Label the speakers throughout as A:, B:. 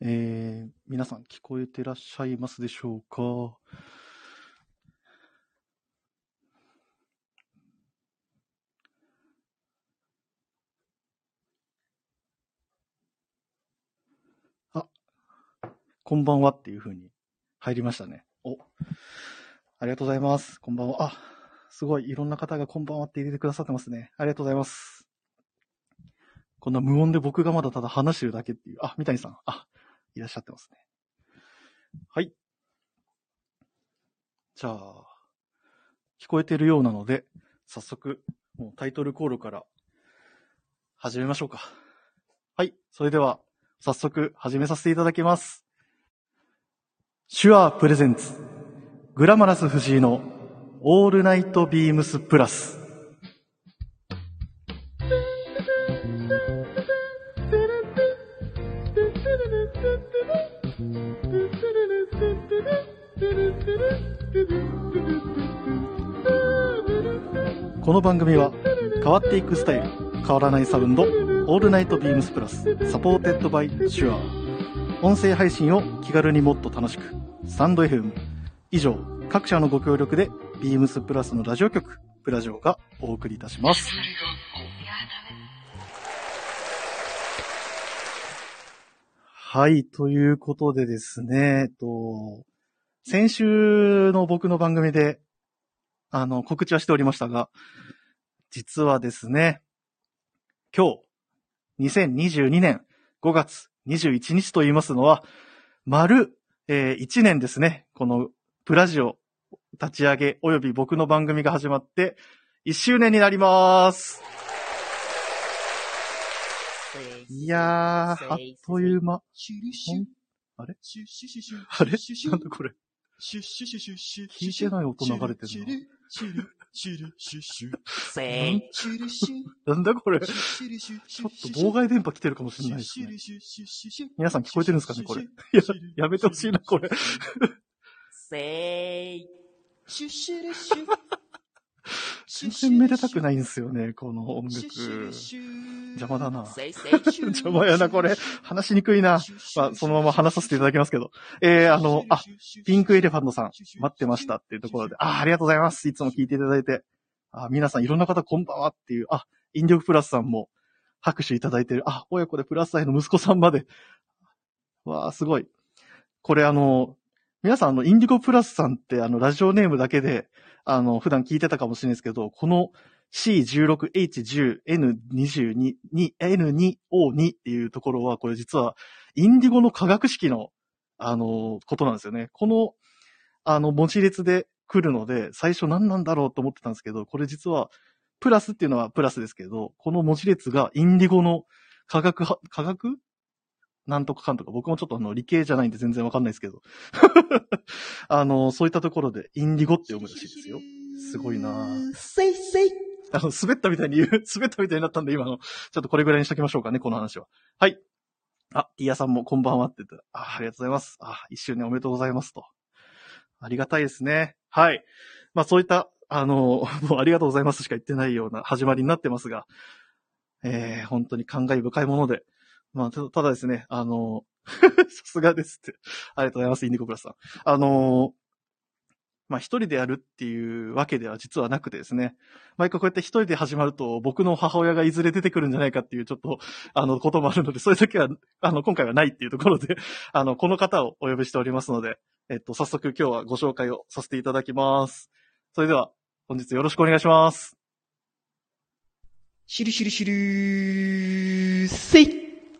A: えー、皆さん聞こえてらっしゃいますでしょうかあ、こんばんはっていう風に入りましたね。お、ありがとうございます。こんばんは。あ、すごい、いろんな方がこんばんはって入れてくださってますね。ありがとうございます。こんな無音で僕がまだただ話してるだけっていう。あ、三谷さん。あ、いらっしゃってますね。はい。じゃあ、聞こえてるようなので、早速、もうタイトルコールから始めましょうか。はい。それでは、早速始めさせていただきます。手話プレゼンツ、グラマラス藤井のオールナイトビームスプラス。この番組は変わっていくスタイル、変わらないサウンド、オールナイトビームスプラス、サポーテッドバイシュア音声配信を気軽にもっと楽しく、スタンド FM。以上、各社のご協力で、ビームスプラスのラジオ局、プラジオがお送りいたします。はい、ということでですね、えっと、先週の僕の番組で、あの、告知はしておりましたが、実はですね、今日、2022年5月21日と言いますのは、丸、えー1年ですね、このプラジオ立ち上げ及び僕の番組が始まって、1周年になります。いやー、あっという間。ほんあれあれなんだこれ。聞いてない音流れてるな。なんだこれ。ちょっと妨害電波来てるかもしれないですね。皆さん聞こえてるんですかねこれ。いや、やめてほしいな、これ。全然めでたくないんですよね、この音楽。邪魔だな。邪魔やな、これ。話しにくいな。まあ、そのまま話させていただきますけど。えー、あの、あ、ピンクエレファントさん、待ってましたっていうところで。あ、ありがとうございます。いつも聞いていただいて。あ、皆さんいろんな方こんばんはっていう。あ、引力プラスさんも拍手いただいてる。あ、親子でプラス愛の息子さんまで。わあ、すごい。これあの、皆さんあの、インディゴプラスさんってあの、ラジオネームだけで、あの、普段聞いてたかもしれないですけど、この C16、H10、N22、に N2O2 っていうところは、これ実は、インディゴの化学式の、あの、ことなんですよね。この、あの、文字列で来るので、最初何なんだろうと思ってたんですけど、これ実は、プラスっていうのはプラスですけど、この文字列がインディゴの化学は、化学なんとかかんとか、僕もちょっとあの、理系じゃないんで全然わかんないですけど。 あの、そういったところで、インディゴって読むらしいですよ。すごいなぁ あの、滑ったみたいに言う、滑ったみたいになったんで、今の、ちょっとこれぐらいにしときましょうかね、この話は。はい。あ、ティアさんもこんばんはって言ってたあ、ありがとうございます。あ、一周年おめでとうございますと。ありがたいですね。はい。まあそういった、あの、 もうありがとうございますしか言ってないような始まりになってますが、えー、本当に感慨深いもので、まあ、たただですね、あの、 さすがですって。ありがとうございます、インディコプラスさん。あの、まあ一人でやるっていうわけでは実はなくてですね、毎回こうやって一人で始まると、僕の母親がいずれ出てくるんじゃないかっていう、ちょっと、あの、こともあるので、それだけは、あの、今回はないっていうところで、 あの、この方をお呼びしておりますので、えっと、早速今日はご紹介をさせていただきます。それでは、本日よろしくお願いします。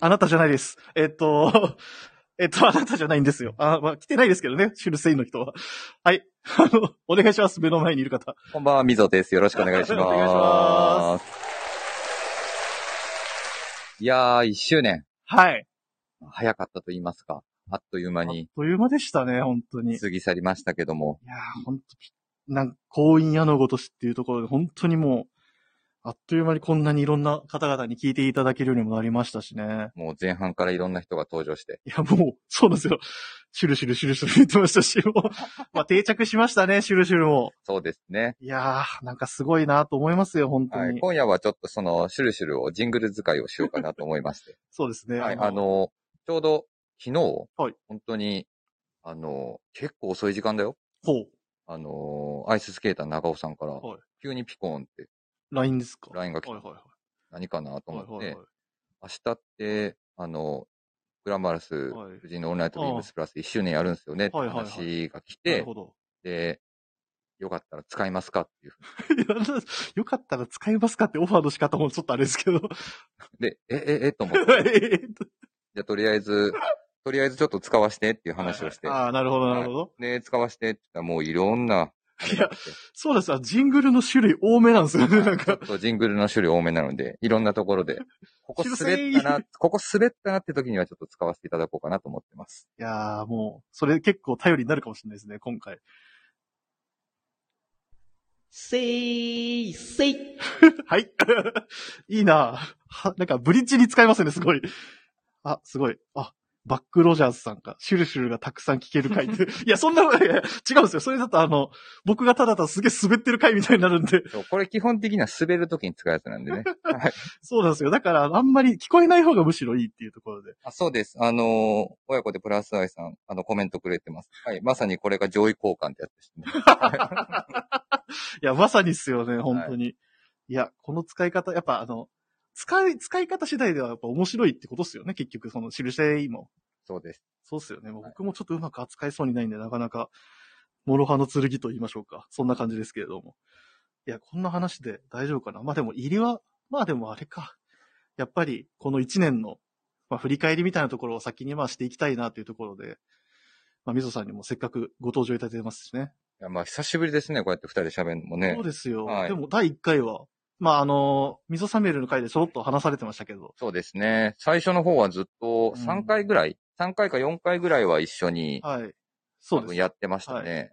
A: あなたじゃないです。えっと、 えっと、あなたじゃないんですよ。あ、まあ、来てないですけどね、シュルセインの人は。はい。あの、お願いします、目の前にいる方。
B: こんばんは、みぞです。よろしくお願いし
A: お願いしま
B: ます。いやー、一周年、
A: はい。
B: 早かったと言いますか、あっという間
A: あっ
B: に
A: という間でしたね、本当に。
B: 過ぎ去りましたけども、
A: いやー、ほんと、なんか、婚姻屋のごとしっていうところで、本当にもう、あっという間にこんなにいろんな方々に聞いていただけるようにもなりましたしね。
B: もう前半からいろんな人が登場して、
A: いや、もう、そうなんですよ。シュルシュルシュルシュル言ってましたし、もう、まあ、定着しましたね、シュルシュルも。
B: そうですね。
A: いやー、なんかすごいなと思いますよ、本当に。
B: はい、今夜はちょっとその、シュルシュルをジングル使いをしようかなと思いまして。
A: そうですね。
B: はい、あの、ちょうど昨日、
A: はい
B: 本当に、あの、結構遅い時間だよ。
A: ほう。
B: あの、アイススケーター長尾さんから、
A: はい
B: 急にピコーンって、
A: LINE ですか
B: LINE が来た
A: はいはいはい。
B: 何かなと思って、
A: はいはいはい
B: 明日って、あの、グラマラス、
A: はい
B: 夫人のオンライトビームスプラス1周年やるんですよねって
A: はいはいはい
B: 話が来
A: な
B: て
A: る、ほど。
B: で、よかったら使いますかっていうふう
A: いやなよかったら使いますかってオファーの仕方もちょっとあれですけど。
B: に。で、え、え、え、と思って、じ
A: えっと
B: ゃあとりあえず、とりあえずちょっと使わしてっていう話をして、
A: ああ、なるほど、なるほど。
B: で、使わしてって言ったらもういろんな、あれがあって
A: そうです。あジングルの種類多めなんですよね。なん
B: ちょっ
A: か、
B: とジングルの種類多めなので、いろんなところで、ここ滑ったな、ここ滑ったなって時にはちょっと使わせていただこうかなと思ってます。
A: いやーもう、それ結構頼りになるかもしれないですね、今回。
C: せいせい。
A: はい。 いいなぁは、なんかブリッジに使えますね、すごい。あ、すごい。あ、バックロジャーズさんか。シュルシュルがたくさん聞ける回 って。いや、そんな、いやいや違うんですよ。それだとあの、僕がただただすげえ滑ってる回みたいになるんで。
B: そうこれ基本的には滑る時に使うやつなんでね。はい。
A: そうなんですよ。だから、あんまり聞こえない方がむしろいいっていうところで。
B: あそうです。あのー親子でプラスアイさん、あの、コメントくれてます。はい。まさにこれが上位交換ってやつですね。
A: いや、まさにっすよね、本当に。い、や、この使い方、やっぱあの、使い、使い方次第ではやっぱ面白いってことっすよね、結局、その、印も。
B: そうです。
A: そうっすよね。もう
B: はい
A: 僕もちょっとうまく扱えそうにないんで、なかなか、諸刃の剣と言いましょうか。そんな感じですけれども。いや、こんな話で大丈夫かな。まあでも入りは、まあでもあれか。やっぱり、この一年の、まあ振り返りみたいなところを先にまあしていきたいなというところで、まあみぞさんにもせっかくご登場いただいてますしね。
B: いや、まあ、久しぶりですね。こうやって二人喋るのもね
A: そう。ですよ。
B: はい
A: でも第1回は、まああの、みぞサミュエルの回でちょろっと話されてましたけど、
B: そうですね。最初の方はずっと
A: うん
B: 3回ぐらい、3回か4回ぐらいは一緒に、
A: はい。そ
B: 多
A: うで
B: 分
A: す。
B: やってましたね。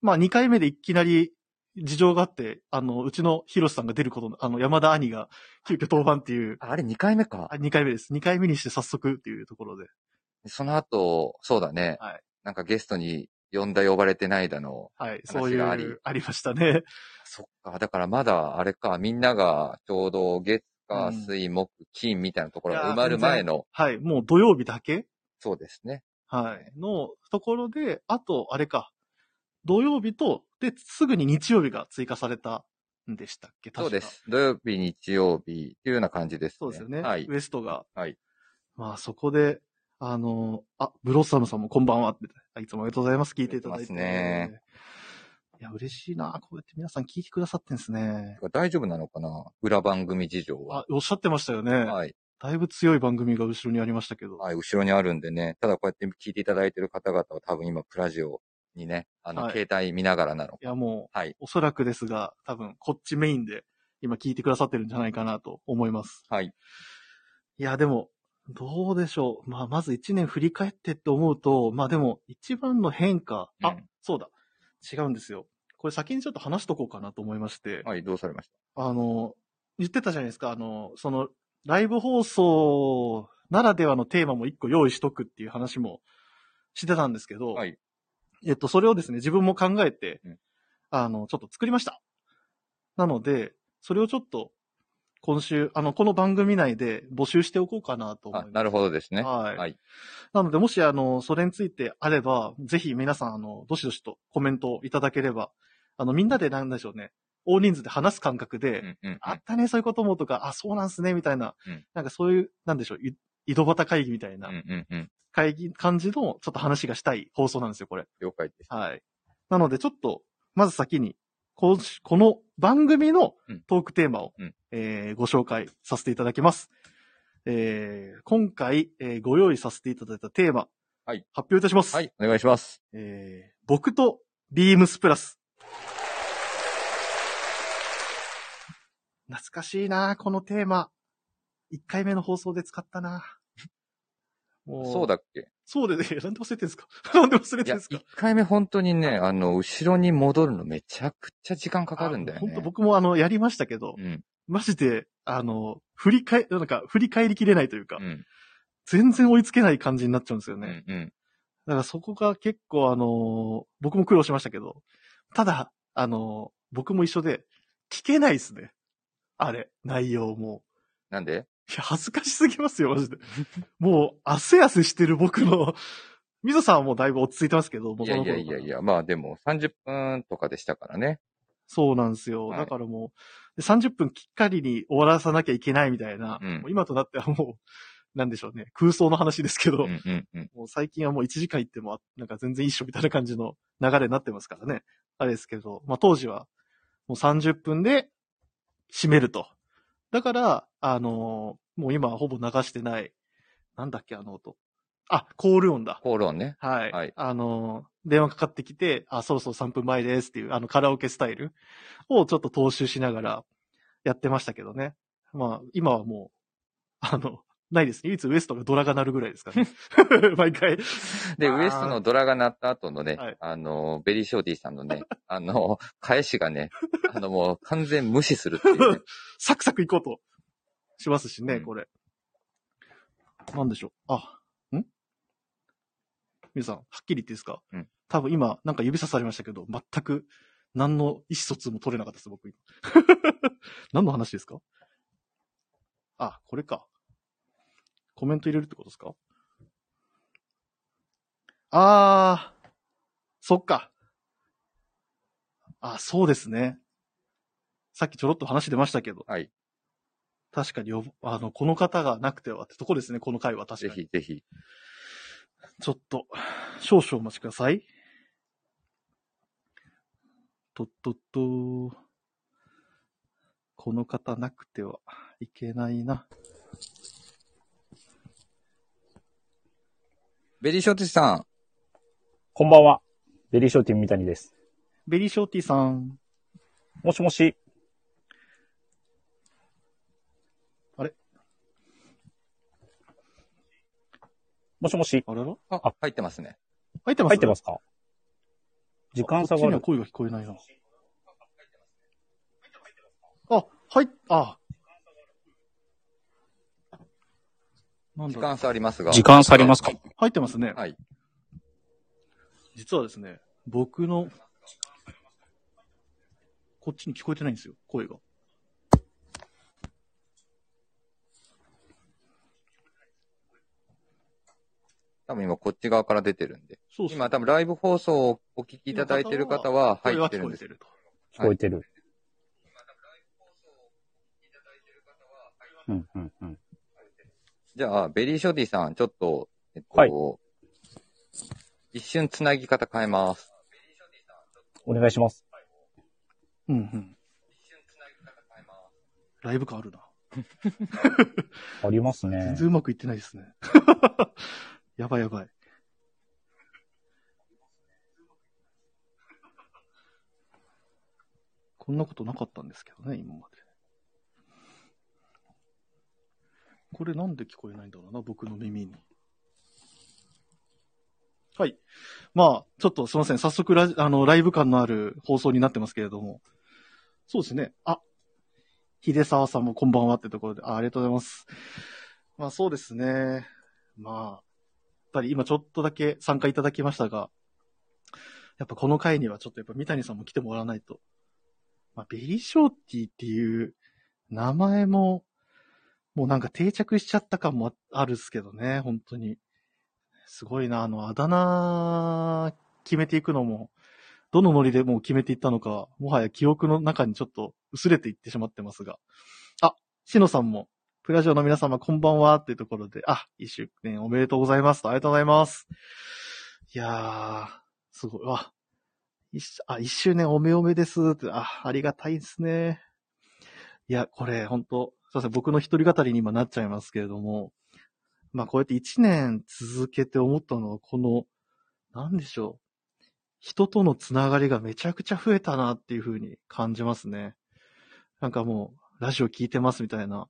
A: まあ、2回目でいきなり事情があって、あの、うちのヒロシさんが出ることの、あの、山田兄が急遽登板っていう、
B: ああれ2回目か
A: あ。2回目です。2回目にして早速っていうところで。
B: その後、そうだね。
A: はい
B: なんかゲストに呼んだ呼ばれてないだの。
A: はい。
B: 話が
A: そういう、あ
B: あ
A: り
B: り
A: ましたね。
B: そっか。だからまだ、あれか、みんながちょうど
A: う
B: 月火
A: ん
B: 水木金みたいなところ
A: いや
B: が
A: ー
B: 埋まる前の、
A: はい。もう土曜日だけ
B: そうですね。
A: はい。のところで、あと、あれか。土曜日と、で、すぐに日曜日が追加されたんでしたっけ確
B: そ
A: か
B: うです。土曜日、日曜日っていうような感じです、ね。
A: そうですよね。
B: はい
A: ウ。エストが。
B: はい
A: まあ、そこで、あの、あ、ブロッサムさんもこんばんはって。あいつもありがとうございます。聞いていただいて。
B: ありがとうございます
A: いや、嬉しいな。こうやって皆さん聞いてくださってんですね。
B: 大丈夫なのかな裏番組事情は
A: あ。、おっしゃってましたよね。
B: はい。
A: だいぶ強い番組が後ろにありましたけど。
B: はい、後ろにあるんでね。ただこうやって聞いていただいてる方々は多分今、プラジオにね、あの、
A: はい
B: 携帯見ながらなの。
A: いや、もう、
B: はい
A: おそらくですが、多分、こっちメインで今聞いてくださってるんじゃないかなと思います。
B: はい。
A: いや、でも、どうでしょう。まあ、まず一年振り返ってって思うと、まあでも、一番の変化、
B: う
A: あ
B: ん、
A: そうだ、違うんですよ。これ先にちょっと話しとこうかなと思いまして、
B: はい、どうされまし
A: あの、言ってたじゃないですか、あの、その、ライブ放送ならではのテーマも一個用意しとくっていう話もしてたんですけど、
B: たはい。
A: えっと、それをですね、自分も考えて、
B: うん
A: あの、ちょっと作りました。なので、それをちょっと、今週、あの、この番組内で募集しておこうかなと思い
B: あ
A: ま、す。
B: なるほどですね。
A: はい。
B: はい
A: なので、もし、あの、それについてあれば、ぜひ皆さん、あの、どしどしとコメントをいただければ、あの、みんなでなんでしょうね、大人数で話す感覚で、
B: うんうんうん
A: あったね、そういうこともとか、あ、そうなんすね、みたいな、
B: うん
A: なんかそういう、なんでしょう、い井戸端会議みたいな
B: うんうんうん。
A: 会議、感じの、ちょっと話がしたい放送なんですよ、これ。
B: 了解です。
A: はい。なので、ちょっと、まず先に、こうしこの番組の
B: うん
A: トークテーマを、
B: うん
A: えーご紹介させていただきます。えー今回、えーご用意させていただいたテーマ、
B: はい
A: 発表いたします。
B: はい、お願いします。
A: えー僕とビームスプラス。懐かしいなこのテーマ。1回目の放送で使ったなも
B: そう。だっけ
A: そうで、ね、 なんで忘れてんすかなんで忘れ
B: い
A: て
B: や、
A: んすか
B: 一回目本当にね、あの、後ろに戻るのめちゃくちゃ時間かかるんだよね。
A: 本当僕もあの、やりましたけど、
B: うん。
A: マジで、あの、振り返、なんか、振り返りきれないというか、
B: うん。
A: 全然追いつけない感じになっちゃうんですよ
B: う
A: ね。
B: ん。うん。
A: だからそこが結構あの、僕も苦労しましたけど、ただ、あの、僕も一緒で、聞けないですね。あれ、内容も。
B: なんで
A: いや、恥ずかしすぎますよ、マジ で。もう、汗汗してる僕の、みぞさんはもうだいぶ落ち着いてますけど、
B: い
A: 僕
B: や
A: の
B: い
A: 頃
B: や
A: から
B: いやいや、まあでも30分とかでしたからね。
A: そうなんですよ。
B: はい
A: だからもう、で30分きっかりに終わらさなきゃいけないみたいな、
B: うん
A: もう今となってはもう、なんでしょうね、空想の話ですけど、
B: うんうんうん。
A: もう最近はもう1時間行っても、なんか全然一緒みたいな感じの流れになってますからね。あれですけど、まあ当時は、もう30分で締めると。だから、あのーもう今はほぼ流してない、なんだっけ、あの音。あ、コール音だ。
B: 口論ね。
A: はい。
B: はい
A: あの、電話かかってきて、あ、そろそろ3分前ですっていう、あの、カラオケスタイルをちょっと踏襲しながらやってましたけどね。まあ、今はもう、あの、ないですね。唯一ウエストがドラが鳴るぐらいですかね。 毎回。
B: で、
A: まあ
B: ウエストのドラが鳴った後のね、
A: はい
B: あの、ベリーショーティーさんのね、 あの、返しがね、あのもう完全無視するっ ていう、ね。
A: サクサクいこうとしますしね、
B: うん
A: これ。なんでしょう。あ、ん皆さん、はっきり言っていいですか、
B: うん
A: 多分今、なんか指さされましたけど、全く、何の意思疎通も取れなかったです、僕今。 何の話ですかあ、これか。コメント入れるってことですかあー、そっか。あ、そうですね。さっきちょろっと話出ましたけど。
B: はい。
A: 確かによ、あの、この方がなくてはってとこですね、この回は確
B: ぜ
A: かに。
B: ひぜひ。
A: ちょっと、少々お待ちください。とっとっと、この方なくてはいけないな。
B: ベリーショーティーさん、
D: こんばんは。ベリーショーティン三谷です。
A: ベリーショーティーさん。
D: もしもし。
A: あれ
D: もしもし。
A: あらら
B: あ
D: あ、
B: 入ってますね。
A: 入ってます。
D: 入ってますすか時間差
A: こ
D: が
A: っちに
D: あ
A: は
D: る。
A: 声が聞こえないな。あ、はい、あ。なん
B: 時
A: だろう
B: 間差ありますが。
D: 時間差ありますか
A: 入ってますね。
B: はい。
A: 実はですね、僕の、こっちに聞こえてないんですよ、声が。
B: 多分今こっち側から出てるんで。
A: そうそう。
B: 今多分ライブ放送をお聞きいただいてる方は
A: 声
B: 入っ
A: は
B: て
A: 聞
B: る
A: こ
B: ん
A: え
B: で
A: て
B: す。
A: ると。
D: 聞こえてる。うん、うん、うん。
B: じゃあ、ベリーショーティーさん、ちょっと、えっと、
D: はい
B: 一瞬つなぎ方変えます。
D: お願いします。
A: うんうん。ライブ感あるな。
D: あります
A: 全
D: ね。
A: 然うまくいってないですね。やばいやばい。こんなことなかったんですけどね、今まで。これなんで聞こえないんだろうな、僕の耳に。はい。まあ、ちょっとすいません。早速ラジ、あの、ライブ感のある放送になってますけれども。そうですね。あ、秀沢さんもこんばんはってところで、あありがとうございます。まあそうですね。まあ、やっぱり今ちょっとだけ参加いただきましたが、やっぱこの回にはちょっとやっぱ三谷さんも来てもらわないと。まあ、ベリーショーティーっていう名前も、もうなんか定着しちゃった感もああるっすけどね、本当に。すごいな、あの、あだ名決めていくのも、どのノリでもう決めていったのか、もはや記憶の中にちょっと薄れていってしまってますが。あ、しのさんも、プラジオの皆様こんばんはっていうところで、あ、一周年おめでとうございますと。ありがとうございます。いやー、すごい。わ。一周あ、一周年おめおめですって。あ、ありがたいですね。いや、これ、ほんと、すいません、僕の一人語りに今なっちゃいますけれども、まあ、こうやって一年続けて思ったのは、この、なんでしょう。人とのつながりがめちゃくちゃ増えたなっていう風に感じますね。なんかもう、ラジオ聞いてますみたいな。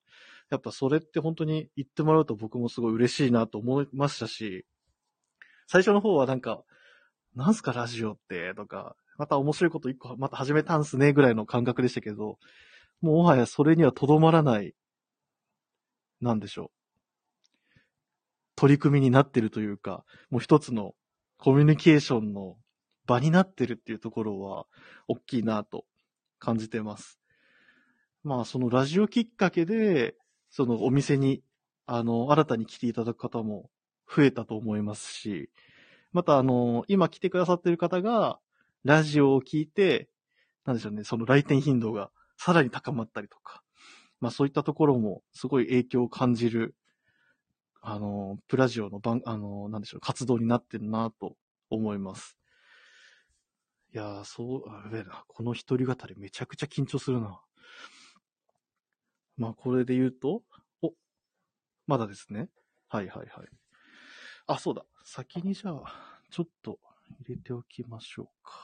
A: やっぱそれって本当に言ってもらうと僕もすごい嬉しいなと思いましたし、最初の方はなんか、なんすかラジオって、とか、また面白いこと一個また始めたんすね、ぐらいの感覚でしたけど、もうもはやそれにはとどまらない、なんでしょう。取り組みになってるというか、もう一つのコミュニケーションの場になってるっていうところは、大きいなと感じてます。まあ、そのラジオきっかけで、そのお店に、あの、新たに来ていただく方も増えたと思いますし、またあの、今来てくださってる方が、ラジオを聞いて、なんでしょうね、その来店頻度がさらに高まったりとか、まあそういったところもすごい影響を感じる、あの、プラジオの番、あの、なんでしょう、活動になってるなと思います。いやー、そう、あれだな、この一人語りめちゃくちゃ緊張するな。まあこれで言うと、お、まだですね。はいはいはい。あ、そうだ。先にじゃあ、ちょっと入れておきましょうか。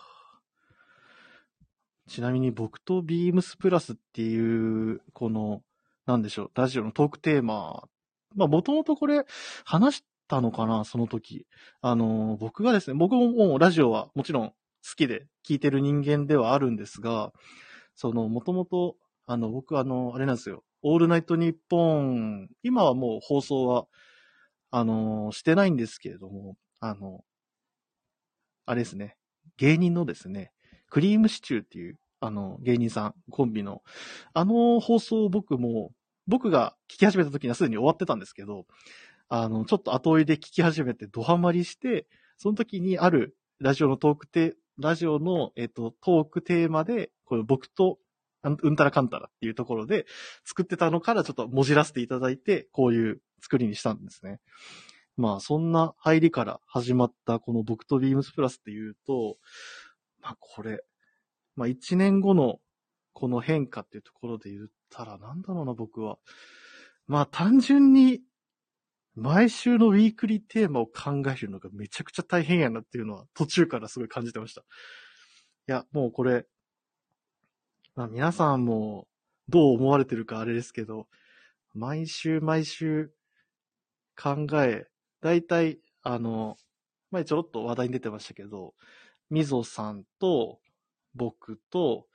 A: ちなみに僕とビームスプラスっていう、この、なんでしょう、ラジオのトークテーマ。まあ、もともとこれ、話したのかな、その時。あの、僕がですね、僕ももうラジオはもちろん好きで聞いてる人間ではあるんですが、その、もともと、あの、僕あの、あれなんですよ、オールナイトニッポン、今はもう放送は、あの、してないんですけれども、あの、あれですね、芸人のですね、クリームシチューっていう、あの、芸人さん、コンビの、あの放送を僕も、僕が聞き始めた時にはすでに終わってたんですけど、あの、ちょっと後追いで聞き始めてドハマりして、その時にあるラジオのトークテ、ラジオの、えっと、トークテーマで、これ僕と、あのうんたらかんたらっていうところで作ってたのからちょっともじらせていただいて、こういう作りにしたんですね。まあ、そんな入りから始まったこの僕とビームスプラスっていうと、まあこれ、まあ一年後のこの変化っていうところで言ったらなんだろうな僕は。まあ単純に毎週のウィークリーテーマを考えるのがめちゃくちゃ大変やなっていうのは途中からすごい感じてました。いや、もうこれ、まあ皆さんもどう思われてるかあれですけど、毎週毎週考え、だいたいあの、前ちょろっと話題に出てましたけど、みぞさんと、僕と、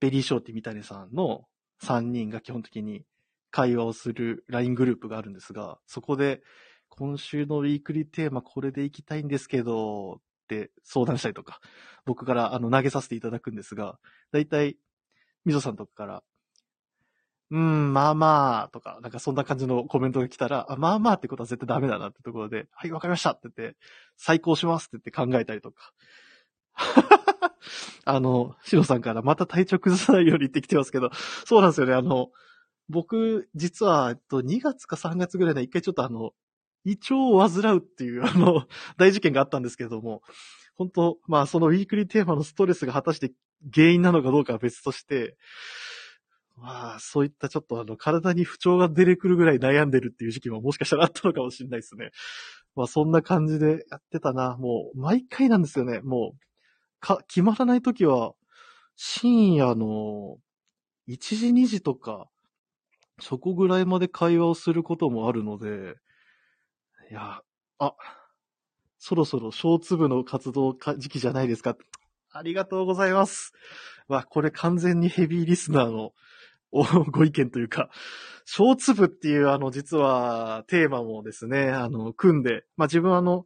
A: ベリーショーティー三谷さんの3人が基本的に会話をする LINE グループがあるんですが、そこで、今週のウィークリーテーマこれでいきたいんですけど、って相談したりとか、僕からあの投げさせていただくんですが、だいたい、みぞさんとかから、うーん、まあまあ、とか、なんかそんな感じのコメントが来たら、あ、まあまあってことは絶対ダメだなってところで、はい、わかりましたって言って、再考しますって言って考えたりとか、 あの、シロさんからまた体調崩さないように言ってきてますけど、そうなんですよね。あの、僕、実は、えっと、2月か3月ぐらいね、一回ちょっとあの、胃腸を患うっていう、あの、大事件があったんですけれども、本当まあ、そのウィークリーテーマのストレスが果たして原因なのかどうかは別として、まあ、そういったちょっとあの、体に不調が出てくるぐらい悩んでるっていう時期ももしかしたらあったのかもしれないですね。まあ、そんな感じでやってたな。もう、毎回なんですよね。もう、か、決まらないときは、深夜の1時2時とか、そこぐらいまで会話をすることもあるので、いや、あ、そろそろ小粒の活動か時期じゃないですか。ありがとうございます。わ、これ完全にヘビーリスナーのお ご意見というか、小粒っていうあの実はテーマもですね、あの、組んで、まあ、自分はあの、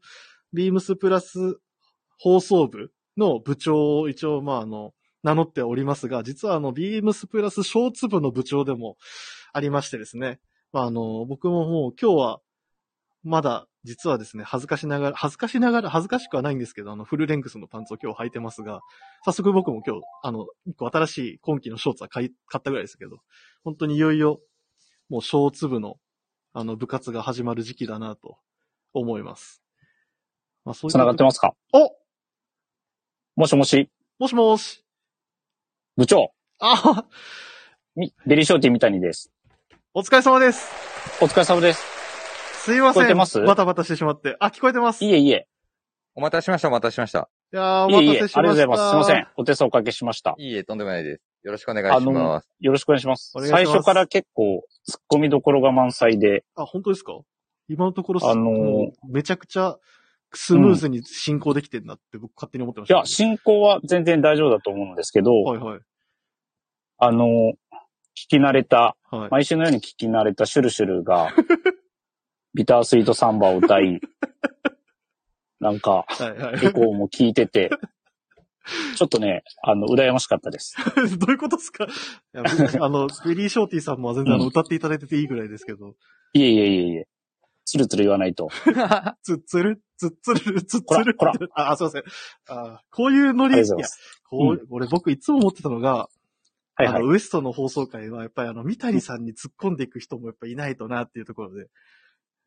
A: ビームスプラス放送部の部長を一応、まあ、あの、名乗っておりますが、実はあの、ビームスプラス小粒の部長でもありましてですね。まあ、あの、僕ももう今日は、まだ、実はですね、恥ずかしながら、恥ずかしながら、恥ずかしくはないんですけど、あの、フルレングスのパンツを今日履いてますが、早速僕も今日、あの、一個新しい今季のショーツは買い、買ったぐらいですけど、本当にいよいよ、もう小粒の、あの、部活が始まる時期だなと思います。まあ、そうい
D: 繋がって
A: ま
D: ますか
A: お
D: もしもし、
A: もしもし。
D: 部長、
A: あ、
D: みベリーショーティー三谷です。
A: お疲れ様です。
D: お疲れ様です。
A: すいません。
D: 聞こえてます
A: バタバタしてしまって。あ、聞こえてます。い
D: いえいえ、
B: お待たせしました、お待たせしました。
A: やーお
D: いえ
A: 待
D: い
A: た
D: え、あり
A: せしました。
D: がとうございます。すいません。。お手数おかけしました。
B: いいえ、とんでもないです。よろしくお願
D: あ
B: いし
D: の
B: ます。、
D: よろしくお願いします。
A: お願いしま
D: 最
A: す
D: 初から結構、突っ込みどころが満載で、
A: あ、本当ですか今のところ、
D: あのー
A: もうめちゃくちゃスムーズに進行できてんだって僕勝手に思ってまし
D: い
A: た。
D: や、進行は全然大丈夫だと思うんですけど、
A: はいはい。
D: あの、聞き慣れた、
A: はい。
D: 毎週のように聞き慣れたシュルシュルが、 ビタースイートサ ンバを歌い、なん
A: は
D: か、
A: いはい。
D: エコーも聞いてて、ちょっとね、あの、羨ましかったです。
A: どういうことですかいや僕あの、ベリーショーティーさんも全然あの歌っていただいてていいぐらいですけ ど、
D: いえいえいえいえ。つるつる言わないと。
A: つっつる、つっつる、つっつ
D: こら
A: る
D: こら。
A: あ、あすいません。あこういうノ
D: あり
A: リ、
D: が
A: い
D: と
A: や
D: うございます。
A: こう、俺僕いつも思ってたのが、
D: はい
A: あ
D: はい
A: の、。ウエストの放送会は、やっぱりあの、三谷さんに突っ込んでいく人もやっぱいないとなっていうところで、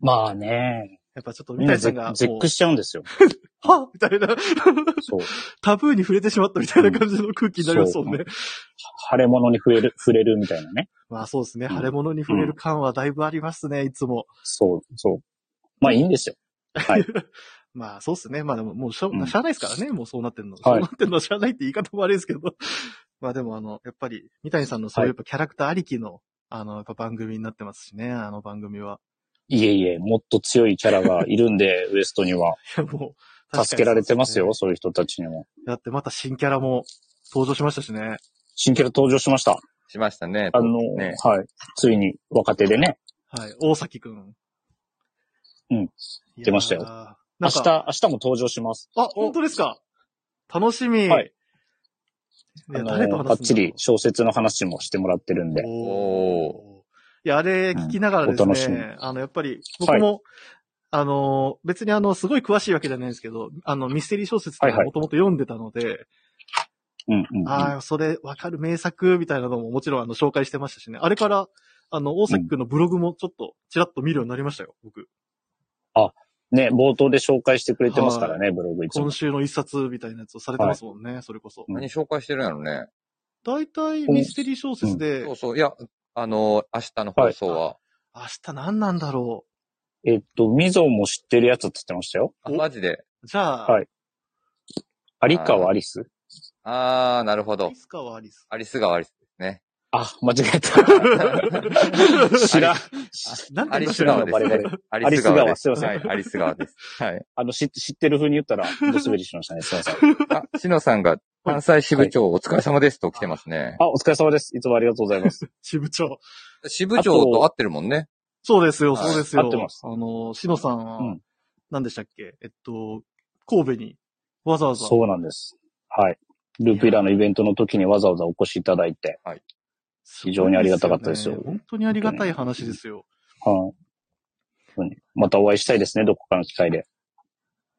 D: まあね。
A: やっぱちょっと三
D: みんな
A: 谷さ
D: 絶
A: んが、も
D: 絶
A: う
D: 句しちゃうんですよ。
A: はみたいな、
D: そう。
A: タブーに触れてしまったみたいな感じの空気になりますもんね。
D: 腫れ物に触れる、触れるみたいなね。
A: まあそうですね、
D: うん
A: 腫れ物に触れる感はだいぶありますね、いつも。
D: そう、そう。まあいいんですよ。
A: まあそうですね、まあでももうしょ、
D: うん
A: しゃあないですからね、もうそうなってんの。
D: はい
A: そうなってんのはしゃあないって言い方も悪いですけど。まあでもあの、やっぱり、三谷さんのそういうやっぱキャラクターありきの、あの、やっぱ番組になってますしね、あの番組は。
D: いえいえ、もっと強いキャラがいるんで、 ウエストには。
A: いやもう、
D: 助けられてます
A: 確かに
D: よ、
A: そうで
D: そういう人たちにも。
A: ね。だってまた新キャラも登場しましたしね。
D: 新キャラ登場しました。
B: しましたね。
D: あの、
B: ね
D: はい。ついに若手でね、
A: はい、大崎くん。
D: うん。出ましたよ
A: なん
D: 明
A: か、
D: 日、明日も登場します。
A: あ、本当ですか楽しみ。
D: はい
A: い
D: あ
A: や。
D: の
A: 誰と話すんだろう
D: ばっちり小説の話もしてもらってるんで。
A: おーいや、あれ聞きながらです
D: うんお楽しみ
A: ね、あの、やっぱり、僕も、あの、別にあの、すごい詳しいわけじゃないんですけど、あの、ミステリー小説と
D: はい
A: か
D: はい
A: もともと読んでたので、
D: うんうん、うん。
A: ああ、それわかる名作みたいなのももちろんあの、紹介してましたしね、あれから、あの、大崎くんのブログもちょっと、ちらっと見るようになりましたよ、僕。
D: ね、冒頭で紹介してくれてますからね、ブログいつも
A: 今。週の一冊みたいなやつをされてますもんね、それこそ。
D: うん
B: 何紹介してるんやろね。
A: 大体、ミステリー小説で、
B: そう
A: 明
B: そう。いや、あの、明日の放送は。
A: 日何なんだろ
D: えっと、みぞも知ってるやつって言ってましたよ。
B: あ
A: お
B: マジで。
A: う。じゃあ、
D: はい有川アリス
B: あー、なるほど
A: い。つかはアリス。
B: アリス川アリスです ね。
D: あ、間違 えた。 知らん。
A: なん
B: ア
A: て言
B: リ
A: うんだ
B: ス
A: ろう
B: 川
D: 川
B: で。
D: ですす
B: ア
D: リス川
B: です
D: すいません
B: はい、アリス川です。 はい。
D: あの、し知ってる風に 言ったら、ドスベリしましたね。すいません。
B: あ、しのさんが、関西支部長お疲れ様ですと来てますね。
D: あ、お疲れ様です。いつもありがとうございます。
A: 支部長。
B: 支部長と合ってるもんね。
A: そうですよ、
B: はい
A: そうですよ。
D: 合ってます
A: あの、しのさんは
D: うん、
A: 何でしたっけえっと、神戸にわざわざ。
D: そうなんです。はい。ルーピーラーのイベントの時にわざわざお越しいただいて、非常にありがたかったですよ
A: ね本当にありがたい話ですよ。
D: はい。うんまたお会いしたいですね、どこかの機会で。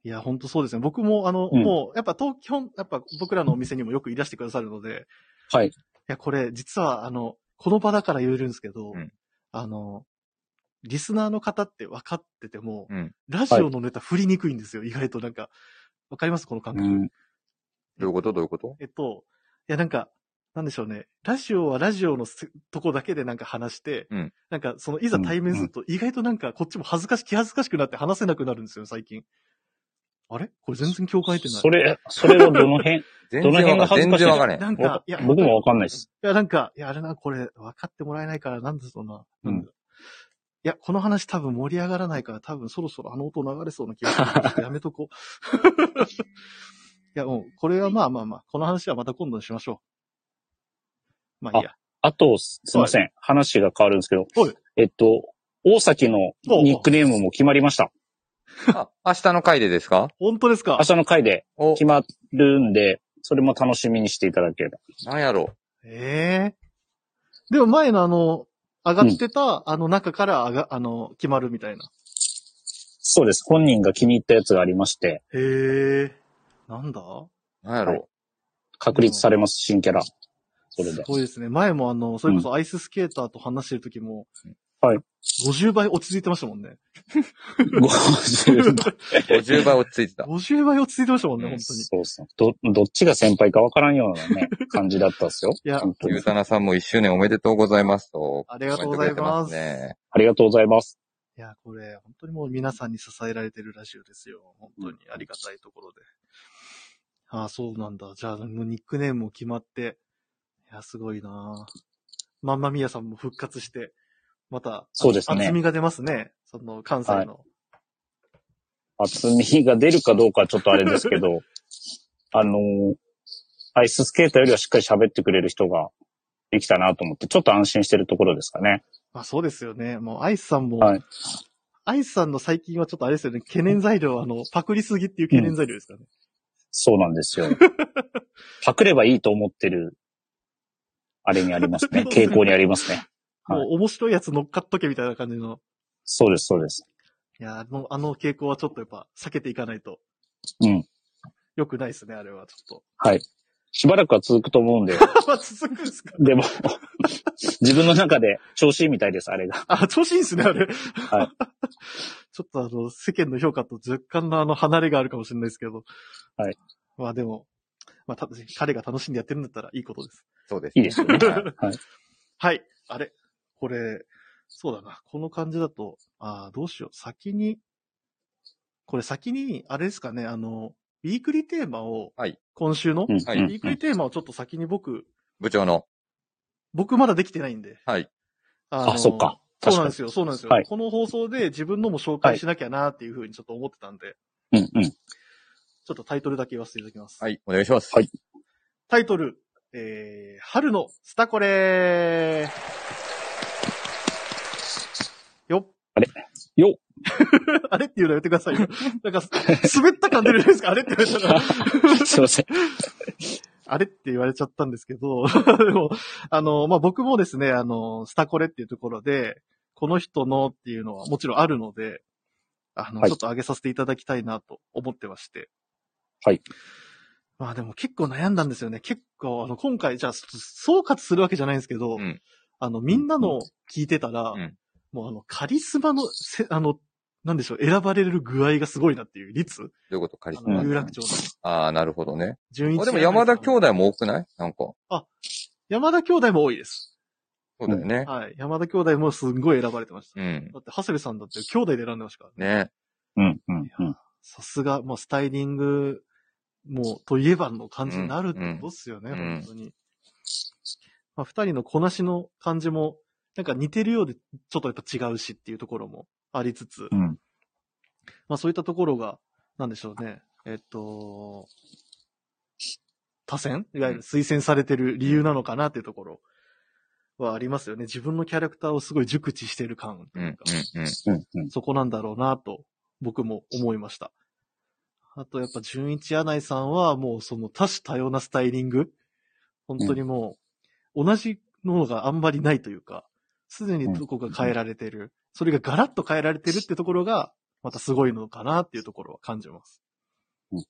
A: いや、本当そうですね。僕も、あの、
D: うん
A: もう、やっぱ東京、やっぱ僕らのお店にもよくいらしてくださるので、
D: はい。
A: いや、これ、実は、あの、この場だから言えるんですけど、
B: うん
A: あの、リスナーの方って分かってても、
B: うん
A: ラジオのネタ振りにくいんですよ、意外となんか。わかりますこの感
D: う
A: 覚。
D: ん。
B: どういうことどういうこと
A: えっと、いや、なんか、なんでしょうね。ラジオはラジオのせとこだけでなんか話して、
B: うん
A: なんか、その、いざ
D: うん
A: 対面すると、意外となんか、こっちも恥ずかし、気恥ずかしくなって話せなくなるんですよ、最近。あれこれ全然境界点ない。
D: それ、それはど の辺、
B: 全
D: どの
B: 然
D: 辺
B: わ
D: が
B: かん
D: 恥ず
B: 全
D: かしい
B: 然わからへん。
A: なんか、いや、
D: 僕もわかんないです。
A: いや、なんか、いや、あれな、これ、分かってもらえないから、なんだろうな。
D: うん
A: なんだいや、この話多分盛り上がらないから、多分そろそろあの音流れそうな気がするから。ちょっとやめとこう。い や、もう、これはまあまあまあ、この話はまた今度にしましょう。まあいいや。
D: あと、すすいません。話が変わるんですけど
A: はい、
D: えっと、大崎のニックネームも決まりました。
B: あ、明日の回でですか
A: 本当ですか
D: 明日の回で
B: お、
D: 決まるんで、それも楽しみにしていただければ。
B: なんやろ。
A: ええでも前のあの、上がってた、あの中から上が、あの、決まるみたいな。
D: そうです。本人が気に入ったやつがありまして、
A: へえ。なんだそう
B: なんやろ
D: 確立されます、新キャラ。それ
A: す
D: で。
A: ごいですね。前もあの、それこそアイススケーターと話してる時も、
D: はい。
A: 50倍落ち着いてましたもんね。
D: 50
B: 50倍落ち着いてた。
A: 50倍落ち着いてましたもんね、
B: うん
A: 本当に。
D: そうそう。ど、どっちが先輩かわからんようなね、感じだったんですよ。
A: いや
D: 本当
B: ゆう
D: に。
B: たなさんも1周年おめでとうございますと。
A: ありがとうございます
B: コメントくれてね
D: ありがとうございます。
A: いや、これ、本当にもう皆さんに支えられてるラジオですよ。本当にありがたいところで。ああ、そうなんだ。じゃあ、ニックネームも決まって。いや、すごいなあまんまみやさんも復活して、また、
D: そうですね
A: 厚みが出ますね。その、関西の。
D: 厚みが出るかどうかはちょっとあれですけど、 あのーアイススケーターよりはしっかり喋ってくれる人ができたなと思って、ちょっと安心してるところですかね。
A: まあ、そうですよね。もう、アイスさんも、
D: はい
A: アイスさんの最近はちょっとあれですよね。懸念材料、あの、パクリすぎっていう懸念材料ですかね。
D: そうなんですよ。パクればいいと思ってる、あれにありますね。傾向にありますね。はい
A: もう面白いやつ乗っかっとけみたいな感じの。
D: そうです、そうです。
A: いや、あの、あの傾向はちょっとやっぱ避けていかないと。
D: うん。
A: 良くないですね、あれはちょっ
D: はい。しばらくは続くと思うん で、
A: と。まあ、続くんですか
D: でも、自分の中で調子いいみたいです、あれが。
A: あ、調子いいんですね、あれ。
D: はい
A: ちょっとあの、世間の評価と若干のあの、離れがあるかもしれないですけど。
D: はい。
A: まあでも、まあ、た彼が楽しんでやってるんだったらいいことです。
B: そうです、
D: いいですよね。
B: はい
D: はい。
A: はい。あれこれ、そうだな。この感じだと、ああ、どうしよう。先に、これ先に、あれですかね、あの、ウィークリーテーマを、
B: はい
A: 今週の、
D: うん
B: はい
D: うん
A: ウィークリーテーマをちょっと先に僕、
B: 部長の。
A: 僕まだできてないんで。
B: はい。
A: あの
D: あ、そっ。か。
A: そうなん
D: 確
A: で
D: か
A: すよ、そうなんですよ。
D: はい
A: この放送で自分のも紹介しなきゃなっていうふうにちょっと思ってたんで、
D: に。うん、うん。
A: ちょっとタイトルだけ言わせていただきます。
B: はい、お願いします。
D: はい
A: タイトル、えー、春のスタコレーよっ。
D: よっ
A: あれって言うのやめてくださいよ。なんか、滑った感出るじゃないですか。あれって言われたら。
D: すいません。
A: あれって言われちゃったんですけ ど、でも、あの、まあ、僕もですね、あの、スタコレっていうところで、この人のっていうのはもちろんあるので、あの、
D: はい
A: ちょっと上げさせていただきたいなと思ってまして。
D: はい。
A: まあでも結構悩んだんですよね。結構、あの、今回、じゃあ、総括するわけじゃないんですけど、
B: うん
A: あの、みんなの聞いてたら、
B: うん
A: もうあの、カリスマのせ、あの、なんでしょう、選ばれる具合がすごいなっていう率、
B: どういうことカリ
A: あ
B: ス
A: の
B: マ
D: うん
A: 有楽町の
B: ああ、なるほどね。
A: 順一
B: あでも山田兄
A: 弟。
B: 弟も多くないなんか。
A: 山田兄弟も多いです。
B: そうだよね。
A: はい。山田兄弟もすんごい選ばれてました。
B: うん。
A: だって、長谷部さんだって兄弟で選んでましたからね。
B: ね。
D: うん、うん、うん。
A: さすが、まあ、スタイリング、もう、といえばの感じになるってことっすよね、
B: うんうん
A: 本当に。まあ、二人のこなしの感じも、なんか似てるようで、ちょっとやっぱ違うしっていうところもありつつ、
D: うん
A: まあ、そういったところが、なんでしょうね。えっと、他選いわゆる推薦されてる理由なのかなっていうところはありますよね。自分のキャラクターをすごい熟知してる感と
B: うん、う
A: いうか
B: ん、うん。
D: うん、うん。
A: そこなんだろうなと、僕も思いました。あとやっぱ、純一柳井さんはもうその多種多様なスタイリング。本当にもう、同じのがあんまりないというか、すでにどこが変えられてる。それがガラッと変えられてるってところが、またすごいのかなっていうところは感じます。
D: うん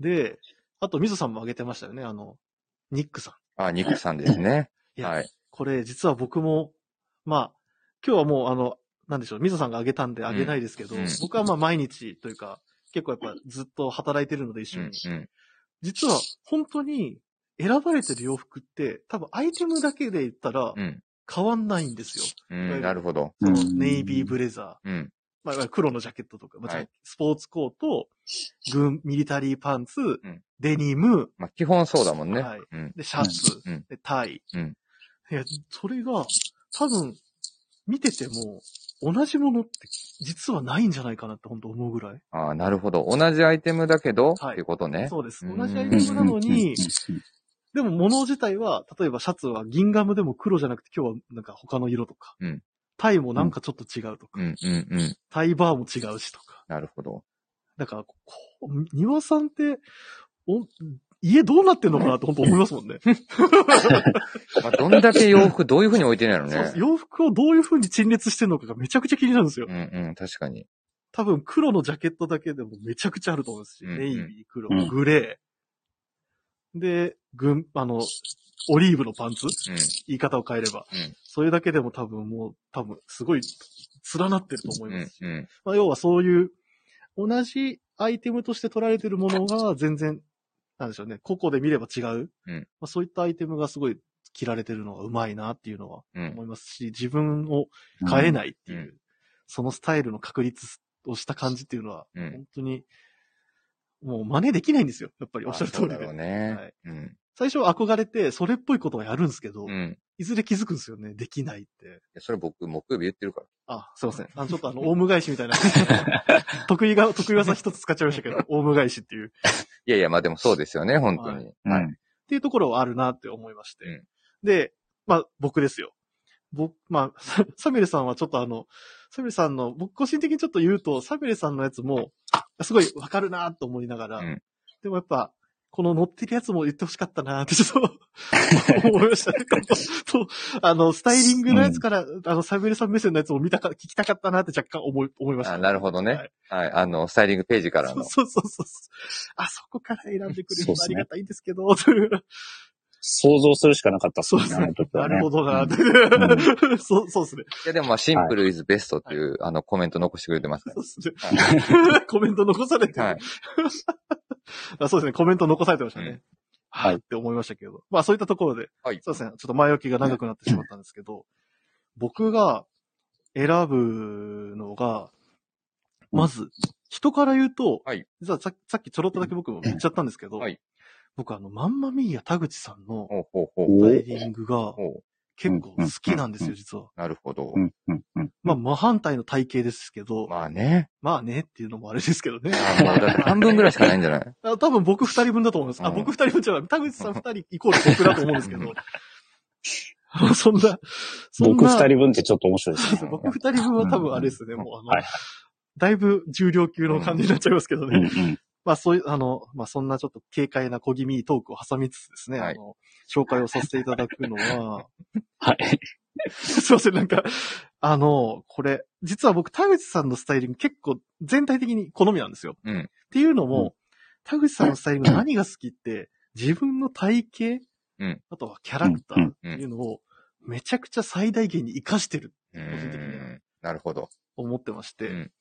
A: で、あと、みぞさんも挙げてましたよね。あの、ニックさん。
B: あ、ニクさんですね。
A: いや、
B: はい。
A: これ実は僕も、まあ、今日はもうあの、なんでしょう、みぞさんがあげたんであげないですけど、
B: うんうん
A: 僕はまあ毎日というか、結構やっぱずっと働いてるので一
B: う
A: 緒に。
B: ん、うん。
A: 実は本当に選ばれてる洋服って、多分アイテムだけで言ったら
B: うん。
A: 変わんないんですよ。
B: うん、なるほど。
D: うん
A: そのネイビーブレザ
B: うん。
A: ー、まあいわゆる黒のジャケットとか、まあ
B: はい
A: スポーツコート、軍、ミリタリーパンツ、
B: ん
A: デニム、
B: まあ、基本そうだもんね。
A: はい
B: うん。
A: で、シャツ、
B: うん
A: で、タイ。
B: うん
A: いや、それが、多分、見てても、同じものって、実はないんじゃないかなって本当思うぐらい。
B: ああ、なるほど。同じアイテムだけど、
A: はい
B: っていうことね。
A: そうです。
B: うん
A: 同じアイ
D: う
A: テ
D: ん
A: ムなのに、、
D: うん
A: でも物自体は、例えばシャツはギンガムでも黒じゃなくて今日はなんか他の色とか、
B: うん
A: タイもなんかちょっと違うとか、
B: うん、うん、うん。
A: タイバーも違うしとか。
B: なるほど。
A: だから、こう、庭さんって、お、家どうなってんのかなって本当思いますもんね。
B: まあ、どんだけ洋服、どういうふうに置いてないの
A: そうで
B: ね
A: す。。洋服をどういう風に陳列してるのかがめちゃくちゃ気になるんですよ
B: う。ん、うん、確かに。
A: 多分黒のジャケットだけでもめちゃくちゃあると思うんですし、
B: うんうん
A: ネイビー、黒
D: う、ん
A: グレー。で、軍、あの、オリーブのパンツ
B: うん。
A: 言い方を変えれば。
B: うん
A: それだけでも多分もう、多分すごい連なってると思いますし。
B: うん、うん。
A: まあ、要はそういう、同じアイテムとして取られてるものが全然、なんでしょうね、個々で見れば違う。
B: うん
A: まあ、そういったアイテムがすごい着られてるのがうまいなっていうのは
B: うん
A: 思いますし、自分を変えないっていう、
B: うんう
A: そのスタイルの確立をした感じっていうのは、
B: うん
A: 本当に、もう真似できないんですよ。やっぱりおっしゃる通り
B: まあ
A: で。
B: そうだろうね。
A: はい
B: うん。
A: 最初憧れて、それっぽいことはやるんですけど、
B: うん。い
A: いずれ気づくんですよね。できないって。
B: やそれ僕、木曜日言ってるから。
A: あ、すいません。あの、ちょっとあの、オウム返しみたい な。得意が、得意技一つ使っちゃいましたけど、オウム返しっていう。っ
B: いやいや、まあでもそうですよね、本当に。
D: うん
B: はい。
A: ていうところはあるなって思いまして。
B: うん
A: で、まあ、僕ですよ。僕、まあ、 ササミュレさんはちょっとあの、サミュレさんの、僕個人的にちょっと言うと、サミュレさんのやつも、すごいわかるなと思いながら、
B: うん
A: でもやっぱ、この乗ってるやつも言ってほしかったなってちょっと 思いましたね。そう、あの、スタイリングのやつから、あの、サムエルさん目線のやつも見たか、聞きたかったなって若干思い、思いました、
B: あなるほどね
A: はい
B: はい。あの、スタイリングページからの。
A: そうそうそうそう。あそこから選んでくれる
D: そうっ
A: とあ
D: す
A: り
D: ね
A: がたいんですけど、という
D: 想像するしかなかったっすね、
A: そうです
D: あ
A: ね
D: の時
A: な
D: はね。
A: るほどな、
D: うん
A: とそう、そうですね。
B: いや、でもまあ、シンプルイズベストっていう、あの、コメント残してくれてますね
A: そう。ですね。コメント残されてる、
B: はい。
A: あそうですね、コメント残されてましたね。
B: うん
A: はい。って思いましたけど。まあそういったところで、
B: はい
A: そうですね、ちょっと前置きが長くなってしまったんですけど、僕が選ぶのが、まず、人から言うと、
B: はい
A: 実はささっきちょろっとだけ僕も言っちゃったんですけど、
B: はい
A: 僕あの、まんまみーや田口さんの
B: ほうほうほう。
A: ス
D: お
A: タイリングが
B: ほ
A: 結構好きなんですよ、実は。
B: う。なるほど
D: う。んうんうん
A: まあ、真反対の体型ですけど、
B: まあね。
A: まあねっていうのもあれですけどね。
B: あもうだって半分ぐらいしかないん じゃない
A: あ多分僕二人分だと思います。あ、
B: うん
A: 僕二人分じゃない。田口さん二人イコール僕だと思うんですけど。あ そんな、そん
D: 僕
A: な
D: 二人分ってちょっと面白い ですね。
A: 僕二人分は多分あれですね。
D: うん
A: もうあの、
D: はい
A: だいぶ重量級の感じになっちゃいますけど
D: う
A: ね。
D: んうん
A: まあそういう、あの、まあそんなちょっと軽快な小気味いいトークを挟みつつですね、
B: は
A: あ
B: い
A: の、紹介をさせていただくのは、
D: はい。
A: すいません、なんか、あの、これ、実は僕田口さんのスタイリング結構全体的に好みなんですよ。
B: うん。
A: っていうのも、
D: う
A: 田口さんのスタイリングの何が好きって、自分の体型、
B: うん
A: あとはキャラクターっていうのを、めちゃくちゃ最大限に活かしてる
B: う
A: 個人的には
B: ん。なるほど。
A: と思ってまして、
B: うん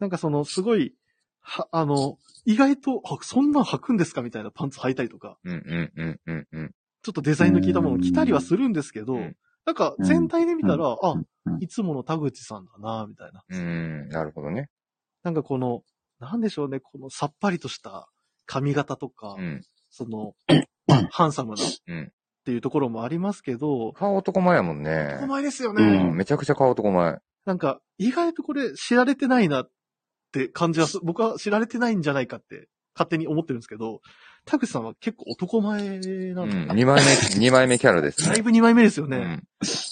A: なんかその、すごい、は、あの、意外と、あ、そんなん履くんですかみたいなパンツ履いたりとか、
B: うんうんうんうんうん。
A: ちょっとデザインの効いたものを着たりはするんですけど、
B: うん
A: なんか全体で見たら、あ
D: うん、
A: いつもの田口さんだな、みたいな。
B: うん。なるほどね。
A: なんかこの、なんでしょうね、このさっぱりとした髪型とか、
B: うん。
A: そ の、ハンサムな
B: うん
A: っていうところもありますけど、
B: 顔男前やもんね
A: お。前ですよ
D: う
B: う
A: ね。
B: ん。めちゃくちゃ顔男前。
A: なんか、意外とこれ知られてないなって感じはす、僕は知られてないんじゃないかって勝手に思ってるんですけど、田口さんは結構男前
B: う
A: なんで、
B: ん。二枚 目、二枚目キャラです
A: だい
B: ね。
A: ぶ2枚目ですよね。
B: うん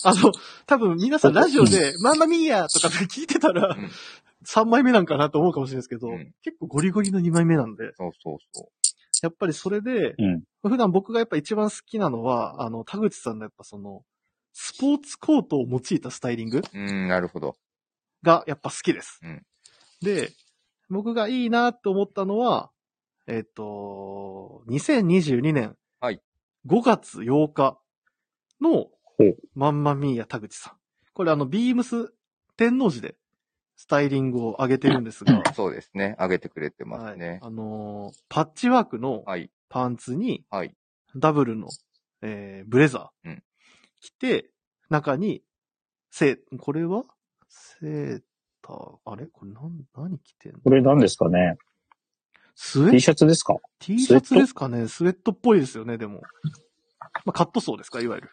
A: あの、多分皆さんラジオで、マンマミーヤとかって聞いてたら、
B: うん
A: 3枚目なんかなと思うかもしれないですけど、
B: うん
A: 結構ゴリゴリの2枚目なんで、
B: そうそうそ
A: やっぱりそれで、
D: うん
A: 普段僕がやっぱ一番好きなのは、あの、田口さんのやっぱその、スポーツコートを用いたスタイリング
B: う。うん、なるほど。
A: がやっぱ好きです。
B: うん
A: で、僕がいいなと思ったのは、えっ、と、2022年
B: はい
A: 5月8日の
D: う
A: マンマミーヤ田口さん。これあの、ビームス天王寺でスタイリングを上げてるんです が、
B: そうですね。上げてくれてま
A: は
B: す
A: い
B: ね、。
A: あのーパッチワークの
B: はい。
A: パンツに
B: はい。
A: ダブルの、えー、ブレザ
B: う
A: ー
B: ん
A: 着て、中に、セー、これはセーター、あれこれなん、何着てんの
D: これ何ですかね
A: スウェ
D: ?T
A: ット、
D: シャツですか
A: T シャツですかねスウェットっぽいですよね、でも。まあ、カットソーですか、いわゆる。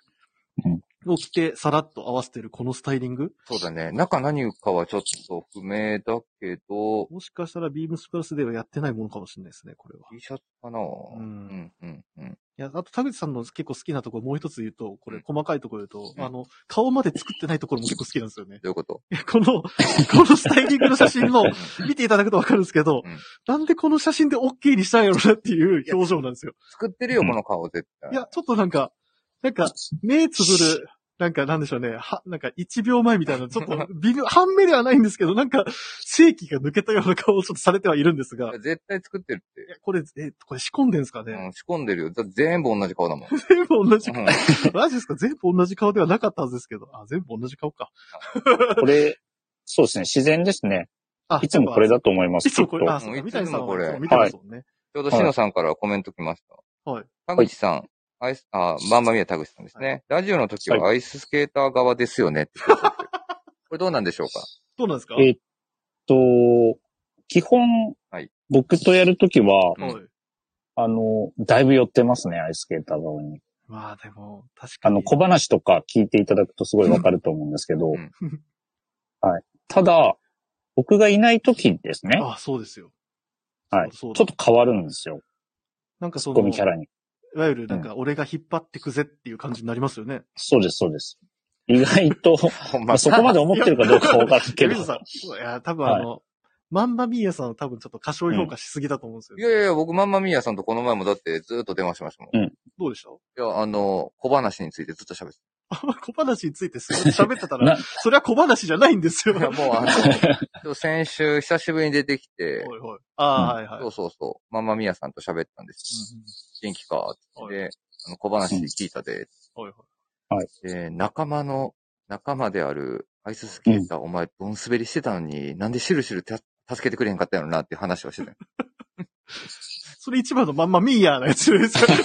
A: を着て、さらっと合わせてるこのスタイリング
B: そうだね。中何かはちょっと不明だけど、
A: もしかしたらビームスプラスではやってないものかもしれないですね、これは。、
B: T シャツかなうんうん、うん。
A: いや、あと田口さんの結構好きなところもう一つ言うと、これ
B: うん
A: 細かいところ言うと、
B: うん
A: あの、顔まで作ってないところも結構好きなんですよね。
B: どういうこと
A: この、このスタイリングの写真 の
B: うん
A: 見ていただくとわかるんですけど、
B: うん
A: なんでこの写真で OK にしたんやろなっていう表情なんですよ。
B: 作ってるよ、
D: うん
B: この顔絶対。
A: いや、ちょっとなんか、なんか、目つぶる、なんかなんでしょうね、は、なんか1秒前みたいな、ちょっ と微妙、半目ではないんですけど、なんか、正気が抜けたような顔をちょっとされてはいるんですが、い
B: 絶対作ってるって。
A: や、これ、え、これ仕込んでんすかね、
B: うん、仕込んでるよ。だって全部同じ顔だ もん。う
A: 全部同じ、
B: ん
A: マジですか全部同じ顔ではなかったはずですけど、あ、全部同じ顔か。
D: これ、そうですね、自然ですね。
A: あ、
D: いつもこれ
A: だ。
D: だと思います。
A: いつもこれ、
D: きっ
A: あ、
D: と
A: そう
B: う
A: か、
B: ん
A: 三谷さん
B: いつもこれ
A: は見てますもんね。
B: ちょうどしのさんからコメント来ました。
A: はい。
B: 田口さん、アイス、あ、まんまみや田口さんですね。ラジオの時は
D: は
B: アイススケーター側ですよねって言ってま したけどこれどうなんでしょうか
A: どうなんですか
D: えっと、基本、
B: はい
D: 僕とやるときは、
B: うん
A: はい。
D: あの、だいぶ寄ってますね、アイススケーター側に。
A: まあでも、確か
D: あ
A: に。
D: の、小話とか聞いていただくとすごいわかると思うんですけど、
B: うん
D: はい。ただ、僕がいないときですね、
A: あ、そうですよ。
D: はい
A: そ
D: ちょ
A: う
D: っ
A: だそう
D: と
A: だ
D: 変わるんですよ、
A: なんか
D: ツ
A: そ
D: ッコ
A: の、
D: ミ
A: い
D: キャラに。
A: わゆるなんか俺が引っ張ってくぜっていう感じになりますよね。
D: そうです、そうです。意外と、
B: ほん
D: まあ、そこまで思ってるかどうかわかる
A: ケ
D: け
A: ビ
D: ど
A: ン、さん、いや、多分あの、マンマミーヤさんは多分ちょっと過小評価しすぎだと思うんですよ
B: い
A: ね。
B: やいやいや、僕、マンマミーヤさんとこの前もだってずっと電話しましたもん。
D: う
B: い
D: ん
A: どうでした
B: や、あの、小話についてずっと喋って
A: 小話についてすごい喋ってたら
D: な、
A: それは小話じゃないんですよ。
B: た。いや、
A: はい
B: もうあの、今日先週久しぶりに出てきて、
A: はい。ああ、はいはい。
B: そうそうそう、マンマミーヤさんと喋ったんですよ。元気かって言って
A: は
B: で、あの小話聞いたで、
A: うんはいはい
B: で、仲間の、仲間であるアイススケーター、お前、どん滑りしてたのに、なんでしるしるた助けてくれへんかったんやろなっていう話をしてたよ。
A: それ一番のまんまミーヤーなやつじゃないですか。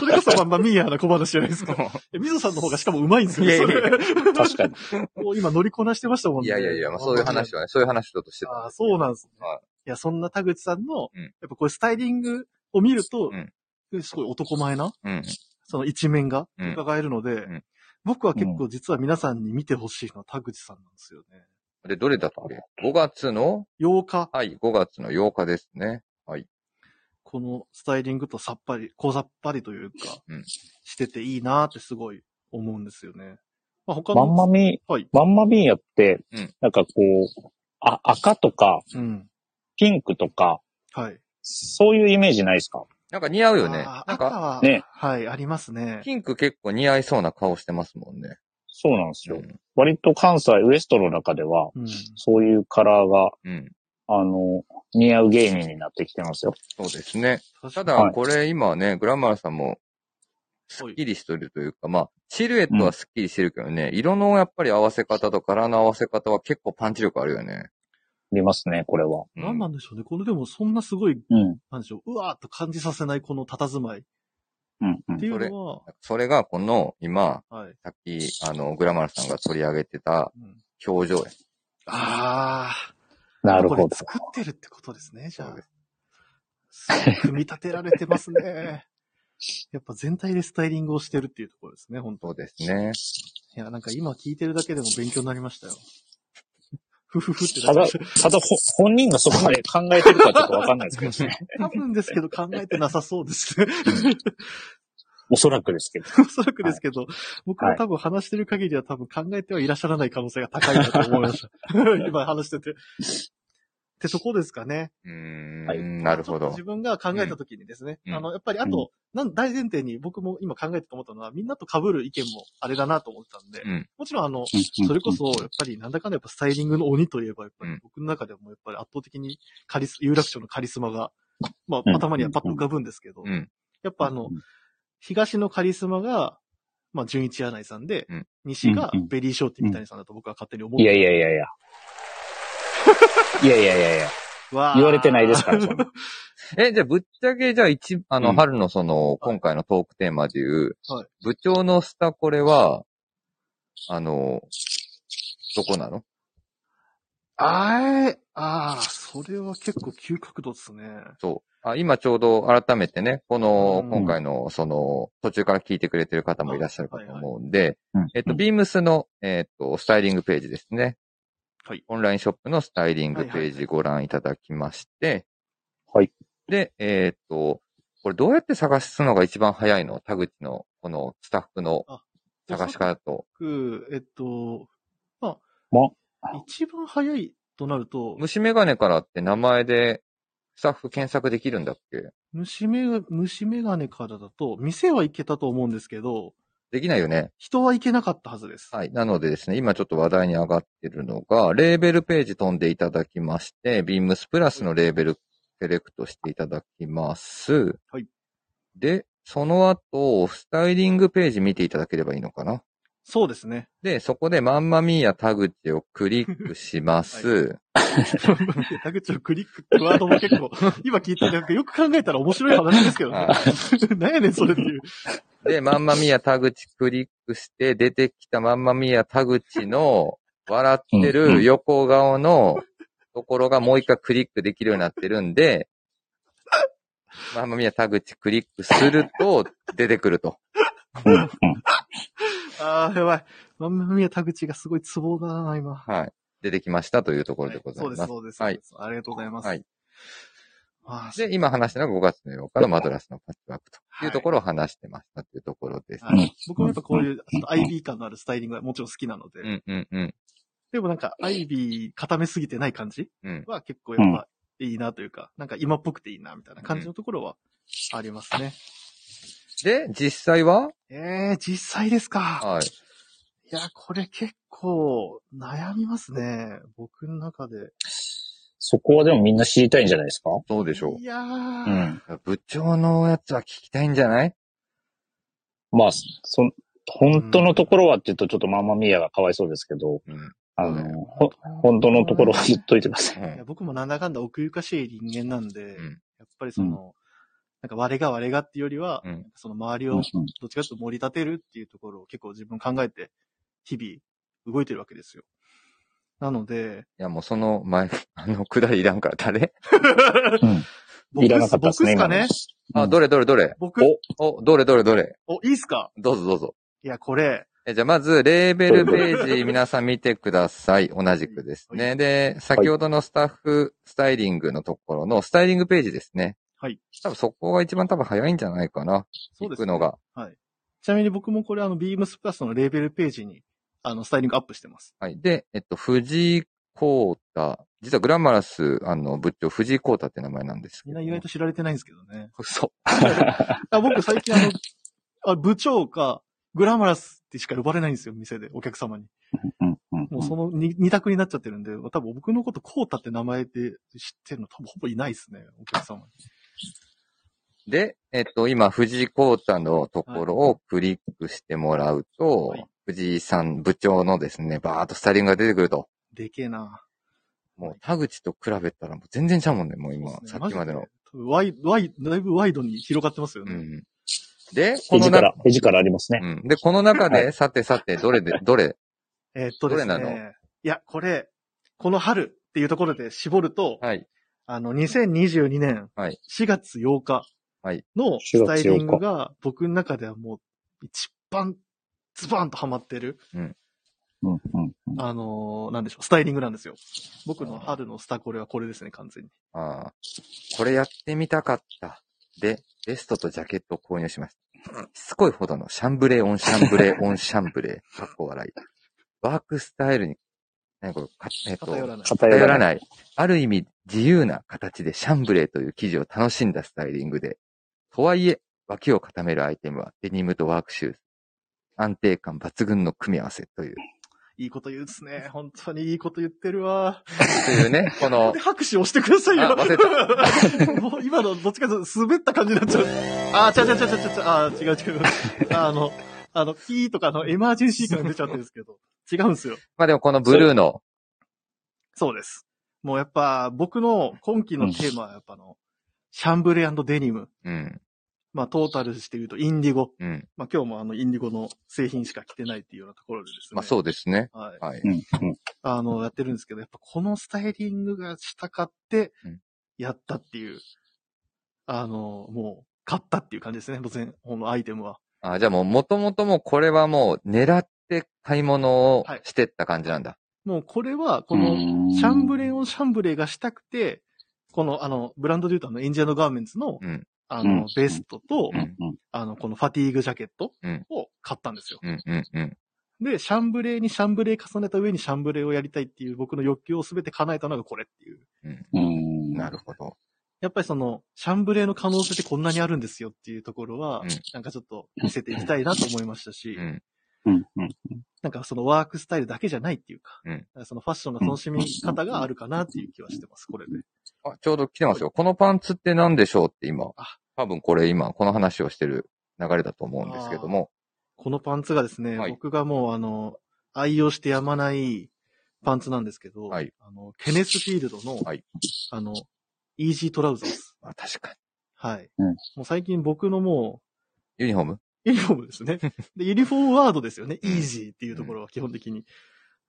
A: それこそまんまミーヤーな小話じゃないですか。え、みぞさんの方がしかも上手いんですよ。
B: いやいやいや
A: それ
D: 確かに。
A: もう今乗りこなしてましたもんね。
B: いやいやいや、まあ、そういう話はね、そういう話ちょっとしてた。
A: ああ、そうなんですね。
B: はい
A: い、や、そんな田口さんの、
B: うん
A: やっぱこれスタイリングを見ると、すごい男前な、
B: うん。
A: その一面が
B: うん
A: 伺えるので、
B: ん
A: 僕は結構実は皆さんに見てほしいのは田口さんなんですよね。
B: で、どれだったっけ ?5 月の、
A: 8日、
B: はい、5月の8日ですね。はい。
A: このスタイリングとさっぱり、小さっぱりというか、
B: うん
A: してていいなーってすごい思うんですよね。まあ、他
D: ま
A: の、
D: んまみ、
A: はい。
D: まんまみーやって
B: うん、
D: なんかこう、あ、赤とか、
A: うん。
D: ピンクとか、
A: はい。
D: そういうイメージないですか
B: なんか似合うよ
A: あ
B: ね。
A: ー
B: なん
A: 赤
B: か、
A: は、
D: ね
A: はい、ありますね。
B: ピンク結構似合いそうな顔してますもんね。
D: そうなんです
B: う
D: よ。
B: ん。
D: 割と関西、ウエストの中では、
A: うん。
D: そういうカラーが、
B: うん。
D: あの、似合う芸人になってきてますよ。
B: そうですね。た
A: 確か
B: だ
D: は、い
B: これ今ね、グラマラさんも、すっきりしてるというか、まあ、シルエットはすっきりしてるけどね、色のやっぱり合わせ方と柄の合わせ方は結構パンチ力あるよね。
D: ありますね、これは。
B: うん
A: に、何なんでしょうね。これでもそんなすごい、
D: うん。
A: なんでしょう、うわーっと感じさせないこの佇まいっ
D: うん、うん
A: て。いうのは、
B: それがこの、今、
A: はい。
B: さっき、あの、グラマラさんが取り上げてた
A: うん、
B: 表情や。
A: ああ。
D: なるほ
A: これ
D: ど。
A: 作ってるってことですね、じゃ
B: そうで
A: あ。すごい組み立てられてますね。やっぱ全体でスタイリングをしてるっていうところですね、本当
B: そうですね。
A: いや、なんか今聞いてるだけでも勉強になりましたよ。ふふふって
D: た
A: な
D: だ
A: っちゃう、
D: ただ、ほ本人がそこまで考えてるかちょっとわかんないですけ どね。
A: 多分ですけど考えてなさそうですね。
D: おそらくですけど。
A: おそらくですけど、僕は多分話してる限りは多分考えてはいらっしゃらない可能性が高いなと思いま した。今話してて。ってとこですかね。
B: うーん、
D: はい
B: なるほ
A: ちょっと
B: ど
A: 自。分が考えた時にですね、
B: うん
A: あの、やっぱりあと、なん大前提に僕も今考えてと思ったのは、みんなと被る意見もあれだなと思ったんで、
B: うん
A: もちろんあの、
D: うん
A: それこそ、やっぱりなんだかんだやっぱスタイリングの鬼といえば、やっぱ
B: う
A: り
B: ん
A: 僕の中でもやっぱり圧倒的にカリス、有楽町のカリスマが、ま
D: うん
A: あ頭にはパッと浮かぶんですけど、
B: うん。
A: やっぱあの、、東のカリスマが、まあ、純一柳井さんで、
B: うん
A: 西が
D: うんうん
A: ベリーショーティーみたいさんだと僕は勝手に思っ
D: い
A: て
D: やいやいやいや。いやいやいやいや。
A: わー
D: 言われてないですから、そんな
B: え、じゃあ、ぶっちゃけ、じゃあ、一、あの、
D: うん
B: 春のその、今回のトークテーマでいう、
A: はい
B: 部長のスタコレは、あの、どこなの
A: あーい、あー、それは結構急角度ですね。
B: そう。あ今ちょうど改めてね、この
A: う、ん
B: 今回の、その、途中から聞いてくれてる方もいらっしゃるかと思うんで、
D: うん
B: えっと、ビームスの、えっと、スタイリングページですね。
A: はい
B: オンラインショップのスタイリングページご覧いただきまして、
D: はい。
B: で、えっと、これどうやって探すのが一番早いの田口の、このスタッフの探し方と、
A: 僕、えっと、ま
D: ま
A: あ、一番早いとなると、
B: 虫眼鏡からって名前で、スタッフ検索できるんだっけ
A: 虫眼鏡、虫眼鏡からだと、店は行けたと思うんですけど、
B: できないよね。
A: 人は行けなかったはずです。
B: はい。なのでですね、今ちょっと話題に上がってるのが、レーベルページ飛んでいただきまして、ビームスプラスのレーベルセレクトしていただきます。
A: はい。
B: で、その後、スタイリングページ見ていただければいいのかな。
A: そうですね。
B: で、そこでマンマミーやタグチをクリックします。
A: 田口をクリックってワードも結 構、今聞いて、なんかよく考えたら面白い話ですけどね。 何やねん、それっていう。
B: で、マンマミーやタグチクリックして、出てきたマンマミーやタグチの、笑って
D: うんう
B: る
D: ん
B: 横顔のところがもう一回クリックできるようになってるんで、マンマミーやタグチクリックすると、出てくると。
D: うんうん
A: ああ、やばい。まんまみや田口がすごいツボだな、今。
B: はい。出てきましたというところ
A: は
B: で
A: い
B: ござい
A: そう
B: ま。
A: ですす、そうです。
B: はい
A: そうですありがとうございます。
B: はい。
A: まあ、
B: で、今話したのが5月の8日のマドラスのパッチワークというところを話してましたというところです。
A: はい僕もやっぱこういう、ちょっと IB 感のあるスタイリングがもちろん好きなので、
B: うんうんうん。
A: でもなんか、アイビー固めすぎてない感じ
B: うん。
A: は結構やっぱいいなというか、なんか今っぽくていいなみたいな感じのところはありますね。
B: で、実際は
A: えー、実際ですか。
B: はい。
A: いや、これ結構悩みますね。僕の中で。
D: そこはでもみんな知りたいんじゃないですか
B: どうでしょ
A: いやー
D: う。ん。
B: う。部長のやつは聞きたいんじゃない
D: まあ、そ、本当のところはって言うとちょっとママミヤがかわいそうですけど、
B: うん。
D: あの、ほ、本当のところは言っといてください。
B: う
A: いや
B: ん
A: 僕もなんだかんだ奥ゆかしい人間なんで、
B: うん
A: やっぱりその、なんか我が我がっていうよりは、
B: うん
A: その周り
D: うん
A: をどっちかというと盛り立てるっていうところを結構自分考えて、日々動いてるわけですよ。なので、
B: いや、もうその前、 あの、くだりいらんから、誰
D: うん。いらなかったです
A: 僕っす
D: ね、今
A: か
D: の
A: ね。
B: あ、どれどれどれ
A: 僕、
D: お、
B: お、どれどれどれ
A: お、いいっすか
B: どうぞどうぞ。
A: いや、これ、
B: えじゃあまず、レーベルページ、皆さん見てください。同じくです
A: は
B: ね。で、先ほどのスタッフ、スタイリングのところの、スタイリングページですね。
A: はい。
B: 多分そこが一番多分早いんじゃないかな。
A: そうです、
B: 行くのが。
A: はい。ちなみに僕もこれ、あの、ビームスプラスのレーベルページに、あの、スタイリングアップしてます。
B: はい。で、えっと、藤井光太。実はグラマラス、あの、部長、藤井光太って名前なんですけ
A: みん
B: ど、
A: な意外と知られてないんですけどね。
B: 嘘。
A: あ僕最近あの、あ部長か、グラマラスってしか呼ばれないんですよ、店で、お客様に。
D: うん、うん。
A: もうその二二択になっちゃってるんで、多分僕のことコータって名前で知ってるの多分ほぼいないですね、お客様に。
B: で、えっと、今、藤井光太のところをクリックしてもらうと、
A: はい
B: 藤井さん、部長のですね、バーっとスタイリングが出てくると。
A: でけえな。
B: もう田口と比べたらもう全然ちゃうもんね、もう今、
A: そうす
B: さ
A: ね
B: っきまで。
A: マ
B: の。
A: ジワイ、ワイ、だいぶワイドに広がってますよ
B: う
A: ね。
B: ん。で、こ
D: 絵
B: の
D: 力
B: 中、、
D: 絵力ありますね。
B: うん。で、この中
D: は
B: で、さてさて、どれで、どれ、
A: えーっとです
B: どれなの
A: ね。いや、これ、この春っていうところで絞ると、
B: はい。
A: あの、2022年
B: はい
A: 4月8日
B: はい
A: のスタイリングが僕の中ではもう一番ズバンとハマってる、
D: うん、うん。
A: あのーなんでしょう、スタイリングなんですよ。僕の春のスタコレはこれですね、完全に。
B: ああ、これやってみたかった。で、ベストとジャケットを購入しました。しつこいほどのシャンブレーオンシャンブレーオンシャンブレ ー、かっこ笑い。ワークスタイルに、何これ、かえっと、
A: 偏らない。
D: 偏
B: 偏
D: ら
B: ら
D: ない。
B: ない。ある意味、自由な形でシャンブレーという生地を楽しんだスタイリングで、とはいえ、脇を固めるアイテムはデニムとワークシューズ。安定感抜群の組み合わせという。
A: いいこと言うっすね。本当にいいこと言ってるわ。
B: というね、この
A: で、、拍手をしてくださいよ
B: あ 忘。
A: もう今のどっちかというと滑った感じになっちゃう。あー、違う違う違う違う違う。あー、違う違う。あの、あの、キーとかのエマージェンシー感が出ちゃってるんですけど、違うんですよ。
B: まあでもこのブルーの、
A: そうです。もうやっぱ僕の今期のテーマはやっぱあの、シャンブレーデニム。
B: うん、
A: まあトータルして言うとインディゴ。
B: うん。
A: まあ今日もあのインディゴの製品しか着てないっていうようなところでですね。
B: まあそうですね。
A: はい。
B: はい。
D: うん、うん。
A: あの、やってるんですけど、やっぱこのスタイリングがしたかって
B: うん、
A: やったっていう、あの、もう、買ったっていう感じですね、当然、このアイテムは。
B: あ、じゃあもう元々もうこれはもう狙って買い物をしてった感じなんだ。
A: もうこれは、この、シャンブレーオンシャンブレーがしたくて、この、あの、ブランドで言うとあの、エンジェアのガーメンツの、
B: うん
A: あ
D: うん
A: の、ベストと、
B: うん
D: うん
A: あの、このファティーグジャケット
B: うん
A: を買ったんですよ。
B: うん、うん、うん。
A: で、シャンブレーにシャンブレー重ねた上にシャンブレーをやりたいっていう僕の欲求を全て叶えたのがこれっていう。
D: うん。
B: なるほど。
A: やっぱりその、シャンブレーの可能性ってこんなにあるんですよっていうところは、
B: うん
A: なんかちょっと見せていきたいなと思いましたし、
B: うん、
D: うん、うん。
A: なんかそのワークスタイルだけじゃないっていうか、
B: うん
A: なんかそのファッションの楽しみ方があるかなっていう気はしてます、これで。
B: あ、ちょうど来てますよ。このパンツって何でしょうって今
A: あ。
B: 多分これ今、この話をしてる流れだと思うんですけども。
A: このパンツがですね、
B: はい
A: 僕がもうあの、愛用してやまないパンツなんですけど、
B: はい
A: あの、ケネスフィールドの、
B: はい
A: あの、イージートラウザーズ。
B: あ、確かに。
A: はい。
D: うん
A: もう最近僕のも
B: ユニフォーム
A: う、ユニフォームです ね。で、ユニフォームワードですよね。
B: う
A: イ
B: ん
A: ージーっていうところは基本的に。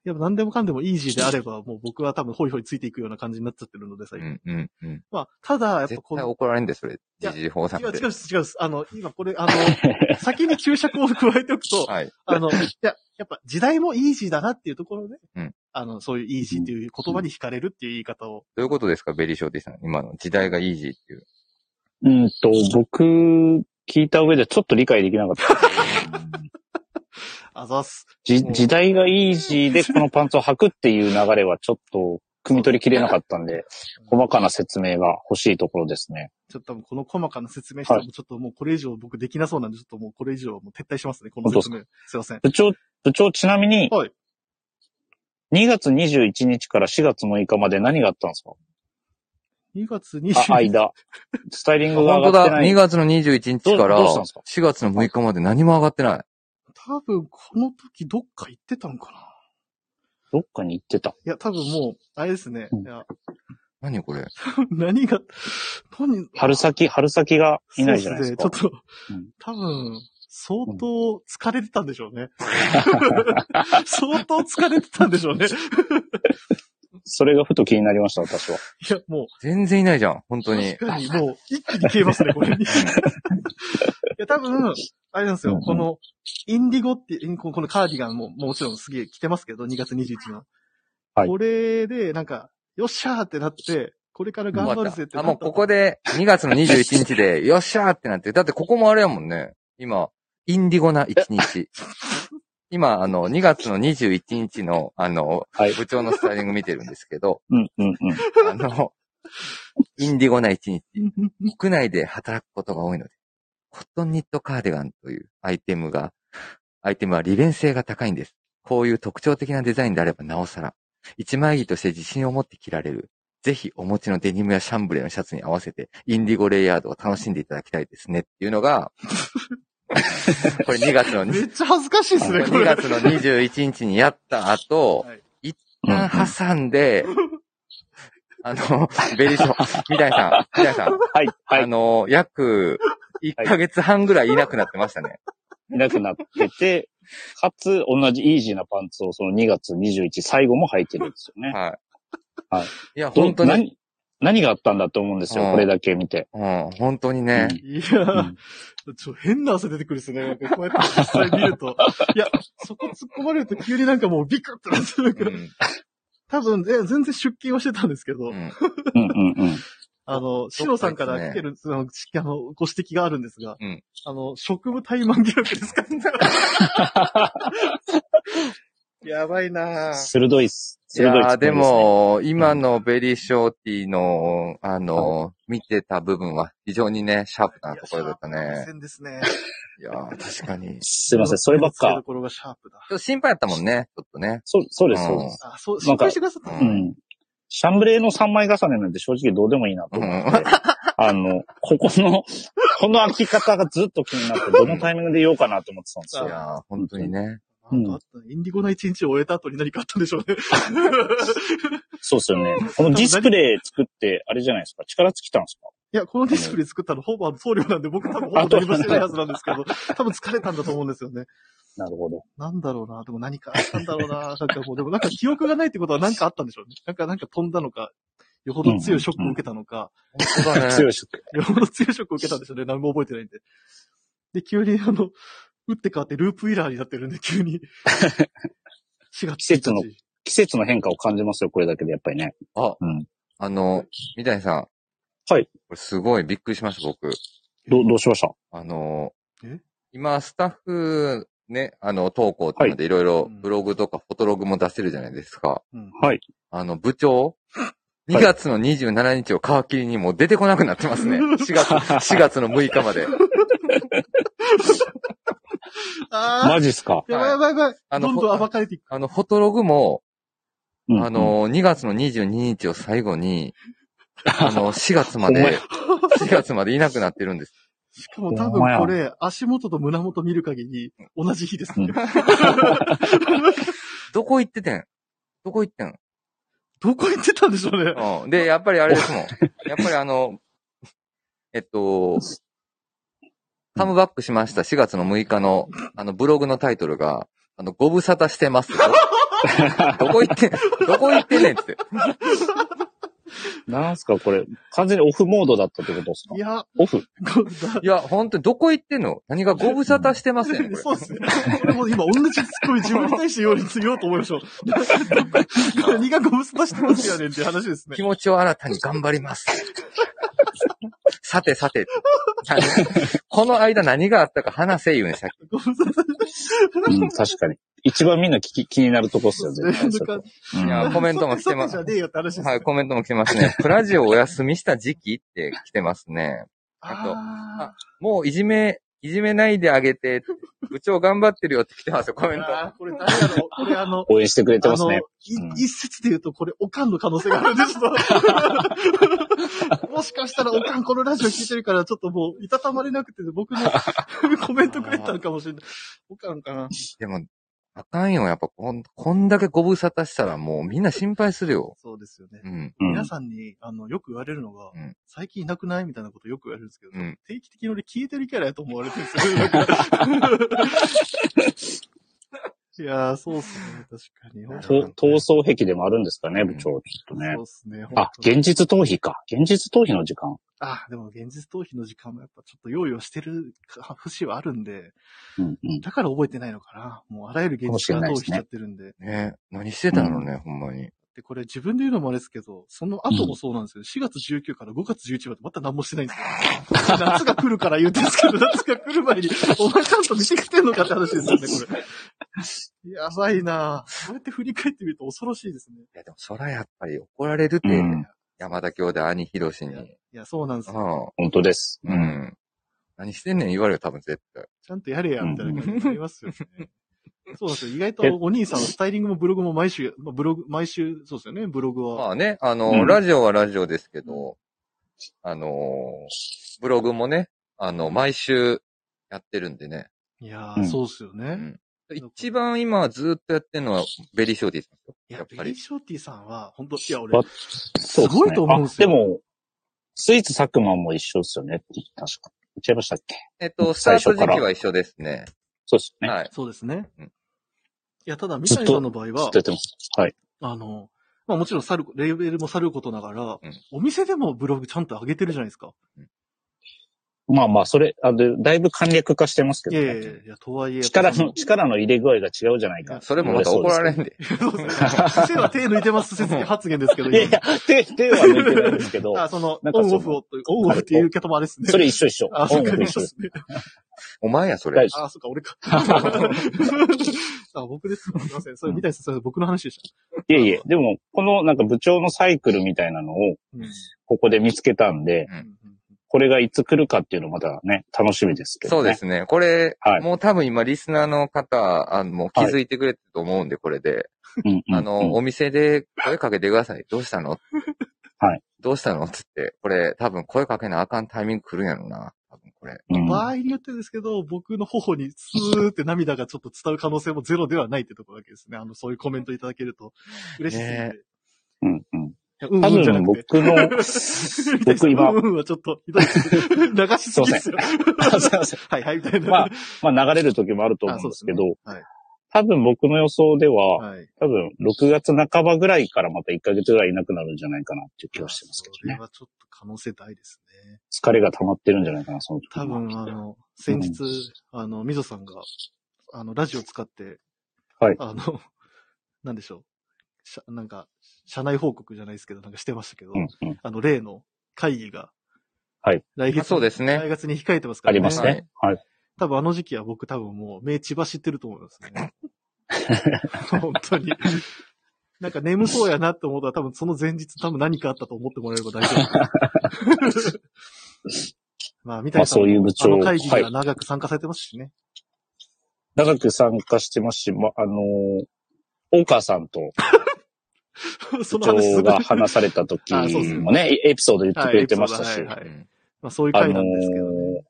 A: やっぱ何でもかんでもイージーであれば、もう僕は多分ホイホイついていくような感じになっちゃってるので、
B: う
A: 最近。
B: ん、うん、うん。
A: まあ、ただ、やっぱ
B: 絶
A: こ
B: 対
A: の、
B: 怒られんで、それ。
A: や
B: 時事法さん
A: 違う違う
B: で。
A: 違う違う。あ の、今これ、あの、先に注釈を加えておくと、
B: はい。
A: あ の、いや、やっぱ時代もイージーだなっていうところで、
B: うん
A: あの、そういうイージーっていう言葉に惹かれるっていう言い方を、
B: どういうことですか、ベリーショーティさん。今の時代がイージーっていう。
D: うんと、僕、聞いた上でちょっと理解できなかった。
A: あざっす。
D: じ時代がイージーでこのパンツを履くっていう流れはちょっと汲み取りきれなかったんで、細かな説明が欲しいところですね。
A: ちょっと多分この細かな説明しても、ちょっともうこれ以上僕できなそうなんで、ちょっともうこれ以上はもう撤退しますね、この説明。すいません。
D: 部長、部長ちなみに、
A: はい
D: 2月21日から4月6日まで何があったんですか
A: 2月
D: あ、
A: 20日。
D: 間。スタイリングが
B: 本当
D: 上がって
B: だ、
D: な
B: 2
D: い。
B: 月の21日から
D: どうどうしたんですか
B: 4月の6日まで何も上がってない。
A: 多分この時どっか行ってたんかな。
D: どっかに行ってた。
A: いや、多分もう、あれですね。
D: うん
A: いや、
B: 何これ
A: 何が、何、
D: 春先、春先がいないじゃないで
A: そ
D: す
A: うっ
D: か。
A: すねちょっと
D: うん、
A: 多分、相当疲れてたんでしょ うね。相当疲れてたんでしょうね。
D: それがふと気になりました、私は。
A: いや、もう、
B: 全然いないじゃん、本当に
A: 確。かにもう、一気に消えます ね、これ。いや、多分、あれなんです
D: うん
A: よ、
D: うん
A: この、インディゴって、インこのカーディガンも、もちろんすげえ着てますけど、2月21日の。
D: はい
A: これで、なんか、よっしゃーってなって、これから 頑張るぜって
B: あ、もうこ こ
A: で。
B: で2月の21日で、 よっしゃーってなってる。だってここもあれやもんね。今、インディゴな1日。今、あの、2月の21日の、あの、
D: はい
B: 部長のスタイリング見てるんですけど、
D: うん、うん、うん。
B: あの、 インディゴな1日。
A: うんうん
B: 国内で働くことが多いので、コットンニットカーディガンというアイテムが、アイテムは利便性が高いんです。こういう特徴的なデザインであればなおさら、一枚着として自信を持って着られる。ぜひお持ちのデニムやシャンブレーのシャツに合わせて、インディゴレイヤードを楽しんでいただきたいですねっていう のが、これ2月の、
A: めっちゃ恥ずかしいですね、こ
B: 2
A: れ。
B: 月の21日にやった後、
A: はい
B: 一旦挟んで、あの、ベリーショー、三谷さん、三谷さん、
D: はい、は
B: あ
D: い。
B: の、約1ヶ月半ぐらいいなくなってましたね。
D: いなくなってて、 かつ、同じイージーなパンツをその2月21最後も履いてるんですよね。
B: はい。
D: はい
B: い。や、
D: ど
B: 本当に、
D: 何、何があったんだと思うんですよ、
B: うん
D: これだけ見て。
B: うん、本当にね。
D: うん
A: いや
D: う
A: ー
D: ん、
A: ちょ、変な汗出てくるですね。なんかこうやって実際見ると。いや、そこ突っ込まれると急になんかもうビクッとなって、なん
B: う
A: か、
B: ん。
A: 多分、ね、全然出勤はしてたんですけど、
B: うん
D: うん、うん、うん。
A: あの、シロさんから来てる、その、しあの、ご指摘があるんですが、
B: うん
A: あの、職務怠慢疑惑ですか やばいなぁ。
D: 鋭いっす。
B: い
D: 鋭い
B: やー
D: ツッ
B: で、
D: コミすね
B: も、今のベリーショーティーの、あの、見てた部分は非常にね、シャープなところだったね。
A: 戦ですね。
B: いやー確かに。ち
D: すいません、それば
A: 目の
D: っ
A: 付けど
D: か。
A: ころがシャープだ。
B: ょっと心配やったもんね、ちょっとね。
D: そう、そうです、そうです。
A: あ、そう、
D: な
A: 心
D: んか
A: 配してくださった
B: う
A: の
B: ん
D: うん。シャンブレーの3枚重ねなんて正直どうでもいいなと思って、 あの、ここの、この開き方がずっと気になって、どのタイミングで言おうかなと思ってたんです
B: い
D: よ。
B: やー本当にね。
D: うん
A: なんかあったインディゴな一日を終えた後に何かあったんでしょう ね。
D: そうですよね。このディスプレイ作って、あれじゃないですか、力尽きたんですか
A: いや、このディスプレイ作ったのほぼ送料なんで、僕多分ほぼ何もしてないはずなんですけど、多分疲れたんだと思うんですよね。
D: なるほど。
A: なんだろうな、でも何かあったんだろう な、なんかもう、でもなんか記憶がないってことは何かあったんでしょうね。なんか、なんか飛んだのか、よほど強いショックを受けたのか、
B: 本当だね。
D: 強いし、
A: よほど強いショックを受けたんでしょうね。何も覚えてないんで。で、急にあの、打って変わってループイラーになってるんで、急 に。4月
D: 季節の
A: 1日
D: 季節の変化を感じますよ、これだけで、やっぱりね。
B: あ、
D: うん。
B: あの、三谷さん。
D: はい。
B: これすごいびっくりしました、僕。
D: ど、どうしました
B: あの
A: え、
B: 今、スタッフ、ね、あの、投稿っていうので、いろいろブログとかフォトログも出せるじゃないですか。
A: うん
D: はい。
B: あの、部長、
D: い
B: 2月の27日を皮切りにもう出てこなくなってます ね。4月、4月の6日まで。
A: あ
D: マジっすか
A: ー、やばいやばいやばい。
B: あの
A: どんどん暴かれていく。
B: あの、フォトログも、
D: うん
B: あの、2月の22日を最後に、あの、4月ま
D: ほんま
B: で
D: や、
B: 4月までいなくなってるんです。
A: しかも多分これ、足元と胸元見る限り、同じ日ですね。
B: どこ行っててんどこ行ってん
A: どこ行ってたんでしょ うね。
B: うん。で、やっぱりあれですもん。やっぱりあの、えっと、カムバックしました4月の6日の、あの、ブログのタイトルが、あの、ご無沙汰してます。どこ行って、どこ行ってねんって。
D: なんすか、これ。完全にオフモードだったってことですか
A: いや、
D: オフ
A: ごだ
B: いや、本当にどこ行ってんの何がご無沙汰してますやねんこ
A: そうですね。俺も今、同じツッコミ自分に対してように言おうと思いましょう。 何がご無沙汰してますやねんっていう話です
B: れ。
A: ね
B: 気。持ちを新たに頑張ります。さてさて。この間何があったか話せ言うんです
A: ご無沙汰
D: うん、確かに。一番みんな気気になるとこっすよ、絶 対。そこ
A: い
D: うん
B: いやコメントも来てます
A: じゃねえよって話です。
B: はい、コメントも来てますね。プラジオお休みした時期って来てますね。あと
A: あ
B: もういじめ、いじめないであげて、部長頑張ってるよって来てますよ、コメン
A: ー
B: ト。
A: あー、これ誰だろうこれあの、
D: 応援してくれてますね。
A: あの、
D: うん
A: い一説で言うと、これ、おかんの可能性があるんですよ もしかしたら、おかんこのラジオ聞いてるから、ちょっともう、いたたまれなくて、僕の コメントくれたのかもしれない。おかんかな。
B: でも、あかんよ、やっぱこん、こんだけご無沙汰したらもうみんな心配するよ。
A: そうですよね。
B: うん。
D: うん
A: 皆さんに、あの、よく言われるのが、
B: うん
A: 最近いなくないみたいなことよく言われるんですけど、
B: うん
A: 定期的に俺消えてるキャラやと思われてるんですよ。なんか いやー、そうっすね。確かに。
B: な
D: と
B: るほど
D: 闘争壁でもあるんですかね、
B: うん
D: 部長。ちょっとね
A: そう。っすね。
D: あ、現実逃避か。現実逃避の時間。
A: あ、でも現実逃避の時間もやっぱちょっと用意をしてるか節はあるんで、
D: うんうん。
A: だから覚えてないのかな。もうあらゆる現実から逃避しちゃってるんで。で
B: ね何してたのね、ほんまに。
A: これ自分で言うのもあれですけど、その後もそうなんですよ。4月19から5月11までまた何もしてないんですよ。夏が来るから言うんですけど、夏が来る前に、お前ちゃんと見てきてんのかって話ですよね、これ。やばいなぁ。そうやって振り返ってみると恐ろしいですね。
B: いや、でも、そらやっぱり怒られるって、
D: うん
B: 山田兄弟、兄博士に。
A: いや、そうなんです
B: あ
A: よ。
B: あ、
D: 本当です。
B: う。ん。何してんねん言われるよ、多分絶対。
A: ちゃんとやれや、みたいな感じになりますよね。そうなんですよ。意外とお兄さんはスタイリングもブログも毎週、まあ、ブログ、毎週、そうですよね、ブログは。
B: まあね、あの、
D: うん
B: ラジオはラジオですけど、あのーブログもね、あの、毎週やってるんでね。
A: いやー、
D: うん
A: そうっすよ
B: う
A: ね。
B: ん。一番今ずっとやってるのは、ベリーショーディーさんですよ。
A: い
B: や
A: や
B: っ、
A: ベ
B: ぱ
A: リ
B: り
A: ー。ショーティーさんは、本当いや、俺
D: わ、
A: すごいと思うんですよ
D: あでも、スイーツ佐久間も一緒ですよねって確か。言っちゃいましたっけ
B: えっと、スタ
D: 最
B: ート
D: 初
B: 時
D: から
B: 期は一緒ですね。
D: そうですよね。
B: はい。
A: そうですね
B: うん。
A: いや、ただ、三谷さんの場合
D: 知っ
A: は、
D: ててます。はい。
A: あの、まあもちろんさる、レーベルもさることながら、
B: うん
A: お店でもブログちゃんと上げてるじゃないですか。
D: まあまあ、それ、あでだいぶ簡略化してますけ
A: い
D: ど
A: や
D: ね、
A: いやいや、とはいえ。
D: 力
A: そ
D: の、力の入れ具合が違うじゃないか。
B: それもまた怒られんで。
A: うですね。手は手抜いてます説明発言ですけど、
D: いやいや、手、手は抜いてないんですけど
A: 今、あ、その、
D: なん
A: オ
D: かそ
A: ン
D: の
A: オフをという、オンオフっていう言い方もあれですね。
D: それ一緒一緒。
A: あ、そっ
D: う
A: か、
D: ん
A: 一緒ですね。
B: お前や、そ
D: 大
B: れ。
D: 丈
A: あ、そっか、俺か。 あ、僕です。すみません。それ、三谷さん、それ僕の話でし
D: いえいえ、でも、このなんか部長のサイクルみたいなのを、
A: た。うん
D: ここで見つけたんで、
B: うん
D: これがいつ来るかっていうのまだね、楽しみですけ
B: そ
D: ど
B: うで
D: ね。
B: すね。これ、
D: はい
B: もう多分今、リスナーの方、あの、もう気づいてくれてると思うんで、これで。
D: そうです。うんうん、
B: あの、お店で声かけてください。どうしたの
D: はい。
B: どうしたのつって、これ、多分声かけなあかんタイミング来るんやろな。多分これ。
D: うん
A: 場合によってですけど、僕の頬にスーって涙がちょっと伝う可能性もゼロではないってところだけですね。あの、そういうコメントいただけると嬉しいですね
B: ね。
D: うんうん。
A: いやうん
D: 多
A: うんじゃな
D: 分
A: くて。
D: 僕の、 僕今
A: う んうんはちょっとひどいです。流しすぎですよ。
D: あすいません
A: はいはい、みたいな。
D: ままあ流れる時もあると思うんですけど、
A: あそうですねはい
D: 多分僕の予想では、
A: はい。
D: 多分6月半ばぐらいからまた1ヶ月ぐらいいなくなるんじゃないかなっていう気はしてますけ
A: そ
D: ど
A: れ
D: ね。
A: はちょっと可能性大ですね。
D: 疲れが溜まってるんじゃないかな、その時
A: 多分、あの、先日、あの、みぞさんが、あの、ラジオ使って、
D: はい
A: あの、なんでしょう。しゃなんか、社内報告じゃないですけど、なんかしてましたけど、
D: うんうん。
A: あの、例の会議が、
D: はい。
A: 来
B: あ
A: 月、
B: そうですね。
A: 来月に控えてますか
D: あ
A: らね。
D: りますね。はい。
A: 多分あの時期は僕多分もう目血走ってると思いますね。本当に。なんか眠そうやなって思ったら多分その前日多分何かあったと思ってもらえれば大丈 夫。まあ、みた
D: まあ
A: いさん
D: そう
A: も
D: いう部
A: あ
D: 長。
A: の会議に
D: はい
A: は。長く参加されてますしね。
D: 長く参加してますし、ま、あのー、大川さんと
A: そ
D: 部
A: の話す
D: 長
A: ごい
D: が。話された時
A: あそうです
D: もね、エピソード言ってくれてましたし、
A: はい
B: うん
A: まあそういう
D: あ
A: 会
D: の
A: な
D: ー
A: んですけどね。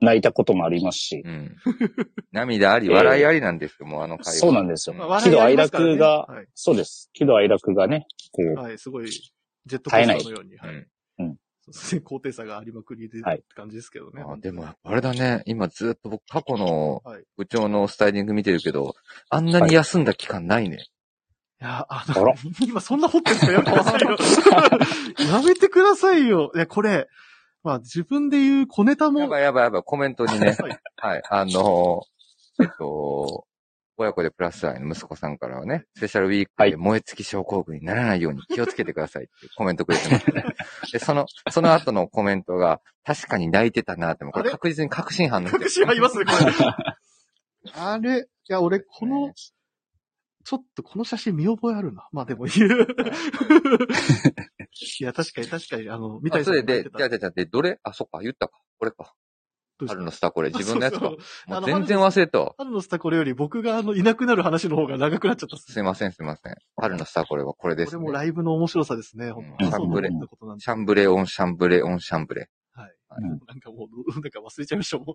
D: 泣いたこともありますし、
B: うん。涙あり、笑いありなんですよ、もうあの会話。
D: そうなんですよ
A: まあ
B: うん
A: 笑いありますからね
D: 喜怒哀楽が
A: はい
D: そうです。喜怒哀楽がね、こう、
A: はい、すごい、ジェットコースターのように、はい。そうですね高低差がありまくりで、
D: はい
A: って感じですけどね。
B: あでも、あれだね。今ずっと僕、過去の
A: はい
B: 部長のスタイリング見てるけど、あんなに休んだ期間ないね。
A: いや、あ
D: あ
A: の
D: ら、
A: 今そんな掘ってんすかやめてください よ。やめてくださいよ。いや、これ、まあ自分で言う小ネタ
B: や
A: も、
B: ばいやばいやばい、コメントにね。はい。あのーえっと、親子でプラス愛の息子さんからはね、スペシャルウィークで燃え尽き症候群にならないように気をつけてくださいってコメントくれてました、 ね。で、その、その後のコメントが、確かに泣いてたなって、もうこ
A: あ
B: れ
A: れ
B: 確実に確信犯なんで
A: 確信ありますね、こ れ。あれ、いや、俺、この、ちょっとこの写真見覚えあるな。まあでも言う。いや、確かに確かに、あの、みたい
B: あそれで、
A: ど
B: じゃあじゃあじゃあで、どれあ、そっか、言ったか。これか。
A: うした
B: 春のスタこれ、自分のやつ
A: そう
B: か
A: そう。
B: も
A: あ
B: う
A: の
B: 全然忘れたわ。
A: 春のスタこれより僕があの、いなくなる話の方が長くなっちゃったっす
B: すいません、すいません。春のスタこれはこれで
A: こ
B: す、
A: れ
B: ね
A: も。ライブの面白さですね、本当
B: うん
A: 朝の
B: サンブレ
A: 思ったことなんで
B: シャンブレオン、シャンブレオン、シャンブレ。
A: はい。
D: うん
A: なんかもう、なんか忘れちゃいました、も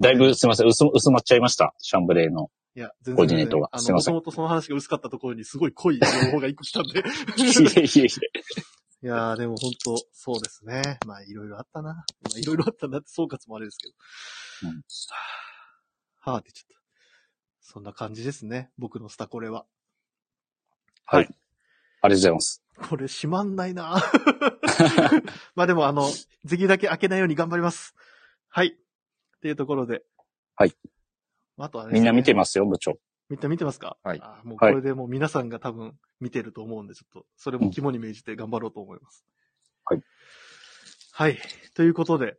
D: だいぶすいません、薄、薄まっちゃいました。シャンブレー の。
A: う。いや、全然。
D: コーディネートが
A: あ
D: すい
A: の、
D: ま
A: も
D: せ
A: と
D: ん
A: もとその話が薄かったところにすごい濃い情報が一個来たんで。
D: いえいえいえ。
A: いやー、でも本当そうですね。まあ、いろいろあったな。まあ、いろいろあったなって総括もあれですけど。は
D: うん
A: ぁ、はぁって言っちゃった。そんな感じですね。僕のスタコレは。
D: ありがとうございます。
A: これ閉まんないな まあでもあの、席だけ開けないように頑張ります。はい。っていうところで。
D: はい。
A: あとはね、
D: みんな見てますよ、部長。
A: みんな見てますか
B: はい
A: あーもうこれでもう皆さんが多分見てると思うんで、ちょっと、それも肝に銘じて頑張ろうと思います。
D: はい。
A: はい。ということで、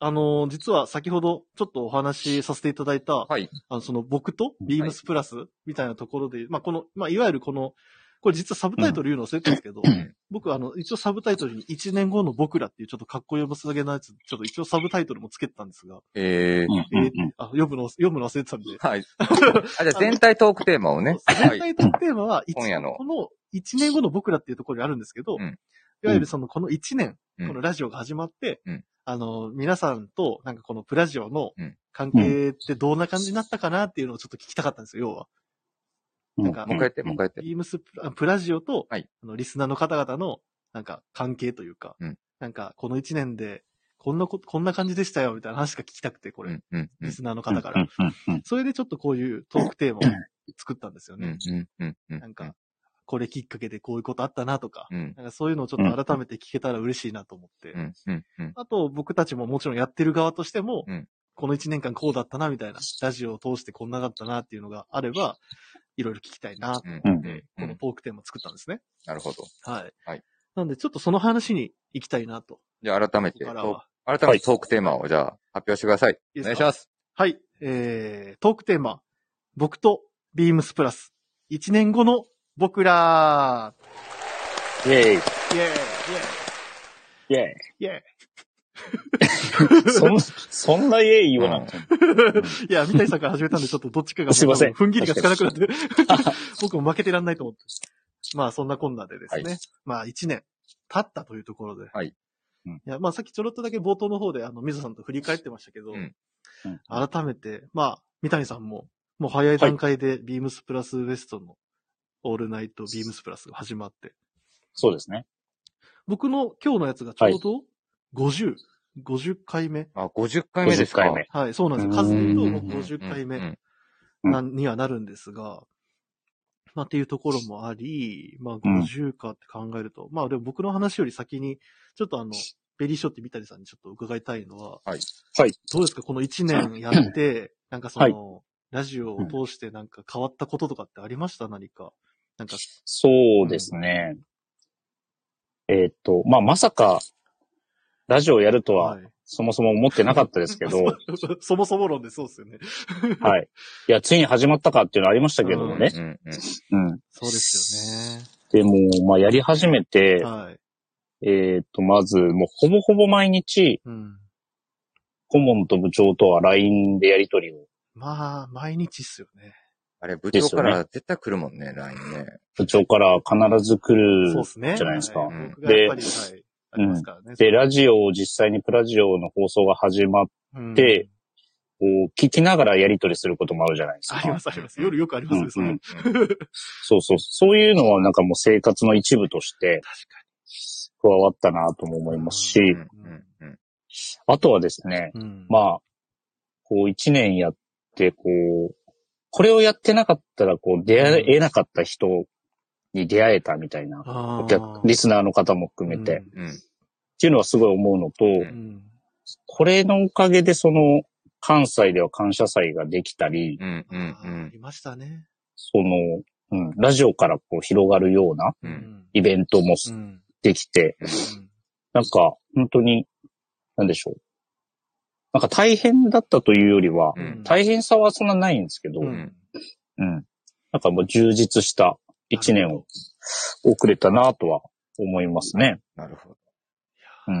A: あのー実は先ほどちょっとお話しさせていただいた、
B: はい。
A: あの、その僕とビームスプラスみたいなところで、まあこの、まあいわゆるこの、これ実はサブタイトル言うの忘れてたんですけど、僕あの、一応サブタイトルに1年後の僕らっていうちょっとかっこよすげなやつ、ちょっと一応サブタイトルもつけてたんですが、
B: え
D: うんうんうん。
A: あ、読むの、読むの忘れてたんで、
B: ー、 はい。あ、じゃあ全体トークテーマをね。は
A: 全
B: い。
A: 体のテーマは、一
B: 今夜の
A: この1年後の僕らっていうところにあるんですけど、
B: うん
A: いわゆるそのこの1年、
B: うん
A: このラジオが始まって、
B: うん
A: あの、皆さんとなんかこのプラジオの
B: うん
A: 関係ってどんな感じになったかなっていうのをちょっと聞きたかったんですよ、要は。
D: も
A: んか
B: もう一回やって、もう一回やって。
A: ビームスプラプラジオと、
B: はい
A: あのリスナーの方々のなんか関係というか、
B: うん
A: なんかこの1年でこんなこ、こんな感じでしたよみたいな話が聞きたくて、こ
B: う
A: れ、
B: ん、うん、うん
A: リ。スナーの方から、
D: うんうんうん
A: それでちょっとこういうトークテーマを作ったんですよ
B: う
A: ね。
B: ん、うん、うん、うん。
A: なんか、これきっかけでこういうことあったなとか、
B: うん、
A: なんかそういうのをちょっと改めて聞けたら嬉しいなと思って。
B: うん、うん、うん。
A: あと、僕たちももちろんやってる側としても、
B: うん
A: この1年間こうだったなみたいな、ラジオを通してこんなだったなっていうのがあれば、いろいろ聞きたいなと
B: うん
A: 思って、
B: うん
A: このトークテーマを作ったんですね。
B: なるほど。
A: はい。
B: はい
A: なんで、ちょっとその話に行きたいなと。
B: じゃあ改め
A: ここ
B: て、
A: から
B: ト
A: は。
B: ーク改めてトークテーマをじゃあ発表してください。
A: いい
B: お
A: ですか
B: 願いします。
A: はい。えー、トークテーマ、僕とビームスプラス、1年後の僕ら、
D: イェーイ。
A: イェーイ、
D: イェーイ。
A: イェーイ、イェーイ。
D: そん、そんなイェーイ言わなくても。
A: いや、三谷さんから始めたんで、ちょっとどっちかがもう、
D: すいません
A: 踏ん切りがつかなくなって、 僕も負けてらんないと思って。まあ、そんなこんなでですね。
B: は
A: まあ、一年経ったというところで。
B: はい
D: うん
A: いや、まあ、さっきちょろっとだけ冒頭の方で、あの、水野さんと振り返ってましたけど、
B: うん
D: うん
A: 改めて、まあ、三谷さんも、もう早い段階で、ビームスプラスウエストの、オールナイトビームスプラスが始まって、
D: そうですね。
A: 僕の今日のやつがちょうど、50、50回目。
B: あ、50回目で
D: 50
B: すか。
D: 回目。
A: はい、そうなんですよ。
D: うーん
A: 数で言うと、もう
B: うん
A: 50回目
B: うん。うん
D: うん
A: な、にはなるんですが、まあっていうところもあり、まあ
D: うん
A: 50かって考えると、まあでも僕の話より先に、ちょっとあの、ベリーショット三谷さんにちょっと伺いたいのは、
B: はい。
D: はい。
A: どうですかこの1年やって、 なんかその、ラジオを通してなんか変わったこととかってありました何か。なんか、
D: そうですね。えーっと、まあ、まさか、ラジオやるとは、
A: い、
D: そもそも思ってなかったですけど、はい。
A: そもそも論でそうですよね。
D: い。や、ついに始まったかっていうのありましたけどね。
B: うんうんうん
D: うん。
A: そうです
D: でも、まあ、やり始め
A: よ
D: て
A: ね。、はい。
D: えーっと、まず、もうほぼほぼ毎日、
A: うん。
D: 顧問と部長とは LINE でやりとりを、
A: まあ、毎日っすよね。
B: あれ、部長から絶対来るもんね、LINE ね。
D: 部長から必ず来
A: そう
D: る
A: ですね。
D: じゃないですか
A: は
B: うん
A: 僕がやっぱり、はい。ありますからね。
D: で、ラジオを実際にプラジオの放送が始まっ
A: うん
D: て、こう聞きながらやり取りすることもあるじゃないです
A: ありま
D: か。
A: す、あります。夜よくありますね、それ。
D: うんうん
B: うん
D: そうそう。そういうのはなんかもう生活の一部として加わったなとも思いますし、
B: うんうんうん
D: あとはですね、
A: うん
D: まあ、こう一年やって、こう、これをやってなかったら、こう出会えなかった人に出会えたみたいな、
A: あ
D: お客、リスナーの方も含めて、っ
B: うん
D: ていうのはすごい思うのと、
B: ん
A: うん
D: これのおかげでその関西では感謝祭ができたり、
B: うんう
A: あ
B: んう
A: ーあ
B: ん。
A: りましたね。
D: その、うん、ラジオからこう広がるような
B: う。
A: うん
D: イベントも
A: うん。うん
D: できて、なんか、本当に、なんでしょう。なんか大変だったというよりは、
B: う
A: うん
B: ん。
D: 大変さはそんなないんですけど、
A: う
D: うん。
A: ん
D: なんかもう充実した一年を遅れたなとは思いますね。
B: なるほど。
D: うん。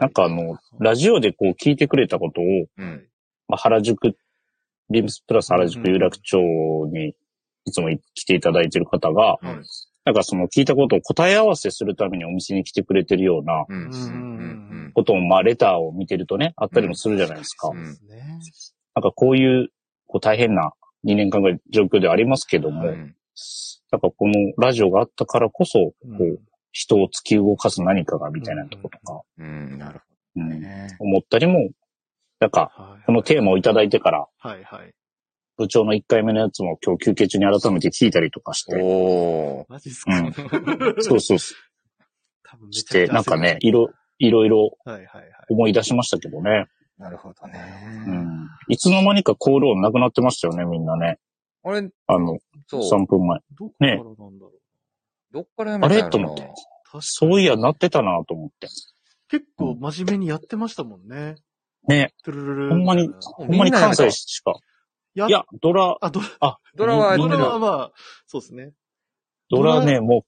D: なんかあの、ラ
A: ジ
D: ジオでこう聞いてくれたことを、
B: うん。
D: まあ、原宿、ビームスプラス原宿有楽町にいつも来ていただいている方が、
B: うん
D: なんかその聞いたことを答え合わせするためにお店に来てくれてるような
B: うん。うん。うん。
D: ことも、まあレターを見てるとね、あったりもするじゃないですか。
A: そうですね。
D: なんかこういう、こう大変な2年間ぐらい状況ではありますけども、
B: うん。
D: なんかこのラジオがあったからこそ、
A: うん
D: こう人を突き動かす何かがみたいなとことか、
B: うん。なる
D: う
B: ほど
D: ん
B: ね。
D: 思ったりも、なんか、
A: はい
D: このテーマをいただいてから、
A: はいはい。
D: 部長の1回目のやつも今日休憩中に改めて聞いたりとかして、
B: おー。
A: マジっす
D: う
A: か
D: ん。そうそうそ
A: 多分
D: う。
A: め
D: し
A: ちゃ
D: て、
A: くちゃ焦る
D: なんかね、いろ、いろいろ
A: はいはいはい。
D: 思い出しましたけどね。
B: なるほど
D: う
B: ね。
D: ん。いつの間にかコール音なくなってましたよね、みんなね。
B: あれ、
D: あの、
B: そう。
D: 3分前。
A: どこからなんだろう。
B: どっからやめたんやろ
D: あれと思って
A: 確かに
D: そういや、なってたなと思って。
A: 結構真面目にやってましたもんね。
D: ね、
A: トゥルルル。
D: ほんまに、ほんまに関西しか。
A: や
D: いや、ドラ、
A: あ、ド
B: ドラは
A: ラ
D: みん
A: マ
D: な
A: は
B: ド
A: まあ、そうですね。
D: ドラね、も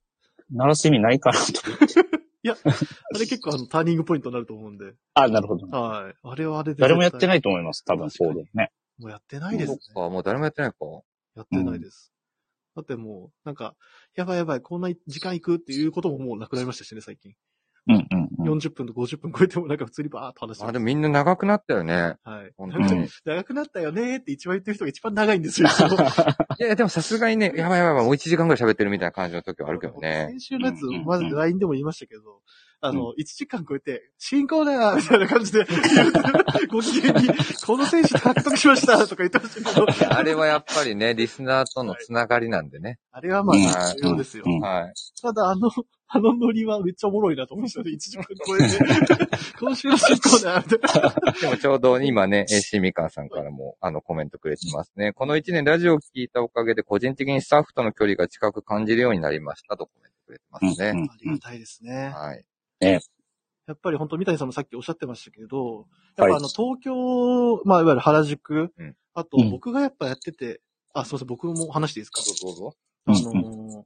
D: う、鳴らす意味ないかなと。
A: あれ結構あのターニングポイントになると思うんで。
D: あ、なるほど。
A: はい。あれはあれで。。
D: 誰もやってないいと思います、多分、コール音ね。
A: もうやってないです
B: そ
A: ね
B: っ。か、もう誰もやってないか。
A: やってないです。だってもう、なんか、やばいやばい、こんな時間いくっていうことももうなくなりましたしね、最近。
D: うんうんうん。
A: 40分と50分超えてもなんか普通にバーっと話して
B: あ、
A: る
B: でもみんな長くなったよね。
A: はい。
B: 本当
A: 長く
B: に。
A: 長くなったよねーって一番言ってる人が一番長いんですよ。あ
B: いや、でもさすがにね、やばいやばいやばい、もう1時間ぐらい喋ってるみたいな感じの時はあるけどね。
A: 先週のやつ
D: うんうんう、ん
A: まず LINE でも言いましたけど、あの、1時間超えて、新コーナーみたいな感じで、ご機嫌に、この選手獲得しましたとか言ってましたけど、
B: あれはやっぱりね、リスナーとのつながりなんでね。
A: あれはまあ、重要ですよ。
D: うん
B: はい。
A: ただ、あの、 あのノリはめっちゃおもろいなと思いましたね。1時間超えて。 今週の新コーナーみたいな。
B: でもちょうど今ね、AC みかんさんからもあのコメントくれてますね。この1年ラジオを聞いたおかげで個人的にスタッフとの距離が近く感じるようになりましたとコメントくれてます
D: う
B: ね。
D: ん
A: ありがたいですね。
B: はい。
A: やっぱり本当、三谷さんもさっきおっしゃってましたけど、やっ
D: はい
A: ぱあの、東京、まあ、いわゆる原宿、
B: うん
A: あと
D: う、ん
A: 僕がやっぱやってて、あ、すみません、僕も話していいですか
B: どうぞ。
A: あ
D: うん
A: のー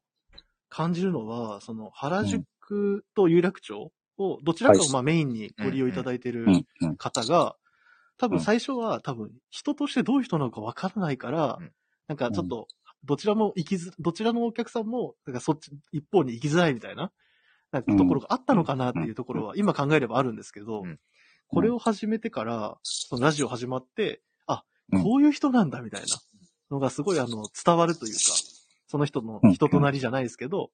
A: 感じるのは、その、原宿と有楽町を、どちらか
D: は
A: を
D: い
A: まあメインにご利用いただいてる
D: うんうん。
A: 方が、多分
D: うん
A: 最初は、多分人としてどういう人なのかわからないから
B: うん、
A: なんかちょっと、どちらも行きず、どちらのお客さんも、なんかそっち、一方に行きづらいみたいな、なんかところがあったのかなっていうところは、今考えればあるんですけど
B: うん、
A: これを始めてから、そのラジオ始まって、あ
D: う、ん
A: こういう人なんだみたいなのがすごいあの、伝わるというか、その人の
D: うん
A: 人となりじゃないですけど、だか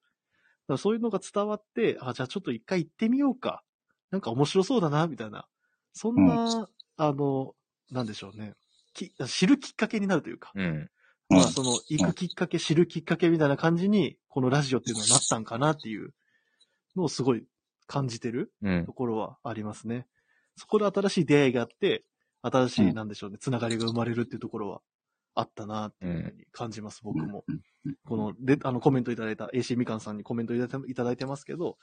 A: らそういうのが伝わって、あ、じゃあちょっと一回行ってみようか。なんか面白そうだな、みたいな。そんな、あの、なんでしょうね。き知るきっかけになるというか、
B: うん。
D: うん
A: まあその、行くきっかけ、知るきっかけみたいな感じに、このラジオっていうのはなったんかなっていうのをすごい感じてる
B: うん
A: と。ころはありますね。そこで新しい出会いがあって、新し
D: う
A: い、
D: ん
A: なんでしょうね、つながりが生まれるっていうところはあったなっていうふうに感じます、僕も。この、で、あの、コメントいただいた AC みかんさんにコメントいただいていただいてますけど、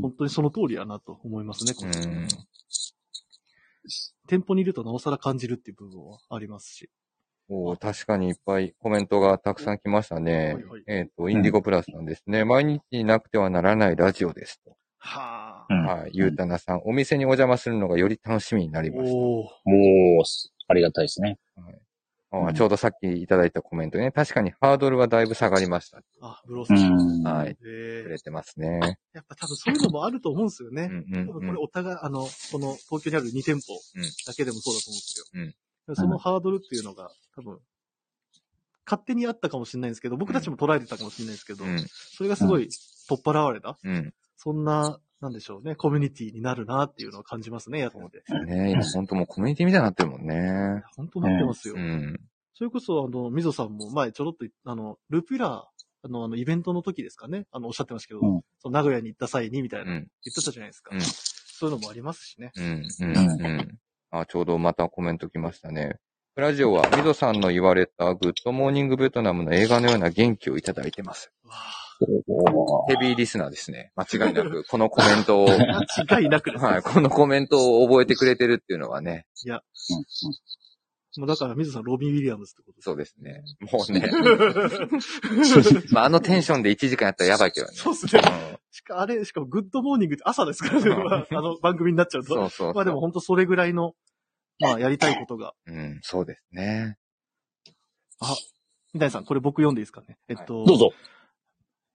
A: 本当にその通りやなと思いますね、こ
B: う
A: の
B: ん。
A: 店舗にいるとなおさら感じるっていう部分はありますし。
B: おー確かにいっぱいコメントがたくさん来ましたね
A: はいはい。
B: えっ、と、インディゴプラスなんですね。毎日になくてはならないラジオですと。
A: は
D: う
A: あ。
D: ん
B: はい。ゆうたなさん、お店にお邪魔するのがより楽しみになりました。
A: おー
D: もう、ありがたいですね。
B: あーちょうどさっきいただいたコメントね。確かにハードルはだいぶ下がりました。
A: あ、ブロー
D: う
A: さん。
D: ん。
B: はい。
A: えー
B: くれてますね。
A: やっぱ多分そういうのもあると思うんですよ
B: う
A: ね。
B: んうん
A: 多
B: う
A: 分こ
B: ん
A: れお互い、あの、この東京にある2店舗
B: うん
A: だけでもそうだと思うんですよ。
D: ん
A: そのハードルっていうのが多分、勝手にあったかもしれないんですけど、僕たちも捉えてたかもしれないですけど、
B: うん
A: それがすごい取っ払われた、
B: うん。
A: そんな、なんでしょうね、コミュニティになるなっていうのを感じますね、やってて。
B: ね今ほんともうコミュニティみたいになってるもんね。
A: 本当なってますよ。
B: うん。
A: それこそ、あの、みぞさんも前ちょろっと言っ、あの、ルピュラーの、あの、イベントの時ですかね、あの、おっしゃってましたけど、
D: うん
A: その名古屋に行った際にみたいな
B: う
A: 言っ
B: ん。
A: てたじゃないですか。
B: うん
A: そういうのもありますしね。
B: うん。うん。うん。あ、ちょうどまたコメント来ましたね。ラジオは、ミドさんの言われたグッドモーニングベトナムの映画のような元気をいただいてます。ヘビーリスナーですね。間違いな く、このコメントを、
A: 間違いなくです。
B: はい、このコメントを覚えてくれてるっていうのはね、
A: もうだから、水野さん、ロビン・ウィリアムズってこと
B: そうですね。もうね、
A: ですね。
B: まあ、あのテンションで1時間やったらやばいけどね。
A: そうですね。しか、あれ、しかも、グッドモーニングって朝ですからね、
B: うん
A: まああの番組になっちゃ
B: うん
A: う
B: そ
A: と。
B: うそう。
A: まあでも、本当それぐらいの、まあやりたいことが。
B: うん、そうですね。
A: 三谷さん、これ僕読んでいいですかね。えっと、
D: どうぞ。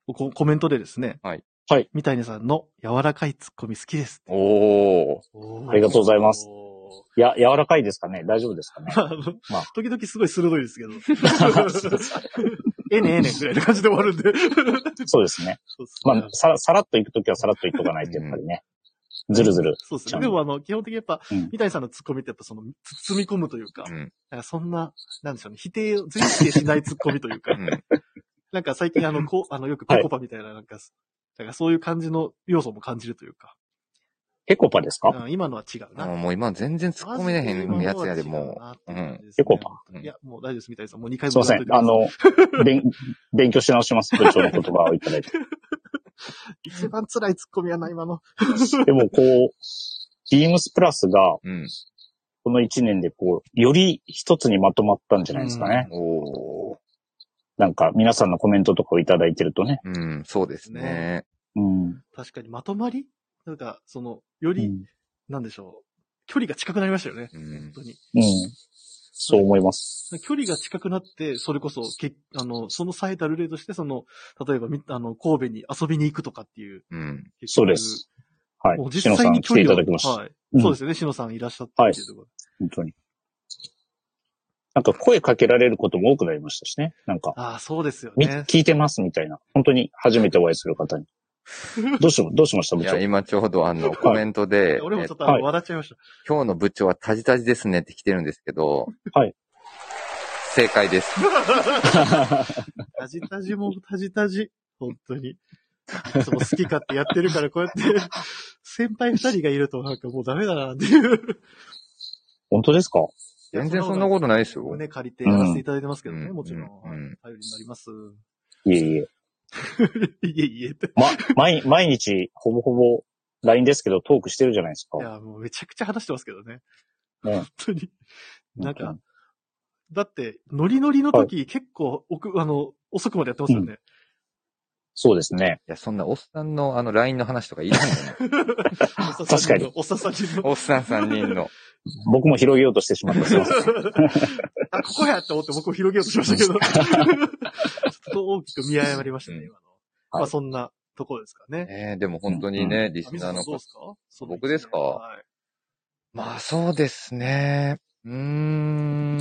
A: こコメントでですね。
B: はい。
D: はい。
A: 三谷さんの柔らかいツッコミ好きです。
B: おー。
D: ありがとうございます
A: お
D: や、柔らかいですかね大丈夫ですかね
A: ー。まああの
D: まあ
A: 時々すごい鋭いです けど。ええねええねぐらいの感じで終わるんで。
D: そうですね。
A: そうです
D: まあ、さら、さらっと行くときはさらっと行っとかないと、やっぱりね。ずるずる。
A: そうですね。でもあの、基本的にやっぱ、
D: うん
A: 三谷さんのツッコミってやっぱその、包み込むというか、
B: うん、
A: なんかそんな、なんでしょうね、否定を、全否定しないツッコミというか
B: う、ん。
A: なんか最近あの、こう、あの、よくペコパみたいな、なんか、なんかそういう感じの要素も感じるというか、
D: ペコパですか
A: うん今のは違う
B: あ
A: な。
B: もう今全然突っ込めれへんやつやで、もう。
A: う
B: うん。
D: ペコパ。
B: うん
A: いや、もう大丈夫です、三谷さん。もう2回
D: すい
A: も
D: ませ
A: やっ
D: ん
A: とい。てくだ
D: あ
A: さい、
D: の、勉、勉強し直します。部長の言葉をい ただいて。
A: 一番辛いツッコミやな、今の。
D: でも、こう、ビームスプラスが、
B: うん。
D: この1年で、こう、より一つにまとまったんじゃないですかね。
B: おー。
D: なんか、皆さんのコメントとかをいただいてるとね。
B: うん、そうですね。
D: うん。
A: 確かにまとまりなんか、その、よ
D: う
A: り、
D: ん。
A: なんでしょう。距離が近くなりましたよね。
B: うん
A: 本当に。
D: うんそう思います。
A: 距離が近くなって、それこそ、けあの、その最たる例として、その、例えばみ、あの、神戸に遊びに行くとかっていう。
B: うん。
A: 結
D: そう
A: 局
D: です。はい
A: もう。
D: しの
A: 実
D: さ
A: 際
D: ん
A: に
D: 来
A: 距
D: てい
A: 離
D: た
A: を
D: だきました。
A: はい。
D: うん
A: そうですよね、しのさんいらっしゃったっていうところ。
D: 本当に。なんか声かけられることも多くなりましたしね。なんか、
A: ああ、そうですよ
D: み、
A: ね。
D: 聞いてますみたいな。本当に初めてお会いする 方に。どうし、どうしました部
B: い
D: 長
B: や、。今ちょうどあの、コメントで、
A: 俺もちょっと
D: は
A: あ
D: い
A: の笑っちゃいました。
B: 今日の部長はタジタジですねって来てるんですけど、
D: はい。
B: 正解です。
A: タジタジもタジタジ。本当に。いつも好き勝手やってるから、こうやって、 先輩二人がいるとなんかもうダメだなっていう。
D: 本当ですか
B: 全然そんなことないですよ。
A: 胸借りてやらせていただいてますけどね、
B: うん
A: もちろん。
B: うん
A: はい
B: うん
A: 頼りになります。
D: いえいえ。
A: いえいえって。
D: ま、毎、毎日、ほぼほぼ、LINE ですけど、トークしてるじゃないです
A: い
D: か。
A: や、もうめちゃくちゃ話してますけどね。
D: ね
A: 本当に。なん
D: う
A: か、だって、ノリノリの時、結構、おく、あの、遅くまでやってますよね。
D: そうですね。
B: いや、そんなおっさんのあの、LINE の話とかい らないよね。
A: おささん
D: 確か
A: の
D: に。
A: おささじの。
B: おっさん3人の。
D: 僕も広げようとして しまった。すいません
A: あ、ここやと思って僕を広げようとしましたけど、ちょっと大きく見誤りましたね、
B: うん
A: 今の。
D: はい
A: まあそんなところですかね。
B: えー、でも本当にね、リ
A: あ
B: ス
A: 水
B: ナー
A: 野さんどう
B: の方
A: ですかその
B: 僕ですか
A: はい。
B: まあそうですね。うーん。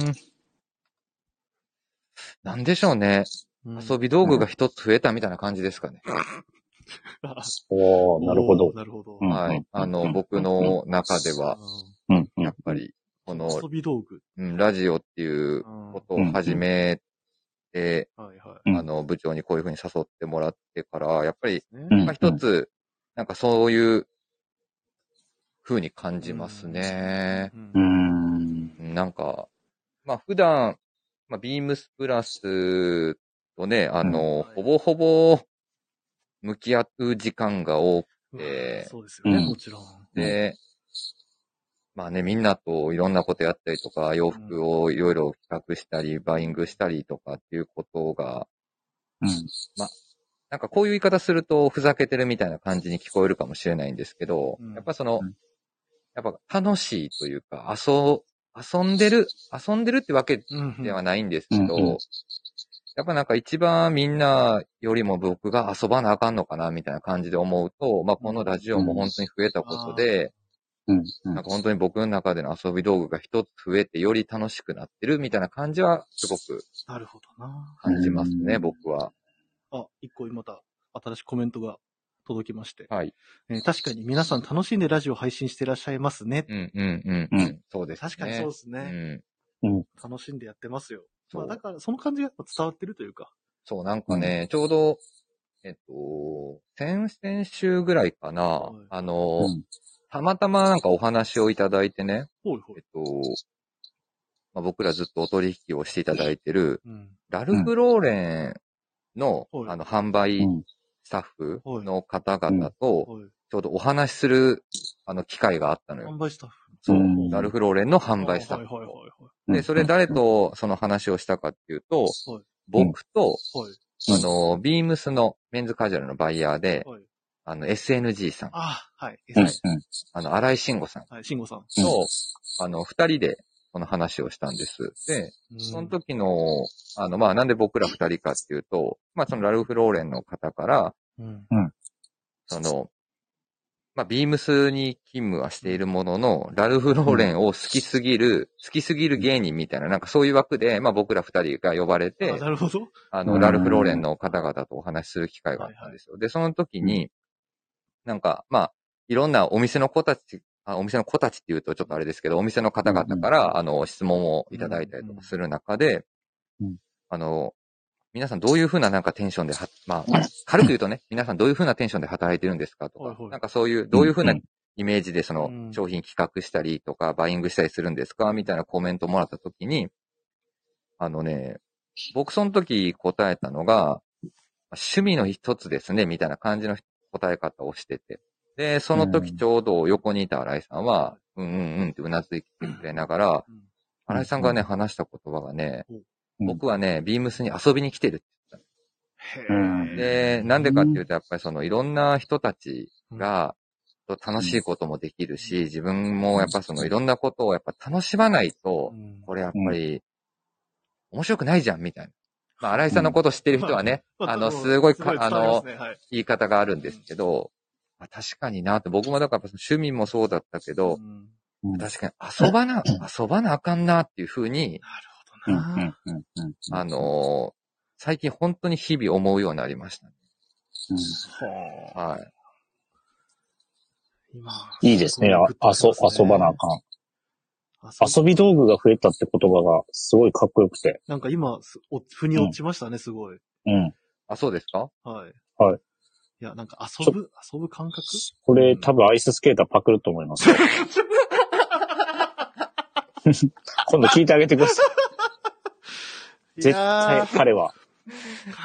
B: なんでしょうね。
A: うん
B: 遊び道具が一つ増えたみたいな感じですかね。
A: あ
D: おー、なるほ
A: お
D: ど
A: ー。なるほど。
D: うん
B: はい。あの、僕の中では、
D: うん、う
B: や
D: ん
B: っ。ぱり、この、
A: 遊び道具。
B: うんラジオっていう
A: うん
B: ことを始めて、
A: はいは
D: うん
B: あの、部長にこういうふうに誘ってもらってから、やっぱり、
A: い。ね
D: うん
B: まあ一つ、なんかそういう、風に感じますね。
A: うん
D: うーん。
B: なんか、まあ普段、まあビームスプラスとね、あの、
A: うん
B: ほぼほぼ向き合う時間が多くで
A: そうですよね、
D: うん
A: もちろん。
B: て、まあね、みんなといろんなことやったりとか、洋服をいろいろ企画したり、バイングしたりとかっていうことが、
D: うん。
B: なんかこういう言い方するとふざけてるみたいな感じに聞こえるかもしれないんですけど、
A: うん
B: やっぱその
D: うん、
B: やっぱ楽しいというか、遊、遊んでる、遊んでるってわけ
A: うん
B: ではないんですけど、
D: うんうん
B: やっぱなんか一番みんなよりも僕が遊ばなあかんのかなみたいな感じで思うと、まあこのラジオも本当に増えたことで、
D: うん。うん
B: なんか本当に僕の中での遊び道具が一つ増えてより楽しくなってるみたいな感じはすごく
A: なるほどな。
B: 感じますね、
D: うん
B: 僕は。
A: あ、一個また新しいコメントが届きまして。
B: はい。
A: えー確かに皆さん楽しんでラジオ配信してらっしゃいますね。
B: うんうんうんうん。
D: うん
B: そうですね。
A: 確かにそうですね。
B: うん。
A: 楽しんでやってますよ。
B: そう
A: まあだから、その感じがやっぱ伝わってるというか。
B: そう、なんかね、ちょうど、えっと、先々週ぐらいかな、
A: はい
B: あの、
D: うん
B: たまたまなんかお話をいただいてね、
A: ほいほい
B: えっ。と、まあ、僕らずっとお取引をしていただいてる、
A: うん。
B: ラルフローレンの、
A: うん
B: あの、販売
D: うん
B: スタッフの方々と、
A: はい。
B: ちょうどお話しする、あの、機会があったのよ。
A: 販売スタッフ。
B: そう
D: うん。
B: ラルフローレンの販売スタ
A: は
B: ッ
A: い
B: フ
A: はいはい
B: の。
A: は
B: で、それ誰とその話をしたかっていうと、
A: はい
B: 僕と、
A: い。はい。
D: うん
B: あの、ビームスのメンズカジュアルのバイヤーで、
A: はい。
B: あの、SNG さん、
A: ああ、はい。
D: うん、
A: はい
D: うん。
B: あの、荒井慎吾さん
A: はい。慎吾さん。
D: うん
B: と、あの、二人で、この話をしたんです。で、その時の、あの、まあ、なんで僕ら二人かっていうと、まあ、そのラルフローレンの方から、
A: うん。
B: その、まあ、ビームスに勤務はしているものの、ラルフローレンを好きすぎる、好きすぎる芸人みたいな、なんかそういう枠で、まあ、僕ら二人が呼ばれ
A: あ
B: て、
A: なるほど。
B: あ
D: う
B: の、
D: ん
B: ラルフローレンの方々とお話しする機会があったんですよ。で、その時に、なんか、まあ、いろんなお店の子たち、あお店の子たちっていうとちょっとあれですけど、お店の方々から、あの、質問をいただいたりとかする中で、
D: うん
B: あの、皆さんどういうふうななんかテンションでは、まあ、軽く言うとね、皆さんどういうふうなテンションで働いてるんですかと
A: はい
B: か
A: は、い
B: なんかそういう、どういうふうな
D: うん
B: イメージでその
A: うん
B: 商品企画したりとか、バイングしたりするんですかみたいなコメントもらった時に、あのね、僕その時答えたのが、趣味の一つですね、みたいな感じの答え方をしてて。で、その時ちょうど横にいた新井さんは、うんうんうんってうなずいてくれながら、
A: うん
B: 新井さんがね、話した言葉がね、
D: うん
B: 僕はね、ビームスに遊びに来てるって言っ
A: へ
B: た。
A: え。
B: で、なんでかっていうと、やっぱりそのいろんな人たちが、楽しいこともできるし、自分もやっぱそのいろんなことをやっぱ楽しまないと
A: う、ん
B: これやっぱり、面白くないじゃん、みたいな。まあ、新井さんのこと知ってる人はね、
A: ま
B: あの、すごいか、
A: 伝わ
B: あ
A: ります
B: の、
A: ねはい
B: 言い方があるんですけど、まあ、確かになって、僕もだから趣味もそうだったけど
A: う、ん
D: うん
B: 確かに遊ばな、遊ばなあかんなっていうふうに、
A: なるほ
D: う
A: ど
D: ん
A: な。
D: うんうんうん
B: あのー最近本当に日々思うようになりました、ね。
A: ほう
B: は
A: 今
D: いいですね。あ、あそ、遊ばなあかん。遊び道具が増えたって言葉がすごいかっこよくて。
A: なんか今、すお腑に落ちましたね、すごい。
D: うん。
B: い。あ、そうですか
A: はい。
D: はい。
A: いや、なんか遊ぶ、遊ぶ感覚
D: これ多分アイススケーターパクると思いますよ。今度聞いてあげてください。
A: い
D: 絶
A: や
D: 対
A: ー
D: 彼は。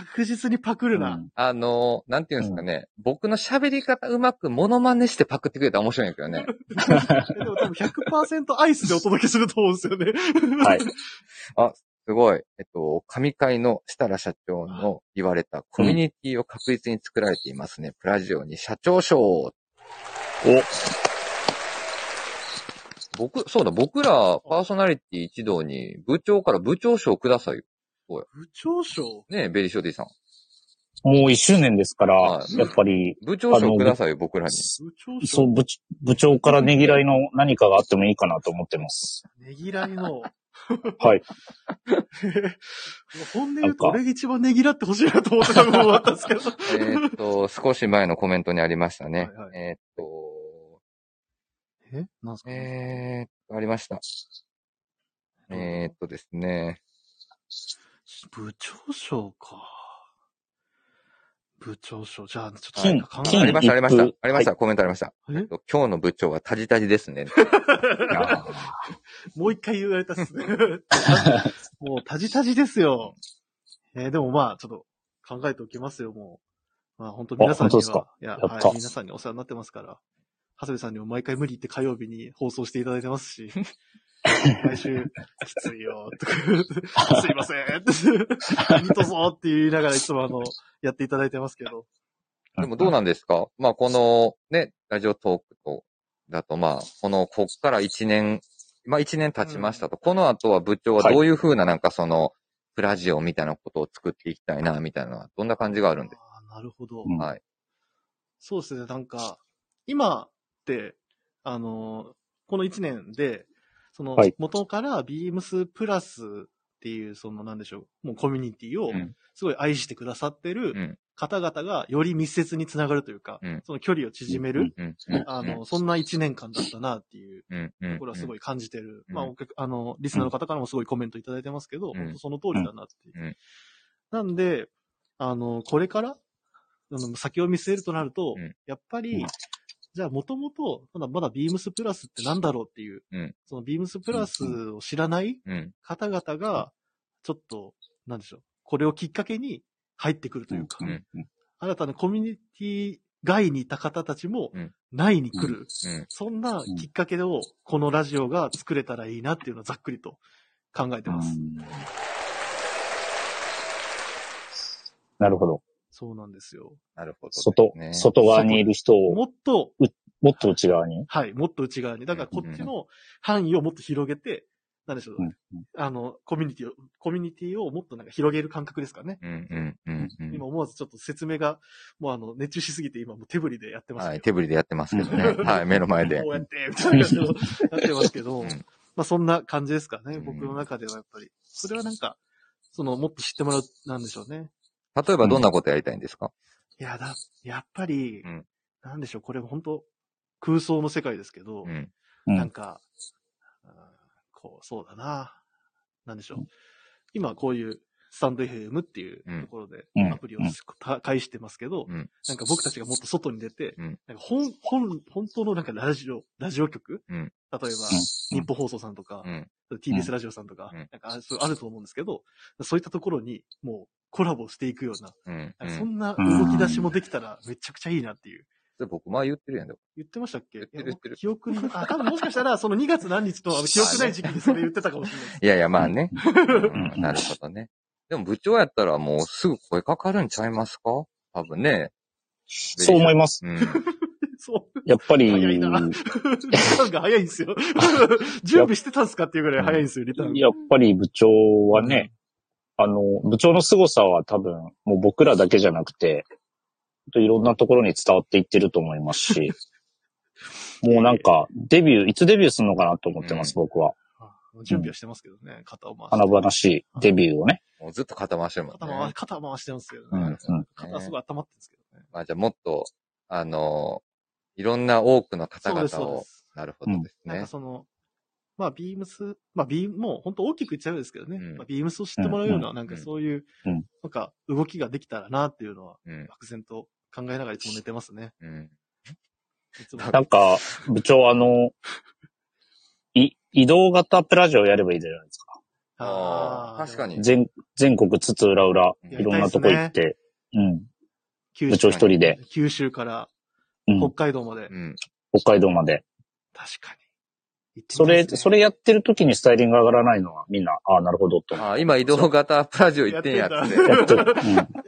A: 確実にパクる
D: う
A: な。
D: ん
B: あのーなんていうんですかね、僕の喋り方うまくモノマネしてパクってくれたら面白いんやけ どね。
A: でも多分100%アイスでお届けすると思うんですよね。
D: はい。
B: すごい、えっと、神会の設楽社長の言われたコミュニティを確実に作られていますね。プラジオに社長賞を僕、そうだ、僕らパーソナリティ一同に部長から部長賞をくださいよ。
A: 部長賞
B: ねえ、ベリーショーディさん。
D: お、もう一周年ですから、
B: はい
D: やっぱり、
B: 部長賞くださいよ、僕らに。
A: 部長
D: そ
A: 賞
D: う、部長、部長からねぎらいの何かがあってもいいかなと思っ てます。
A: ねぎらいの。
D: はい。
A: 本音言うと俺が一番ねぎらってほしいなと思ってた部分もあったんですけど。
B: えーっと、少し前のコメントにありましたね。
A: はいは
B: えーっと、
A: えなんですか
B: えーっと、ありました。えーっとですね。
A: 部長賞か。部長賞。じゃあ、ちょっと
D: 金
A: 何か考
B: あ
A: え
B: り
A: る
D: 金。
B: ました、ありました
D: 一風。
B: ありました、コメントありました。
A: え
B: えっと今日の部長はタジタジですね。
A: もう一回言われたっすね。 もう、タジタジですよ。えーでもまあ、ちょっと考えておきますよ、もう。まあ、本当皆さん
D: あ本当
A: に
D: ですか
A: は、いや、
D: やった
A: はい、皆さんにお世話になってますから。長谷部さんにも毎回無理言って火曜日に放送していただいてます し。毎週、きついよ、とか、 すいません、 何とぞって言いながらいつもあの、やっていただいてますけど。
B: でもどうなんですかまあ、このね、ラジオトークと、だとまあ、この、こっから1年、まあ1年経ちましたと、この後は部長はどういうふうななんかその、プラジオみたいなことを作っていきたいな、みたいなのは、どんな感じがあるんです
A: あーなるほど。
D: うん
B: はい。
A: そうですね、なんか、今って、あの、この1年で、その
D: はい、
A: 元からビームスプラスっていう、その、なんでしょう、もうコミュニティを
B: うん、
A: すごい愛してくださって
B: う
A: る
B: ん、
A: 方々が、より密接につながるというか
B: うん、
A: その距離を縮める、
B: うん、
A: あの、そんな1年間だったなっていう
B: うん、うん。
A: ところはすごい感じてる。
B: うん
A: まあ、お客、あの、リスナーの方からもすごいコメントいただいてますけど、
B: うん
A: 本当その通りだなっていう。
B: うん
A: なんで、あの、これから、あの先を見据えるとなると、
B: うん
A: やっぱり、
D: うん
A: じゃあ、もともと、まだまだビームスプラスってなんだろうっていう、
B: うん
A: そのビームスプラスを知らない
B: うん。
A: 方々が、ちょっと、なんでしょう、これをきっかけに入ってくるというか、
B: ん
A: 新たなコミュニティ外にいた方たちも
B: うん、
A: 内に来る、
B: うん。
A: そんなきっかけを、このラジオが作れたらいいなっていうのをざっくりと考えてます。
D: なるほど。
A: そうなんですよ。
B: なるほど。
D: 外、
B: ね。
D: 外側にいる人を、
A: もっと、
D: もっと内側に。
A: はい、もっと内側に。だからこっちの範囲をもっと広げて、なんでしょう、
D: うん
A: あの、コミュニティを、コミュニティをもっとなんか広げる感覚ですかね。
B: うんうんうんうん
A: 今。思わずちょっと説明が、もうあの、熱中しすぎて今もう手振りでやってます
B: はい、
A: け
B: 手振りでやってますけどね。はい、目の前
A: ど。
B: で
A: こ。うやって、みたいな感じをやってますけど、
B: うん
A: まあそんな感じですかね、
B: うん
A: 僕の中ではやっぱり。それはなんか、その、もっと知ってもらう、なんでしょうね。
B: 例えばどんなことやりたいんですか
A: いや、だ、やっぱり、
B: うん
A: なんでしょう、これ本当空想の世界ですけど、
B: うん。
D: うん
A: なんか、うんこう、そうだな。なんでしょう。今、こういう、スタンド FM っていうところで
D: うん
A: アプリをた介してますけど、
B: うん
A: なんか僕たちがもっと外に出て、
B: うん
A: なんか本、本、本当のなんかラジオ、ラジオ局、
B: うん
A: 例えば、日本放送さんとか
B: う、ん。
A: TBS ラジオさんとか、
B: うん
A: なんかあそうあると思うんですけど、そういったところにもうコラボしていくような、
B: うん。
A: なん
B: う
A: かそ
B: ん
A: んな動き出しもできたらめちゃくちゃいいなっていう。
B: それ僕、前言ってるやん。でも
A: 言ってましたっけ
B: 言ってる言ってる
A: 記憶に、あ、多分もしかしたら、その2月何日とは記憶ない時期にそれ言ってたかもしれないです。
B: いやいや、まあ ね。うんなるほどね。でも部長やったらもうすぐ声かかるんちゃいますか多分ね。
D: そう思いま す。
B: うん。
A: そう。
D: やっぱり、
A: 早いな。リターンが早いんですよ。準備してたんすかっていうぐらい早いんですよ、リターン。
D: やっぱり部長はね、あの、部長の凄さは多分、もう僕らだけじゃなくて、ほんといろんなところに伝わっていってると思いま すし、もうなんか、デビュー、いつデビューするのかなと思ってます、
B: う
D: 僕は。
A: 準備はしてますけどね、肩を回して。
D: 華々しいデビューをね。
B: もうずっと固ましてるもんね。
A: 肩回肩回してますけど
D: う
A: ね。
D: ん、
B: な
D: う
B: る
D: ん。
A: 肩はすごい温まってるんですけどね。
B: まあじゃあもっと、あのいろんな多くの方
A: そうです、
B: 々
A: そうで
B: を、
A: す。
B: なるほどです
A: なん
B: ね
A: か。その、まあ、ビームス、まあ、ビーム、もう本当大きく言っちゃうんですけどね。
B: うん
A: まあ、ビームスを知ってもらうような、なんかそういう、
D: うん
A: なんか動きができたらなっていうのは、
B: うん。
A: 漠然と考えながらいつも寝てますね。
B: うん。
A: いつも。
D: なんか、部長、あの、い、移動型プラジオやればいいじゃないですか。
B: ああ、
A: ー
B: 確か。に。
D: 全、全国津々浦々、
B: うん
D: いろんなとこ行って、うん。
A: 九
D: 部長
A: 州
D: 一人で、
A: 九州から
D: うん
A: 北海道まで。
B: うん。
D: 北海道まで。
A: 確かに。
D: それ、それやってる時にスタイリング上がらないのはみんな、ああ、なる ほどと思
B: ああ、今移動型プラジオ行ってんやって。
A: や
D: う。やっと、う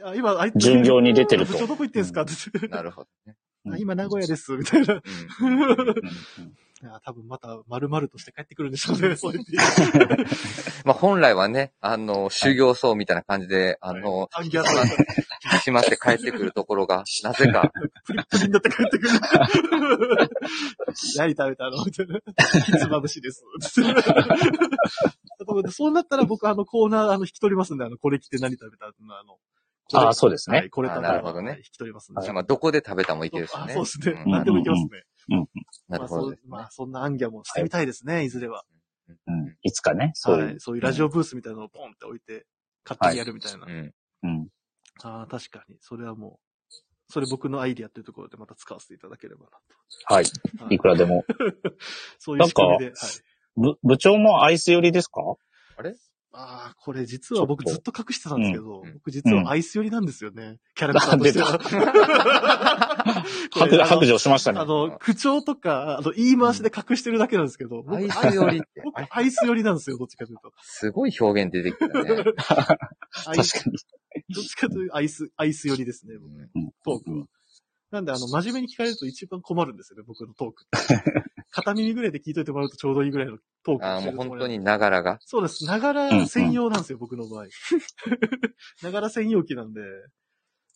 A: あ今、 あいつ
D: 巡業に出てると
A: 部長どこ行ってんすかって。
B: なるほどね。
D: ん。
A: あ今、名古屋です、みたいな。
B: うん
A: あ多分また、丸々として帰ってくるんでしょうね、 そう言って。
B: まあ本来はね、あの、修行僧みたいな感じで、あの、
A: アンギャーさんが
B: 引き締まって帰ってくるところ が、なぜか、
A: プリップリになって帰ってくる。 何食べたのみたいな。ひつまぶしです。 そうなったら僕、あの、コーナー、あの、引き取りますんで、あの、これ着て何食べたの、あの、これ
D: ああ、そうです
A: は
D: ね
A: い、。これ食べ
B: あな
A: た
B: るほどね
A: 引き取りますん
B: じ
A: で
B: ゃあ。まあどこで食べたもいけるし
A: あ
B: ね。
A: そうですね。
B: ん
A: 何でもいけますね。
B: なるほどですね。
A: まあ、そまあ、そんなアンギャもしてみたいですね、い、ずれは。
D: うん。いつかね、そうい
A: は
D: う
A: い。。そういうラジオブースみたいなのをポンって置いて、勝手にやるみたいな。
B: うん。
D: うん。
A: ああ、確かに。それはもう、それ僕のアイディアというところでまた使わせていただければ
D: はい。
A: なと。
D: いくらでも。
A: そういう仕組みで。はい、
D: 部、部長もアイス寄りですか
A: ああ、これ実は僕
D: ちょ
A: ず
D: っ
A: っと隠してたんですけど、
B: うん
A: 僕実はアイス寄りなんですよね。キャラクターとしては。 これ
D: 白、白状しました
A: あの、あ
D: ね。
A: の口調とか、あの、言い回しで隠してるだけなんですけど、僕
B: アイスよりって、
A: 僕アイス寄りなんですよ、どっちかというと。
B: すごい表現出てきたね。
A: ア
D: 確
A: イス
D: かに。
A: どっちかというとアイス、アイス寄りですね、僕トークは。なんで、あの、真面目に聞かれると一番困るんですよね、僕のトークって。 片耳ぐらいで聞いといてもらうとちょうどいいぐらいのトーク
B: ああ、
A: をして
B: もう
A: ると思い
B: 本
A: ます
B: 当にながらが。
A: そうです。ながら専用なんですよ、僕の場合。 ながら専用機なんで、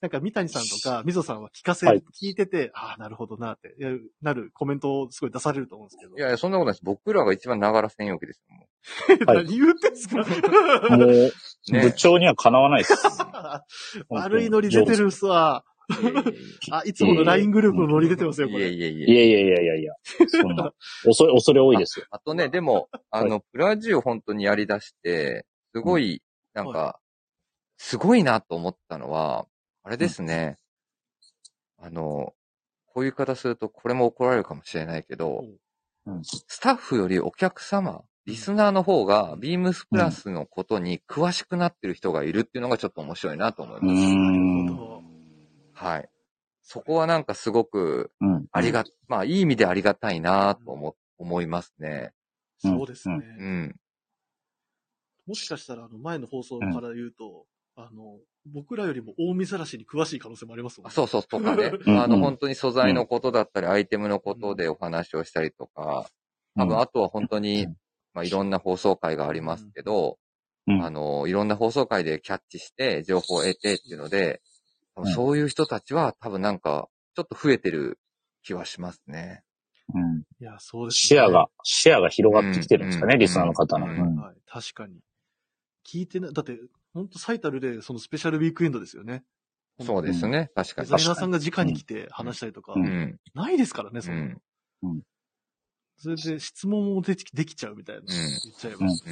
A: なんか三谷さんとか、みぞさんは聞かせ、
D: はい
A: 聞いてて、ああ、なるほどなって、いやなるコメントをすごい出されると思うんですけど。
B: いやいや、そんなことないです。僕らが一番ながら専用機ですよ。も
D: はい
A: 何言ってんすか
D: もう、
B: うね
D: 部長にはかなわないです。
A: 悪いノリ出てるっすわ。 あ、いつもの LINE グループのノリ出てますよ、こ
B: いえ
A: れ。
B: いえいえ。
D: いやいやいやいやいや。そんな。恐れ、恐れ多いですよ。
B: あとね、で も、あの、プラジオ本当にやり出して、すごい、なんか、すごいなと思ったのは、あれですね。あの、こういう言い方すると、これも怒られるかもしれないけど、
D: うん
B: スタッフよりお客様、リスナーの方が、ビームスプラスのことに詳しくなってる人がいるっていうのがちょっと面白いなと思います。
A: なる
D: ん。
A: ほど
B: はい。そこはなんかすごく、
D: うん。
B: ありが、まあ、いい意味でありがたいなと思、思いますね。
D: うん
A: そうですね。
B: うん。
A: もしかしたら、あの、前の放送から言うと、あの、僕らよりも大見さらしに詳しい可能性もありますもん
B: あ
A: ね。
B: そうそう、とかね。
D: うん
B: あの、
D: うん
B: 本当に素材のことだったり、アイテムのことでお話をしたりとか、多分、あとは本当に
D: うん、
B: まあ、いろんな放送会がありますけど、
D: うん
B: あの、いろんな放送会でキャッチして、情報を得てっていうので、多分
D: うん
B: そういう人たちは多分なんか、ちょっと増えてる気はしますね。
D: うん。
A: いや、そうです、
D: 視野。が、視野が広がってきてるんですか
B: う
D: ね、
B: ん
D: リスナーの方の。
B: う
D: うんん。
A: はい、確かに。聞いてない、だって、ほんと最たるで、そのスペシャルウィークエンドですよね。
B: そうですね。確か
A: デ
B: に
A: ザ。イナーさんが直に来て話したりとか、
D: う
B: うん。
A: ないですからね、
B: う
A: そんなの
B: ん。
A: それで質問もできできちゃうみたいな、言っちゃえば、
D: うん
B: うん。
A: 確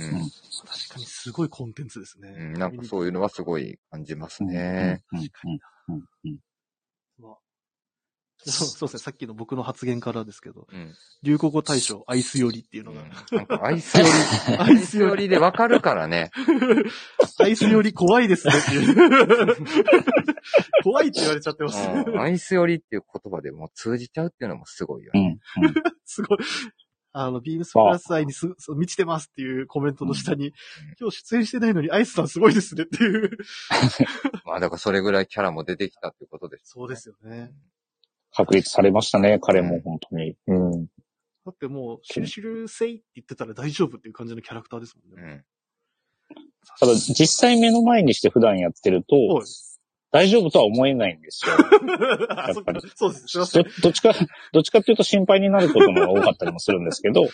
A: かにすごいコンテンツですね。
B: うん、なんかそういうのはすごい感じますね。
D: うんうんうんうん
A: まあそうそうですね、さっきの僕の発言からですけど、
B: うん。
A: 流行語大賞アイス寄りっていうのが、
B: なんか アイス寄り、アイス寄りでわかるからね。
A: アイス寄り怖いですねって いう。怖いって言われちゃってます。
B: うんアイス寄りっていう言葉でもう通じちゃうっていうのもすごいよ
D: う
B: ね。
D: ん。
A: すごい。 あの、ビームスプラス愛にすそう満ちてますっていうコメントの下に、今日出演してないのにアイスさんすごいですねっていう。
B: まあだからそれぐらいキャラも出てきたってことです、
A: そうですよね。
D: 確立されましたね、彼も本当に。う
A: だ
D: ん。
A: ってもう、シュルシュルセイって言ってたら大丈夫っていう感じのキャラクターですもん
B: う
A: ね。
B: ん。
D: ただ、実際目の前にして普段やってる
A: は
D: と
A: い、
D: 大丈夫とは思えないんですよ。
A: あそっかそうです。すいません
D: ど。どっちか、どっちかっていうと心配になることの方が多かったりもするんですけど、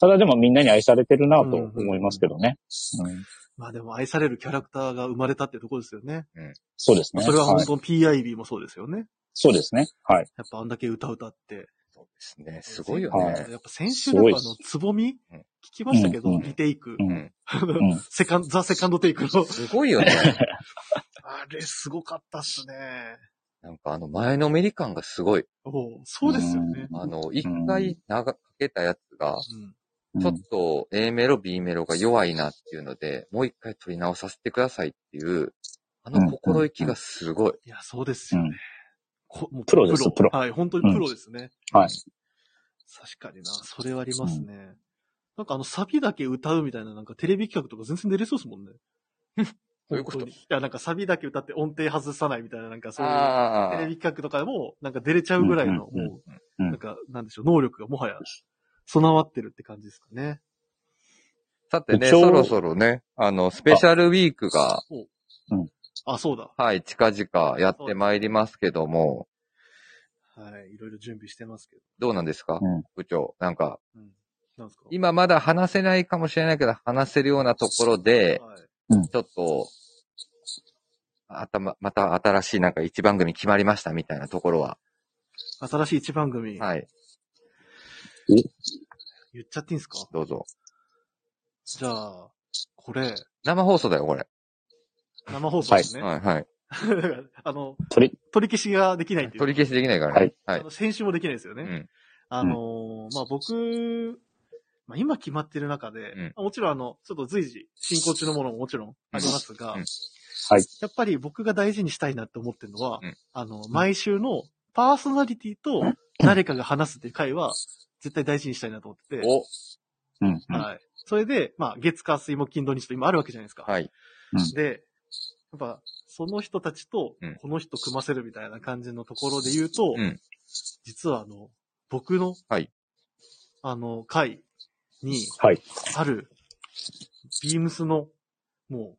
D: ただでもみんなに愛されてるなと思いますけどね。うん
A: まあでも愛されるキャラクターが生まれたってところですよね。
D: そうですね。
A: それは本
D: い
A: 当に PIB もそうですよね。
D: そうですね。はい。
A: やっぱあんだけ歌歌って。
B: そうですね。すごいよ
D: は
B: ね。
A: やっぱ先週なんかあ
D: すご
A: の
D: い、
A: つぼみ
B: うん
A: 聞きましたけど、
D: うん
A: リテイク
D: う。。
B: うんん。
D: うん
A: セカンド、ザ・セカンドテイクの。
B: すご いよね。
A: あれ、すごかったっすね。
B: なんかあの前のめり感がすごい。
A: おうそうですよね。
B: あの、一回長かけたやつが、
A: うん
B: ちょっと A メロ、B メロが弱いなっていうので、もう一回取り直させてくださいっていう、あの心意気がすごい。
A: いや、そうですよね。
D: うん
A: こもう
D: プロですプロ
A: はい、本当にプロですね。
D: はい。
A: 確かにな。それはありますね。なんかあの、サビだけ歌うみたいな、なんかテレビ企画とか全然出れそうです もんね。
B: どういうこと
A: 本当にいや、なんかサビだけ歌って音程外さないみたいな、なんかそういう
B: ああ
A: テレビ企画とかでも、なんか出れちゃうぐらいの、
D: うんうんうん
A: もう、
D: うん
A: なんか、なんでしょう、能力がもはや備わってるって感じですかね。
B: さてね、
D: 一応
B: そろそろね、あの、スペシャルウィークが、
A: あ、そうだ。
B: はい、近々やってまいりますけども、
A: はい、いろいろ準備してますけど。
B: どうなんですか、
D: うん
B: 部長。なんか、
A: うん。なんですか
B: 今まだ話せないかもしれないけど、話せるようなところで、
A: はい。
B: ちょっと、あたま、また新しいなんか一番組決まりましたみたいなところは、
A: 新しい一番組、
B: はい、
A: 言っちゃっていいんですか
B: どうぞ。
A: じゃあ、これ、
B: 生放送だよ、これ。
A: 生放送ですね。
B: はい、はい。
A: あの、
D: 取り、
A: 取り消しができないっていうか
B: 取り消しできないからね。は
A: あ
B: い。
A: の先週もできないですよね。
B: うん。
A: あのーまあ、僕、まあ、今決まってる中で、
B: うん
A: もちろんあの、ちょっと随時進行中のものももちろんありますが、
B: うんうん
D: はい
A: やっぱり僕が大事にしたいなって思ってるのは、
B: うん
A: あの、毎週のパーソナリティと誰かが話すっていう回は、絶対大事にしたいなと思ってて、
B: お、
D: うん。うん
A: はい。それで、まあ、月火水木金土日と今あるわけじゃないですか。
B: はい。
A: で、やっぱ、その人たちと
B: うん、
A: この人組ませるみたいな感じのところで言うと、
B: うん
A: 実はあの、僕の、
B: はい
A: あの、会に、
D: はい。
A: ある、ビームスの、もう、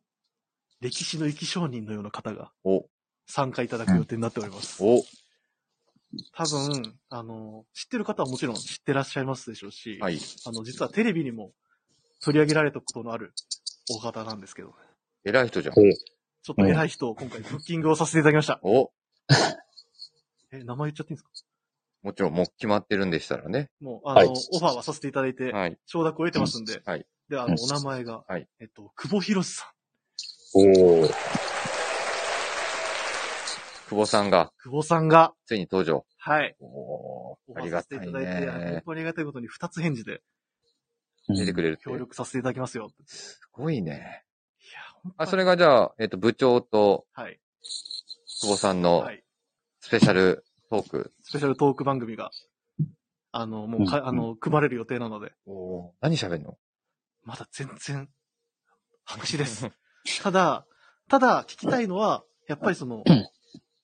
A: 歴史の生き証人のような方が
B: お、
A: 参加いただく予定になっております。
B: お、
A: 多分、あの、知ってる方はもちろん知ってらっしゃいますでしょうし、
B: はい。
A: あの、実はテレビにも取り上げられたことのあるお方なんですけど、
B: 偉い人じゃん。
A: ちょっと偉い人を今回ブッキングをさせていただきました。
B: お、
A: え、名前言っちゃっていいんですか
B: もちろんもう決まってるんでしたらね。
A: もう、あの、
D: はい
A: オファーはさせていただいて、
B: はい。
A: 承諾を得てますんで、
B: はい
A: で、あ
D: う
A: の
D: ん、
A: お名前が、
B: はい
A: えっと、久保博さん。
D: おー。
B: 久保さんが、
A: 久保さんが、
B: ついに登場。
A: はい。
B: お
A: お
B: ーあ
A: 会
B: り
A: いさ
B: が
A: せて
B: た
A: いた
B: い
A: だいて、あの本
B: ね。
A: 当にありがたいことに2つ返事で
B: 出てくれるって。
A: 協
B: す
A: 力させていただきますよ。
B: ごいね。
A: いや、本当
B: あ、
A: に
B: それがじゃあ、えっ、と、部長と
A: はい。
B: 久保さんの
A: はい。
B: スペシャルトーク。
A: スペシャルトーク番組が、あの、もうか、
D: うん
A: あの、組まれる予定なので、
B: 何喋んの
A: まだ全然、白紙です。ただ、ただ、聞きたいのは、やっぱりその、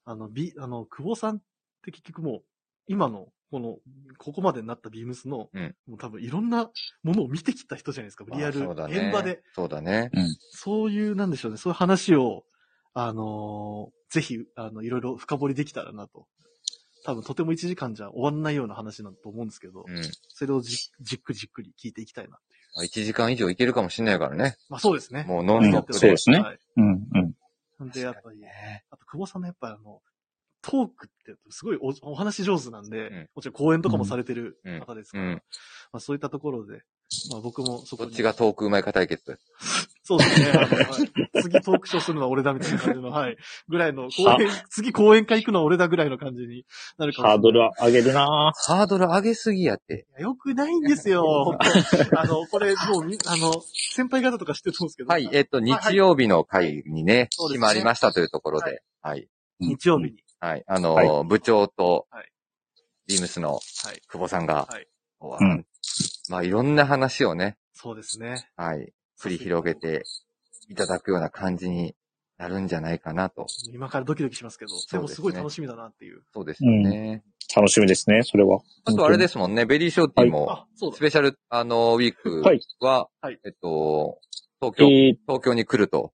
A: あの、ビ、あの、久保さんって結局もう、今の、この、ここまでになったビームスの、
B: うん
A: もう多分いろんなものを見てきた人じゃないですか、リアル、
B: あそうだね
A: 現場で。
B: そうだね。
A: そういう、なんでしょうね、そういう話を、あのーぜひ、あの、いろいろ深掘りできたらなと。多分とても1時間じゃ終わんないような話なんだと思うんですけど、
B: うん。
A: それをじじっくりじっくり聞いていきたいな。
B: まあ1時間以上いけるかもしれないからね。
A: まあそうですね。
B: もうノンストッ
D: うん
B: プ
D: そう
B: で
D: で。すね
A: はい
D: うん、うん。
A: なんで、やっぱり、
B: ね
A: あと、久保さんのやっぱりあの、トークって、すごいおお話上手なんで、
B: うん
A: もちろん講演とかもされてる
B: うん
A: 方です
B: う
A: から、
B: ん。
A: まあそういったところで、まあ僕もそこ
B: ど
A: に
B: っちがトークうまいか対決。
A: そうですね。あのはい次トークショーするのは俺だみたいな感じの、はい。ぐらいの、講演、次講演会行くのは俺だぐらいの感じになるかもしれない
D: ハードル上げるな
B: ハードル上げすぎやって。
A: いやよくないんですよ、本当あの、これ、もうみ、あの、先輩方とか知ってると思うんですけど、
B: はい、えっと、
A: はい
B: 日曜日の回にね、
A: そうですね
B: 決まりましたというところで、はい。
A: 日曜日に。
B: はい。あのー、
D: は
B: 部長と
A: はい、
B: ビームスの
A: はい。
B: 久保さんが、
A: はい
B: こう
D: うん
B: まあ、いろんな話をね、
A: そうですね。
B: はい、繰り広げていただくような感じになるんじゃないかなと。
A: 今からドキドキしますけど、でもすごい楽しみだなっていう。
B: そうですよね。
D: 楽しみですね、それは。。
B: あと、あれですすもんね、ベリーショーティーも、
A: あ、そうだ
B: ス。ペシャル、あの、ウィーク
D: はい
B: は、
A: はい
B: えっと、東京、
D: えー
B: 東京に来ると。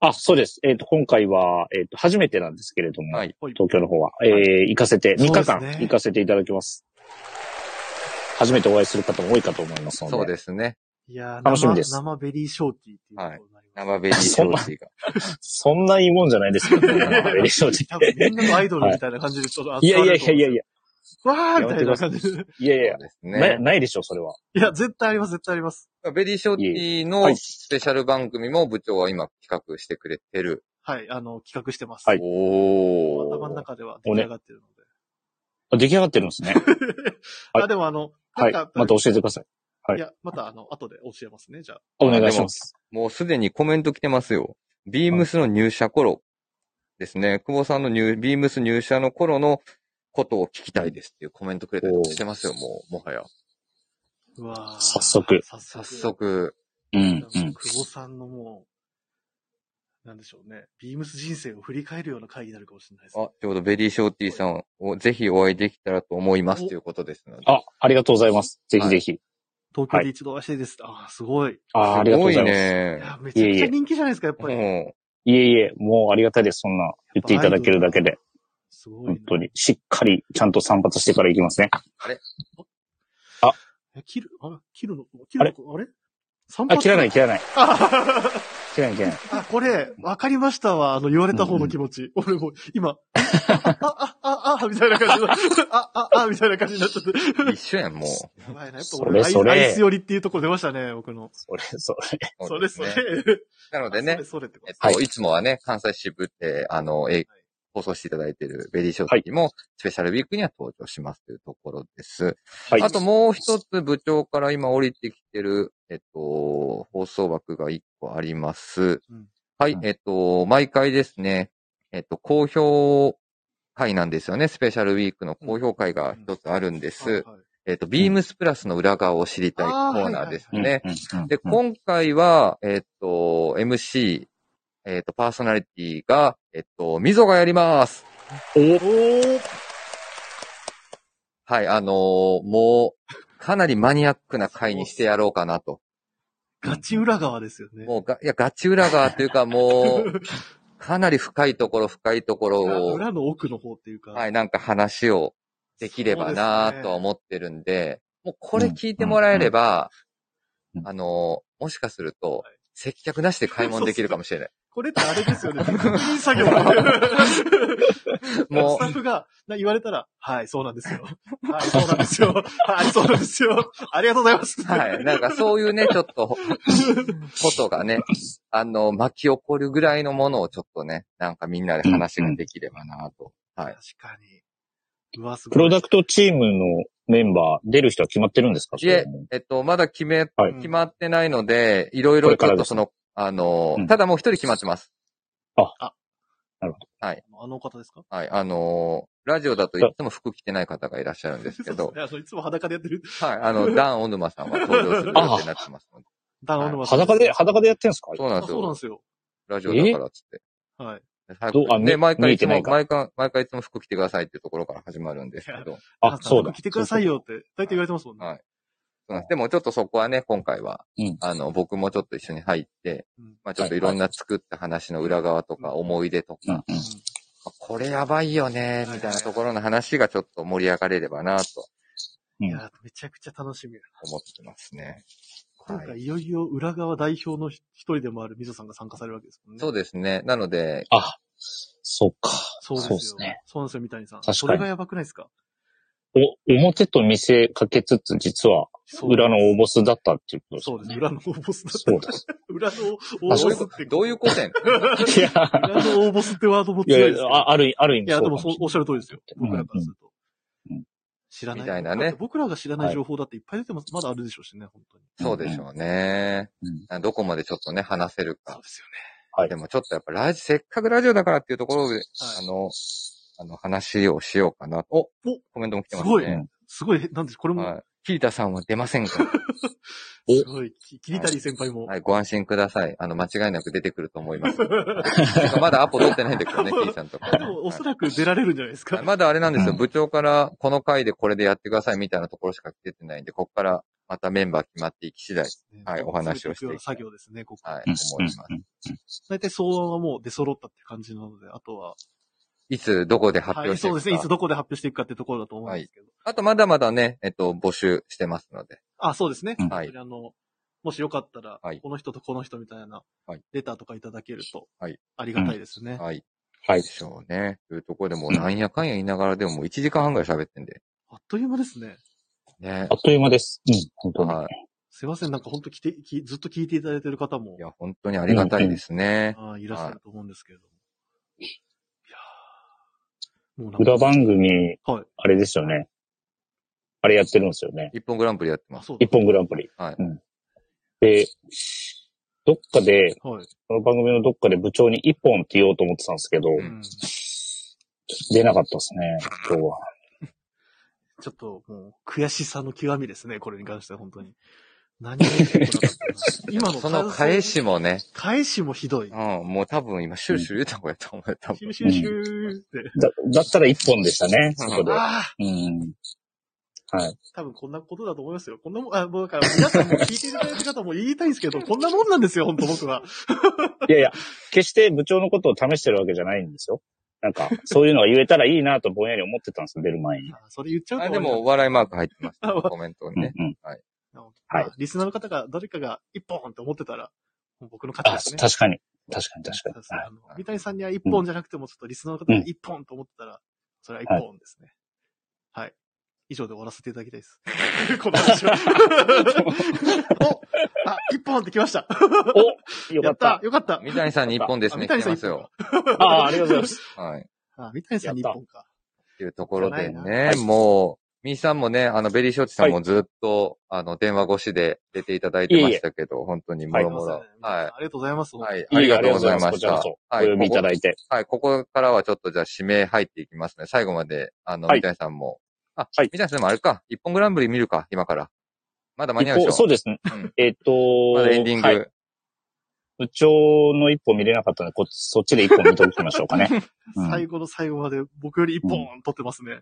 D: あ、そうです。えっ、と、今回は、えっ、と、初めてなんですけれども、
B: はい。
A: はい
D: 東京の方は、えー行かせて、
A: そう
D: 3
A: で
D: 日
A: すね
D: 間行かせていただきます。初めてお会いする方も多いかと思いますので。
B: そうですね。
A: いやー
D: 楽しみです
A: 生生ベリーショーティーっていうところになります。
B: 生ベリーショーティーが。
D: そんないいもんじゃないですけど、ね、正直
A: 多分みんなのアイドルみたいな感じでちょっと、
D: いやいやいやいやいや、
A: わーみたいな感じで。
D: いやい
B: そ
D: や
B: う、です
D: な
B: ね。
D: ないでしょ、それは。
A: いや、絶対あります、絶対あります。
B: ベリーショーティーの
D: はい
B: スペシャル番組も部長は今企画してくれてる。
A: はい、あの、企画してます。
D: はい
B: お
A: 頭の
B: ー。
A: 中では出来上がってるので。
D: あ出来上がってるん ですね。はい
A: あ、でもあの、な
D: は
A: ん
D: い
A: か、。
D: また教えてください。はい
A: いや、またあの、後で教えますね、じゃあ。
D: お願いします。
B: もうすでにコメント来てますよ。ビームスの入社頃ですね。久保さんの入、ビームス入社の頃のことを聞きたいですっていうコメントくれたりしてますよ、もう、もはや。
A: うわー
D: 早速
A: 早速。
B: 早速、
D: うん、うん。
A: 久保さんのもう、なんでしょうね、ビームス人生を振り返るような回になるかもしれないです。
B: あ、ちょうどベリーショーティーさんをぜひお会いできたらと思います
A: お
B: ということですので。
D: あ、ありがとうございます。ぜひぜひ。
A: 東京で一度お会いしてです。あー、すごい。い
D: あーありがとうございます。い
B: ね。
A: や、めちゃく
D: いえ
A: ち
D: い
A: ゃ
D: え
A: 人気じゃないですか、やっぱり。
B: も
D: えいえ、もうありがたいです。そんな言っていただけるだけで。
A: すごい
D: 本
A: な。
D: 当に。しっかり、ちゃんと散髪してから行きますね。
A: え、切る、あれ切るの切るのあれ散
D: あ、
A: 髪
D: 切らない、切らない。
A: あ
D: 切らない、切らない。
A: あ、これ、わかりましたわ。あの、言われた方の気持ち。俺も、今、あ、あ、あ、あ、みたいな感じの、あ、あ、あ、みたいな感じになっちゃって。
B: う、一緒やん、もう。
A: やばいな、やっぱ
D: それ
A: 俺、アイ
D: それ
A: アイス寄りっていうとこ出ましたね、僕の。
D: それ、それ。
A: それそれ。
B: ねなので
A: あそ
B: ね
A: れ、それってこ
B: え
A: と
B: っ。と、、
D: はい
B: つもはね、関西支部で、あの、え放送していただいているベリーショーティーも、スペシャルウィークには登場しますというところです。
D: はい。
B: あともう一つ部長から今降りてきてる、えっと、放送枠が一個あります。
A: うん
B: はい、
D: うん
B: えっと、毎回ですね、えっと、好評会なんですよね。スペシャルウィークの好評会が一つあるんです。
A: はいはい
B: えっと、ビームスプラスの裏側を知りたいコ
A: あー
B: ーナーですね。
D: うん、うんうん
B: で、今回は、えっと、MC、えっと、パーソナリティが、えっと、みぞがやります。
A: おー
B: はい、あのーもう、かなりマニアックな回にしてやろうかなと。
A: ガチ裏側ですよね。
B: もうが、いや、ガチ裏側というか、もう、かなり深いところ、深いところを、
A: 裏の奥の方っていうか。
B: はい、なんか話をできればなぁとは思ってるんで、もうこれ聞いてもらえれば、
D: うんうんうん
B: あのーもしかすると
A: はい、
B: 接客なしで買い物できるかもしれない。
A: これってあれですよね。確認作業で
B: もう
A: スタッフがな言われたら、はい、そうなん ですよ。はい、そうなんですよ。はい、そうなんですよ。ありがとうございます。
B: はい。なんかそういう ね、ちょっと、ことがね、あの、巻き起こるぐらいのものをちょっとね、なんかみんなで話ができればなと。はい。
A: 確かに。うわ、すごい。
D: プロダクトチームのメンバー、出る人は決まってるんですか
B: いえ、えっと、まだ決め、
D: はい
B: 決まってないので、いろいろちょっとその、あの
D: う、ん
B: ただもう一人決まってます。
A: あの方ですか
B: はい。あの、ラジオだといつも服着てない方がいらっしゃるんですけ
A: そう
B: ど
A: で、すねあのいつも裸でやってる。
B: はい。あ の、ダン・オヌマさんは登場する予定になってますので。
A: ダウンロード
D: 裸で、裸でやってんすか
B: そうなん
A: あ
B: です
A: そうなん
B: よ。
A: ですよ。
B: ラジオだからっつって。
A: はい。
B: 早
D: どうあ
B: くね、
D: 見
B: 毎
D: 見
B: 回
D: え
B: い
D: て
B: つ
D: な
B: も、
D: いか
B: 毎回、毎回いつも服着てくださいっていうところから始まるんですけど。
D: あ、そうだ。
A: 来てくださいよって、大体言われてますもんね。
B: はいそうなんですでもちょっとそこはね、今回は、
D: うん
B: あの、僕もちょっと一緒に入って、
A: うん
B: まあちょっといろんな作った話の裏側とか、
A: はい
B: 思い出とか、
D: うんうん
B: まあこれやばいよね、みたいなところの話がちょっと盛り上がれればなと
D: うん
A: いや、めちゃくちゃ楽しみ。
B: 思ってますね。
A: 今
B: は
A: 回
B: い。
A: いよいよ裏側代表の一人でもあるみぞさんが参加されるわけですもんね。
B: そうですね。なので、
D: あ、そうか。
A: そうです
D: そう
A: よ。
D: ですね
A: そうなんですよ、三谷さん。
D: 確かに
A: それがやばくないですか
D: お、表と見せかけつつ、実は、裏の大ボスだったっていうこと
A: そうです。裏の大ボスだっ
D: そう
A: て。
D: です。
A: 裏の大ボ
D: あ
A: ス
B: ど
D: そう
A: っ
B: いうこ
A: て。
B: と、どういうことやねん。
D: いや、
A: 裏の大ボスってワードも
D: いや
A: 強い
D: い
A: ですけ
D: や
A: ど。
D: あある、ある意
A: い
D: 味
A: や、
D: そう
A: で
D: か
A: も
D: も
A: そ
D: しれ
A: う
D: ない。
A: おっしゃる通りですよ。
D: うん
A: 僕らからすると。
D: うん
A: 知らない。
B: みたいなね
A: だって僕らが知らない情報だっていっぱい出てます。まだあるでしょうしね、本当に。
B: そうでしょうね。どこまでちょっとね、話せるか
A: そう。ですよ
D: はい
B: でもちょっとやっぱラジ、せっかくラジオだからっていうところで、あ
A: はい
B: の、あの話をしようかなと。お
A: お
B: コメントも来てます
A: すごい
B: ね。
A: ね。すごい、なんでしょうこれも、
B: はい。桐田さんは出ません か
D: お
A: すごい。き桐谷先輩も。
B: はい、ご安心ください。あの、間違いなく出てくると思い ます。はいまだアポ取ってないんだけどね、桐さんとか。
A: で も、おそらく出られるんじゃないです
B: は
A: か
B: い。ま だあれなんですよ。
D: うん
B: 部長から、この回でこれでやってくださいみたいなところしか出てないんで、こっからまたメンバー決まっていき次第、はいお話をしていきたい
A: 作業ですね、ここ。
B: はい、
D: うん
B: 思います。
D: うん
A: 大体草案はもう出揃ったって感じなので、あとは、
B: いつ、どこで発
A: は
B: 表
A: い、
B: してい
A: そうで
B: くか、
A: すね、いつどこで発表していくかってところだと思うんですけど。
B: あとまだまだね、えっと、募集してますので。
A: あ、そうですね。
D: うん
B: はい
A: 本当にあの、もしよかったら、
B: はい
A: この人とこの人みたいな
B: はい、
A: レターとかいただけると
B: はい、
A: ありがたいですね。
B: はい。
D: は
B: で
D: い。
B: しょうね。というところでもうなんやかんや言いながらでももう1時間半ぐらい喋ってんで。
A: あっという間ですね。
B: ね
D: あ。っという間です。うん、本当に。
B: は
A: すいません、なんか本当来て、きずっと聞いていただいてる方も
B: い。い、や、本当にありがたいですね。
A: あいらっしゃると思うんですけれども。いやーもうなんか
D: 裏番組、
A: はい
D: あれですよね。あれやってるんですよね。
B: 一本グランプリやってま
A: あ、
B: す。
A: そうだ
D: 一。本グランプリ。
B: はい
D: うんで、どっかで、
A: はい。
D: この番組のどっかで部長に一本って言おうと思ってたんですけど、
B: うん
A: うん
D: 出なかったですね、今日は。
A: ちょっともう、悔しさの極みですね、これに関しては本当に。何も言ってこなかった な今の
B: その返し
A: も。
B: もね、
A: 返しもひどい。
B: うん、もう多分今、シュルシュル言った方がやった方が多
A: シュ。
B: 分
A: ルシュルシューって。
D: だ、だったら一本でしたね、そこで。
A: ああ、
D: うん。はい。
A: 多分こんなことだと思いますよ。こんなもん、あ、もうだから皆さんも聞いていただいた方も言いたいんですけど、こんなもんなんですよ、本当僕は。
D: いやいや、決して部長のことを試してるわけじゃないんですよ。なんか、そういうのが言えたらいいなとぼんやり思ってたんですよ、出る前に。
A: あそれ言っちゃうと
B: あ、
A: 思
B: で
A: います
B: も、、笑いマーク入ってました、
A: あわ
B: コメントにね。
D: うんうん。
A: まあ
D: はい
A: リスナーの方が、誰かが一本って思ってたら、もう僕の勝
D: あ、
A: ちですね。
D: 確かに。確かに
A: そう
D: 確かに
A: で。すね
D: はい
A: あの三谷さんには一本じゃなくても、ちょっとリスナーの方が一本と思ってたら、それは一本ですね。はい。以上で終わらせていただきたいです。 この 話は。おあ、一本ってきました。
D: およか
A: や
D: っ
A: ったた。よかった。
B: 三谷さんに一本ですね、
A: あ三谷
B: 来て
A: さん
B: ますよ。
D: ああ、ありがとうございます。
B: はい。
A: あ、三谷さんに一本か。
B: っていうところで
A: じゃ
B: ね、
D: ないな
B: もう、みーさんもね、あの、ベリーショーチさんもずっと、あの、電話越しで出ていただいてましたけど、本当にもろもろ。
A: はい。
B: は
A: ありがとうございます。
B: い。はい。
D: いえ
B: あ
D: い
B: り
D: え
B: がとうございま
D: こ
B: し
D: ちら
B: た
D: こ。そお
B: はい。
D: 呼びいただ
B: こ
D: いて。
B: こはい、ここからはちょっとじゃあ指名入っていきますね。最後まで、あの、
D: はい
B: 三谷さんも。あ、
D: はい
B: 三谷さんもあれか、一本グランプリ見るか、今から。まだ間に合うでし
D: 一
B: ょ
D: 方そうですね。
B: うん
D: えっと
B: まだエンディング。
D: はい部長の一歩見れなかったので、こっちそっちで一歩見ときましょうかね。うん
A: 最後の最後まで僕より一本取ってますね。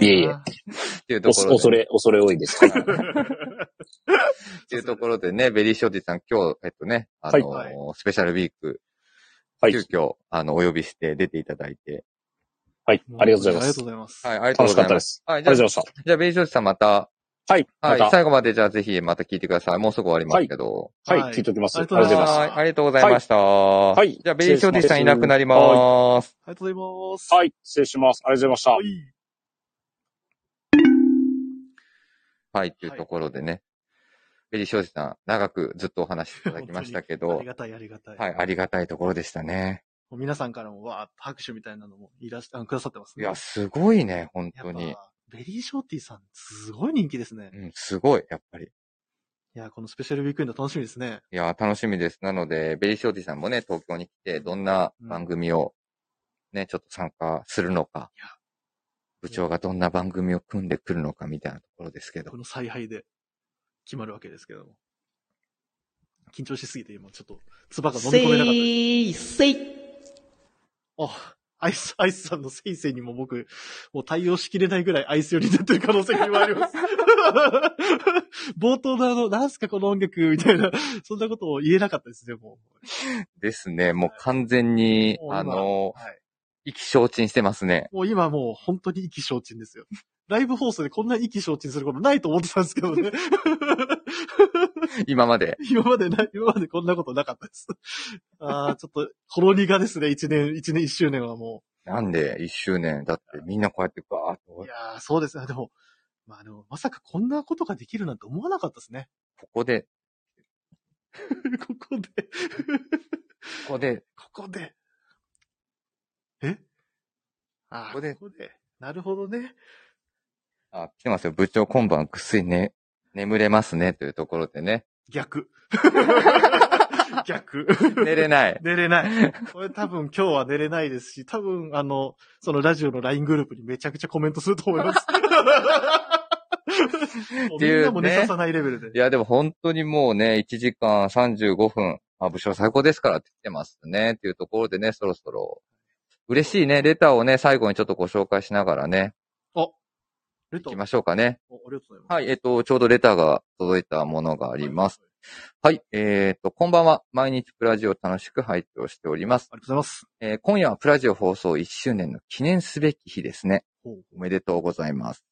D: いえい え、
B: っていうところで。
D: 恐れ、恐れ多いです。はい
B: っていうところでね、ベリーショーティさん今日、えっとね、あの、
A: はい
B: スペシャルウィーク、
D: はい
B: 急遽、あの、お呼びして出ていただいて。
D: はい、ありがとうございま
A: ありが
D: す
A: とう。ございます。
B: はい、ありがとう
D: 楽
B: ご
D: しか
B: ざ
D: っ
B: い
D: た
B: ま。
D: ですす。
B: は
D: あ
B: い、
D: り
B: じゃ
D: が
B: あ、
D: とう
B: じ
D: ございました。
B: ゃあ、ベリーショーティさんまた、
D: はい。ま
B: はい。
D: た。
B: 最後までじゃあぜひまた聞いてください。もうすぐ終わりますけど。
D: はい
A: はい。
D: 聞いておきます。
A: あ
D: あ
A: り
D: り
A: が
D: が
A: と
D: と
A: う
D: う
A: ご
D: ご
A: ざ
D: ざ
A: いま
D: いますす。
B: はい。ありがとうございました。はいじゃあ、ベリーショーディさんいなくなり
D: は
B: ます。
A: ありがとうございます。
D: はい。失礼します。ありがとうございました。
A: い。
B: はい。というところでね。ベリーショーディさん、長くずっとお話しいただきましたけ
A: あ
B: ど
A: り、がたい、ありがたい。
B: はい。ありがたいところでしたね。
A: もう皆さんからもわーっと拍手みたいなのもいらっしゃ、あくださってます
B: いや、すごいね、本
A: やっ
B: 当
A: ぱ
B: に。
A: ベリーショーティーさん、すごい人気ですね
B: う。ん、すごい、やっぱり。
A: いや、このスペシャルウィークエンド楽しみですね。
B: いやー、楽しみです。なので、ベリーショーティさんもね、東京に来て、どんな番組をね、ちょっと参加するのか
A: いや、
B: 部長がどんな番組を組んでくるのかみたいなところですけど
A: こ。の采配で決まるわけですけども。緊張しすぎて今ちょっと、唾が飲み込めなかったです。
C: せいせい。
A: あ、アイス、アイスさんのせいせいにも僕、もう対応しきれないぐらいアイス寄りになってる可能性が今あり ます。冒頭のあの、なんすかこの音楽みたいな、そんなことを言えなかったですね、も
B: ですね、もう完全に
A: う。、もう今
B: あのー、
A: はい
B: 意気消沈してますね。
A: もう今もう本当に意気消沈ですよ。ライブ放送でこんなに意気消沈することないと思ってたんですけど ね。
B: 今まで。
A: 今までない、今までこんなことなかったです。ああ、ちょっと、ほろ苦ですね、一年、一年一周年はも
B: なんで、一周年。だって、みんなこうやってガーッ
A: う。
B: と
A: い、やーそうですね。でも、まあでも、まさかこんなことができるなんて思わなかったですね。
B: ここで、
A: ここで、
B: ここで、
A: ここで。えあー
B: ここで
A: ここで。なるほどね。
B: あ、来てますよ。部長今晩ぐっすりね、眠れますね、というところ でね。
A: 逆。逆。
B: 寝れない。
A: 寝れない。これ多分今日は寝れないですし、多分あの、そのラジオの LINE グループにめちゃくちゃコメントすると思い ます。もう
B: っていうね
A: みんなも寝ささないレベルで。
B: いや、でも本当にもうね、1時間35分、あ、部署最高ですからって来てますね、っていうところでね、そろそろ。嬉しいね、レターをね、最後にちょっとご紹介しながらね、
A: ル
B: 行
A: ト
B: き
A: ン
B: ましょうかね。
A: おありがとうございます。
B: はい、えっと、ちょうどレターが届いたものがあ
A: あ
B: ります。。
A: あ
B: はい、えっと、こんばんは。毎日プラジオを楽しく拝聴しております。
A: りがとうございます。
B: えー今夜はプラジオ放送1周年の記念すべき日ですね。
A: ほう
B: おめでとうございます。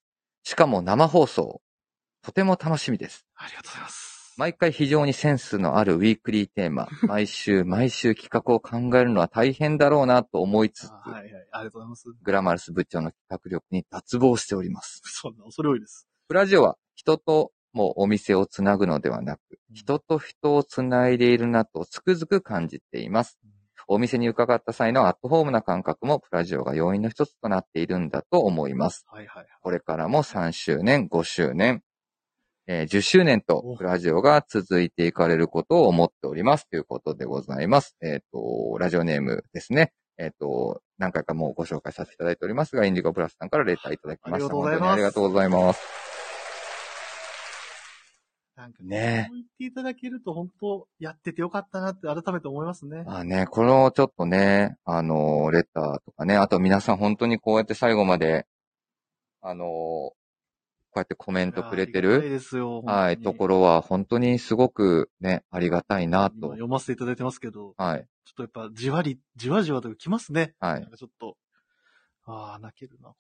B: しかも生放送。とても楽しみです。
A: ありがとうございます。
B: 毎回非常にセンスのあるウィークリーテーマ、毎週毎週企画を考えるのは大変だろうなと思いつつ、
A: あはいはい。ありがとうございます。
B: グラマルス部長の企画力に脱帽しております。
A: そんな恐れ多いです。
B: プラジオは人ともお店をつなぐのではなく、人と人をつないでいるなとつくづく感じています。お店に伺った際のアットホームな感覚もプラジオが要因の一つとなっているんだと思います。
A: はいはいはい。
B: これからも3周年、5周年、えー10周年と
A: お、
B: ラジオが続いていかれることを思っております。ということでございます。えっ、と、ラジオネームですね。えっ、と、何回かもうご紹介させていただいておりますが、インディゴプラスさんからレターいただきま
A: あり
B: した。
A: がとうございます
B: 本当にありがとうございます。
A: なんか
B: ね
A: こう言っていただけると本当、やっててよかったなって改めて思いますね。
B: まあね、このちょっとね、あのー、レターとかね、あと皆さん本当にこうやって最後まで、あのー、こうやってコメントくれて
A: いやありがたい
B: る、
A: ですよ。
B: はい、とこ
A: ろ
B: ろは本当にすごくね、ありがたいなと。
A: 読ませていただいてますけど、
B: はい。
A: ちょっとやっぱじわり、じわじわときますね。
B: はい
A: なんかちょっと、ああ、泣けるな、こ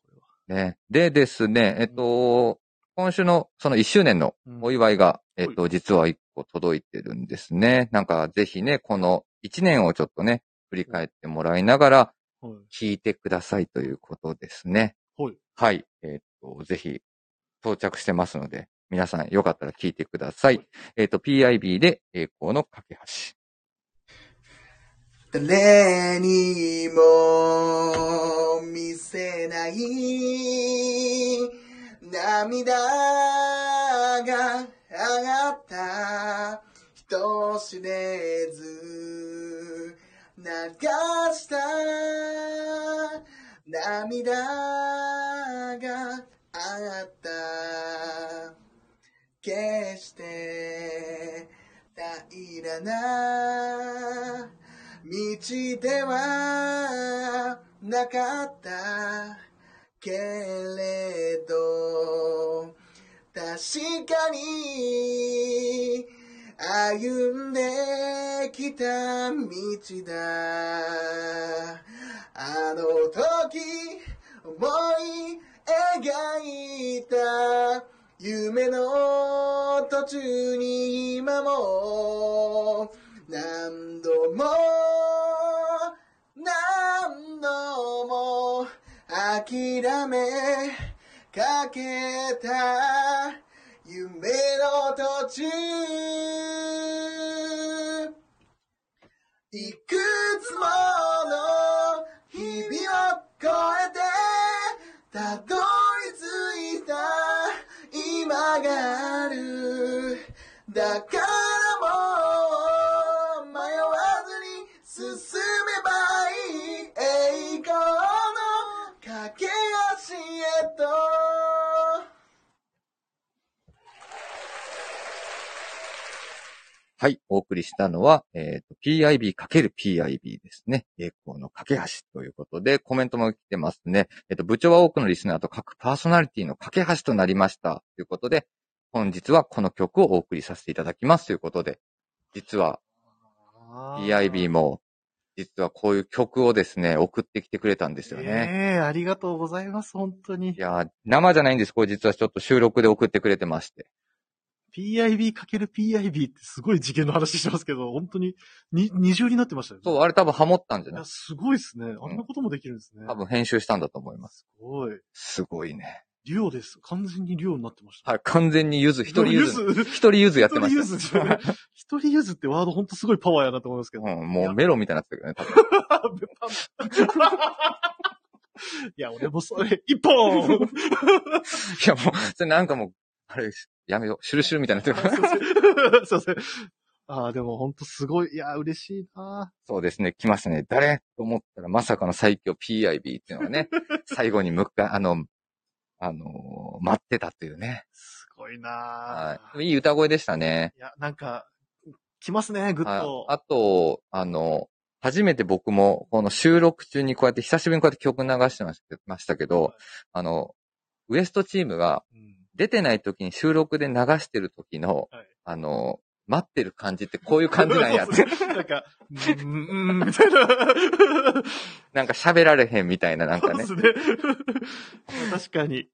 A: れは。
B: ね。でですね、えっと、今週のその1周年の
A: うん
B: お祝いが、
A: ん
B: えっと、実は1個届いてるんですね。なんかぜひね、この1年をちょっとね、振り返ってもらいながら
A: はい。
B: 聞いてくださいということですね。
A: はい。
B: はい。えっと、ぜひ到着してますので、皆さんよかったら聞いてください。えっと、PIB で栄光の架け橋。
E: 誰にも見せない涙が上がった人知れず流した涙があった決して平らな道ではなかったけれど確かに歩んできた道だあの時思い描いた夢の途中に今も何度も何度も諦めかけた夢の途中いくつもの日々を越えてたどり着いた今があるだからもう迷わずに進めばいい栄光の架け足へと
B: はい、お送りしたのは、えっ、と、PIB×PIB ですね。栄光の架け橋ということで、コメントも来てますね。えっ、と、部長は多くのリスナーと各パーソナリティの架け橋となりました。ということで、本日はこの曲をお送りさせていただきますということで、実は PIB も、実はこういう曲をですね、送ってきてくれたんで
A: です
B: よ
A: え
B: ね。
A: えありがとうございます、本当に
B: い。やー、生じゃないんです。これ実はちょっと収録で送ってくれてまして。
A: PIB×PIB ってすごい次元の話してますけど、本当にに二重になってましたよね。
B: そう、あれ多分ハモったんじゃ
A: い
B: ない
A: や、すごいですね。あんなこともできるんですね。
B: 多分編集したんだと思います。
A: すごい。
B: すごいね。
A: リオです。完全にリオになってました。
B: はい、完全にゆず、一人ゆず、
A: ず。
B: 一人ゆずやってました。
A: 一人ゆずじゃない一人ゆずってワードほんとすごいパワーやなと思うんですけど。
B: うん、もうメロンみたいになってたけどね、多分。
A: いや、俺もそれ、一本
B: いや、もう、それなんかもう、あれ、やめよう、シュルシュルみたいになってる。
A: すいません。 ああ、でもほんとすごい、いや、嬉しいな
B: そうですね、来ましたね。誰と思ったら、まさかの最強 PIB っていうのが ね、最後に向か、あの、あのー待ってたっていうね。
A: すごいな
B: は
A: あ
B: い。いい歌声でしたね。
A: いや、なんか、来ますね、ぐっ
B: はい
A: と。
B: あと、あの、初めて僕も、この収録中にこうやって、久しぶりにこうやって曲流してましたましたけど、あの、ウエストチームが、
A: うん
B: 出てない時に収録で流してる時の、
A: はい
B: あの、待ってる感じってこういう感じなんや っ
A: そ
B: て
A: う。そうなんか、うん、うん、みたいな。
B: なんか喋られへんみたいな、なん
A: そ
B: か
A: う
B: ね
A: で、すね。確かに。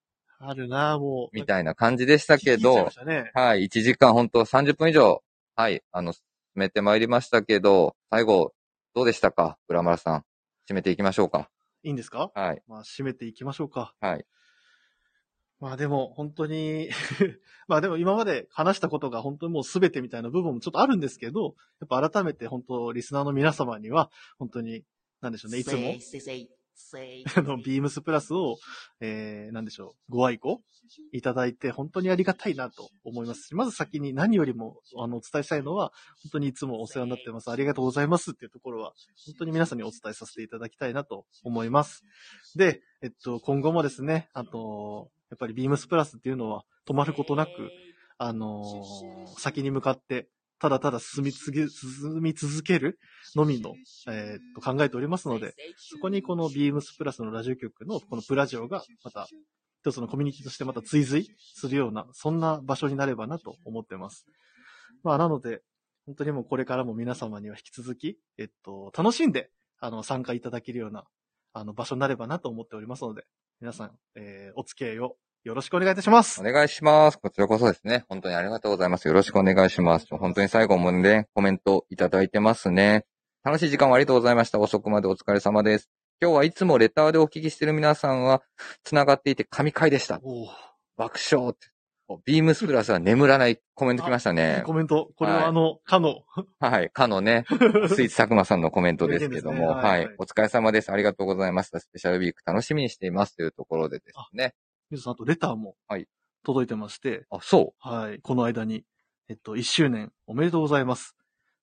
A: あるなあもう。
B: みたいな感じでしたけ
A: 聞いちゃい
B: ど
A: まし、たね
B: はい、1時間ほんと30分以上、はい、あの、進めてまいりましたけど、最後、どうでしたか浦村さん。締めていきましょうか。
A: いいんですか
B: はい、
A: まあ、締めていきましょうか。
B: はい。
A: まあでも、本当に、 まあでも今まで話したことが本当にもう全てみたいな部分もちょっとあるんですけど、やっぱ改めて本当、リスナーの皆様には、本当に、なんでしょうね、いつも、あの、ビームスプラスを、えー、なんでしょう、ご愛顧いただいて、本当にありがたいなと思いますし、まず先に何よりも、あの、お伝えしたいのは、本当にいつもお世話になってます。ありがとうございますっていうところは、本当に皆さんにお伝えさせていただきたいなと思います。で、えっと、今後もですね、あと、やっぱりビームスプラスっていうのは止まることなく、あのー先に向かって、ただただ進み続け、進み続けるのみの、えーっと、考えておりますので、そこにこのビームスプラスのラジオ局のこのプラジオが、また、一つのコミュニティとしてまた追随するような、そんな場所になればなと思ってます。まあ、なので、本当にもうこれからも皆様には引き続き、えっと、楽しんで、あの、参加いただけるような、あの、場所になればなと思っておりますので、皆さん、えーお付き合いをよろしくお願いいたします
B: お。願いします。こちらこそですね。本当にありがとうございます。よろしくお願いします。本当に最後もね、コメントいただいてますね。楽しい時間をありがとうございました。遅くまでお疲れ様です。今日はいつもレターでお聞きしてる皆さんは、繋がっていて神回でした。
A: おー
B: 爆笑って。おビームスプラスは眠らないコメント来ました
A: いい
B: ね
A: コ。メント。これは
B: はい
A: あの、かの。
B: はい。かのね、 スイーツ佐久間さんのコメントですけども、
A: 名言ですね
B: は
A: はい
B: い、お疲れ様です。ありがとうございました。スペシャルウィーク楽しみにしています。というところでですね。
A: 水さん、あとレターも
B: はい
A: 届いてまして、
B: あ、そ
A: はい、この間に、えっと、1周年おめでとうございます。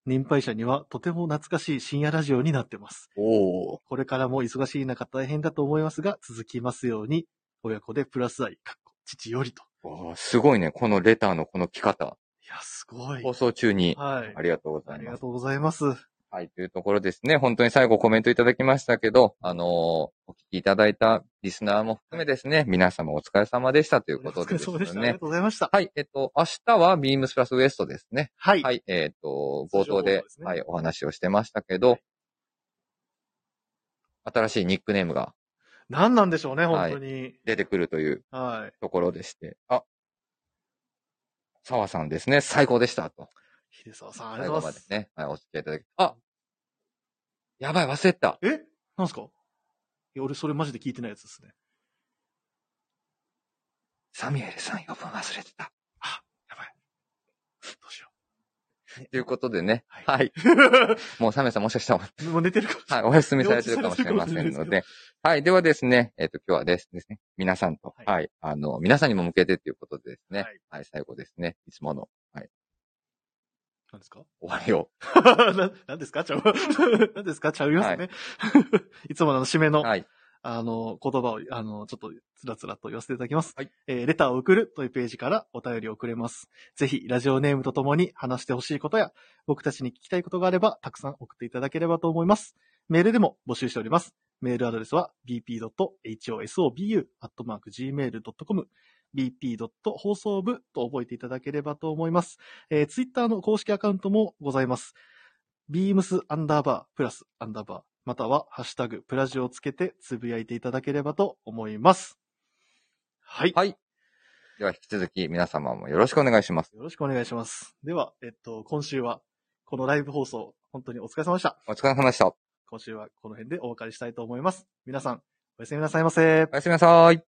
A: 年配者にはとても懐かしい深夜ラジオになってます。
B: う。おお。
A: これからも忙しい中大変だと思いますが、続きますように、親子でプラス愛、かっこ父よりと。
B: すごいね。このレターのこの来方。
A: いや、すごい。
B: 放送中に。
A: はい
B: あ。りがとうござ
A: あ
B: い
A: り
B: ま
A: が
B: す。
A: とうございます。
B: はい、というところですね。本当に最後コメントいただきましたけど、あのーお聞きいただいたリスナーも含めですね、皆様お疲れ様でしたということでです
A: お疲れ様で
B: よ
A: した。ありが
B: ね。
A: とうございました。
B: はい、えっと、明日はビームスプラスウエストですね。
A: はい。
B: はい、えっと、冒
A: 通常
B: 頭で
A: 冒頭ですね
B: はい、お話をしてましたけど、新しいニックネームが
A: 何なんでしょうね、本当に。
B: 出てくるという
A: はい。
B: ところでして、あ、沢さんですね。最高でした。と。
A: 秀沢さん、ありが
B: 最
A: とうござい
B: 後ま
A: ま。
B: ですね。はい、お付き合いいただき。あやばい、忘れてた。
A: えなんすかいや、俺それマジで聞いてないやつですね。
B: サミュエルさん、余分忘れてた。
A: やばい。どうしよ
B: ということでね。
A: はい
B: はい。もうサミュエルさんもしかしたら
A: う。 もう寝てるかもしれ
B: はい、お休みされてるかもしれませんので。はい、ではですね、えっ、と、今日はですですね、皆さんと、
A: は
B: はいい、あの、皆さんにも向けてということでですね、
A: は
B: はいい、最後ですね、いつもの
A: なんですか
B: 終わりを、
A: ななんですかちゃう。 なんですかちゃいますね。い、つものあの締めの、
B: はい、
A: あの、言葉を、あの、ちょっと、つらつらと言わせていただきます。
B: はい
A: えーレターを送るというページからお便りをくれます。ぜひ、ラジオネームとともに話してほしいことや、僕たちに聞きたいことがあれば、たくさん送っていただければと思います。メールでも募集しております。メールアドレスは bp.hosobu.gmail.com bp. 放送部と覚えていただければと思います。えー、ツイッターの公式アカウントもございます。beams アンダーバープラスアンダーバー、またはハッシュタグプラジオをつけてつぶやいていただければと思います。はい。
B: はい。では引き続き皆様もよろしくお願いします。
A: よろしくお願いします。では、えっと、今週は、このライブ放送、本当にお疲れ様でした。
B: お疲れ様でした。お
A: 今週はこの辺でお別れしたいと思います。皆さん、おやすみなさいませ。
B: やすみなさい。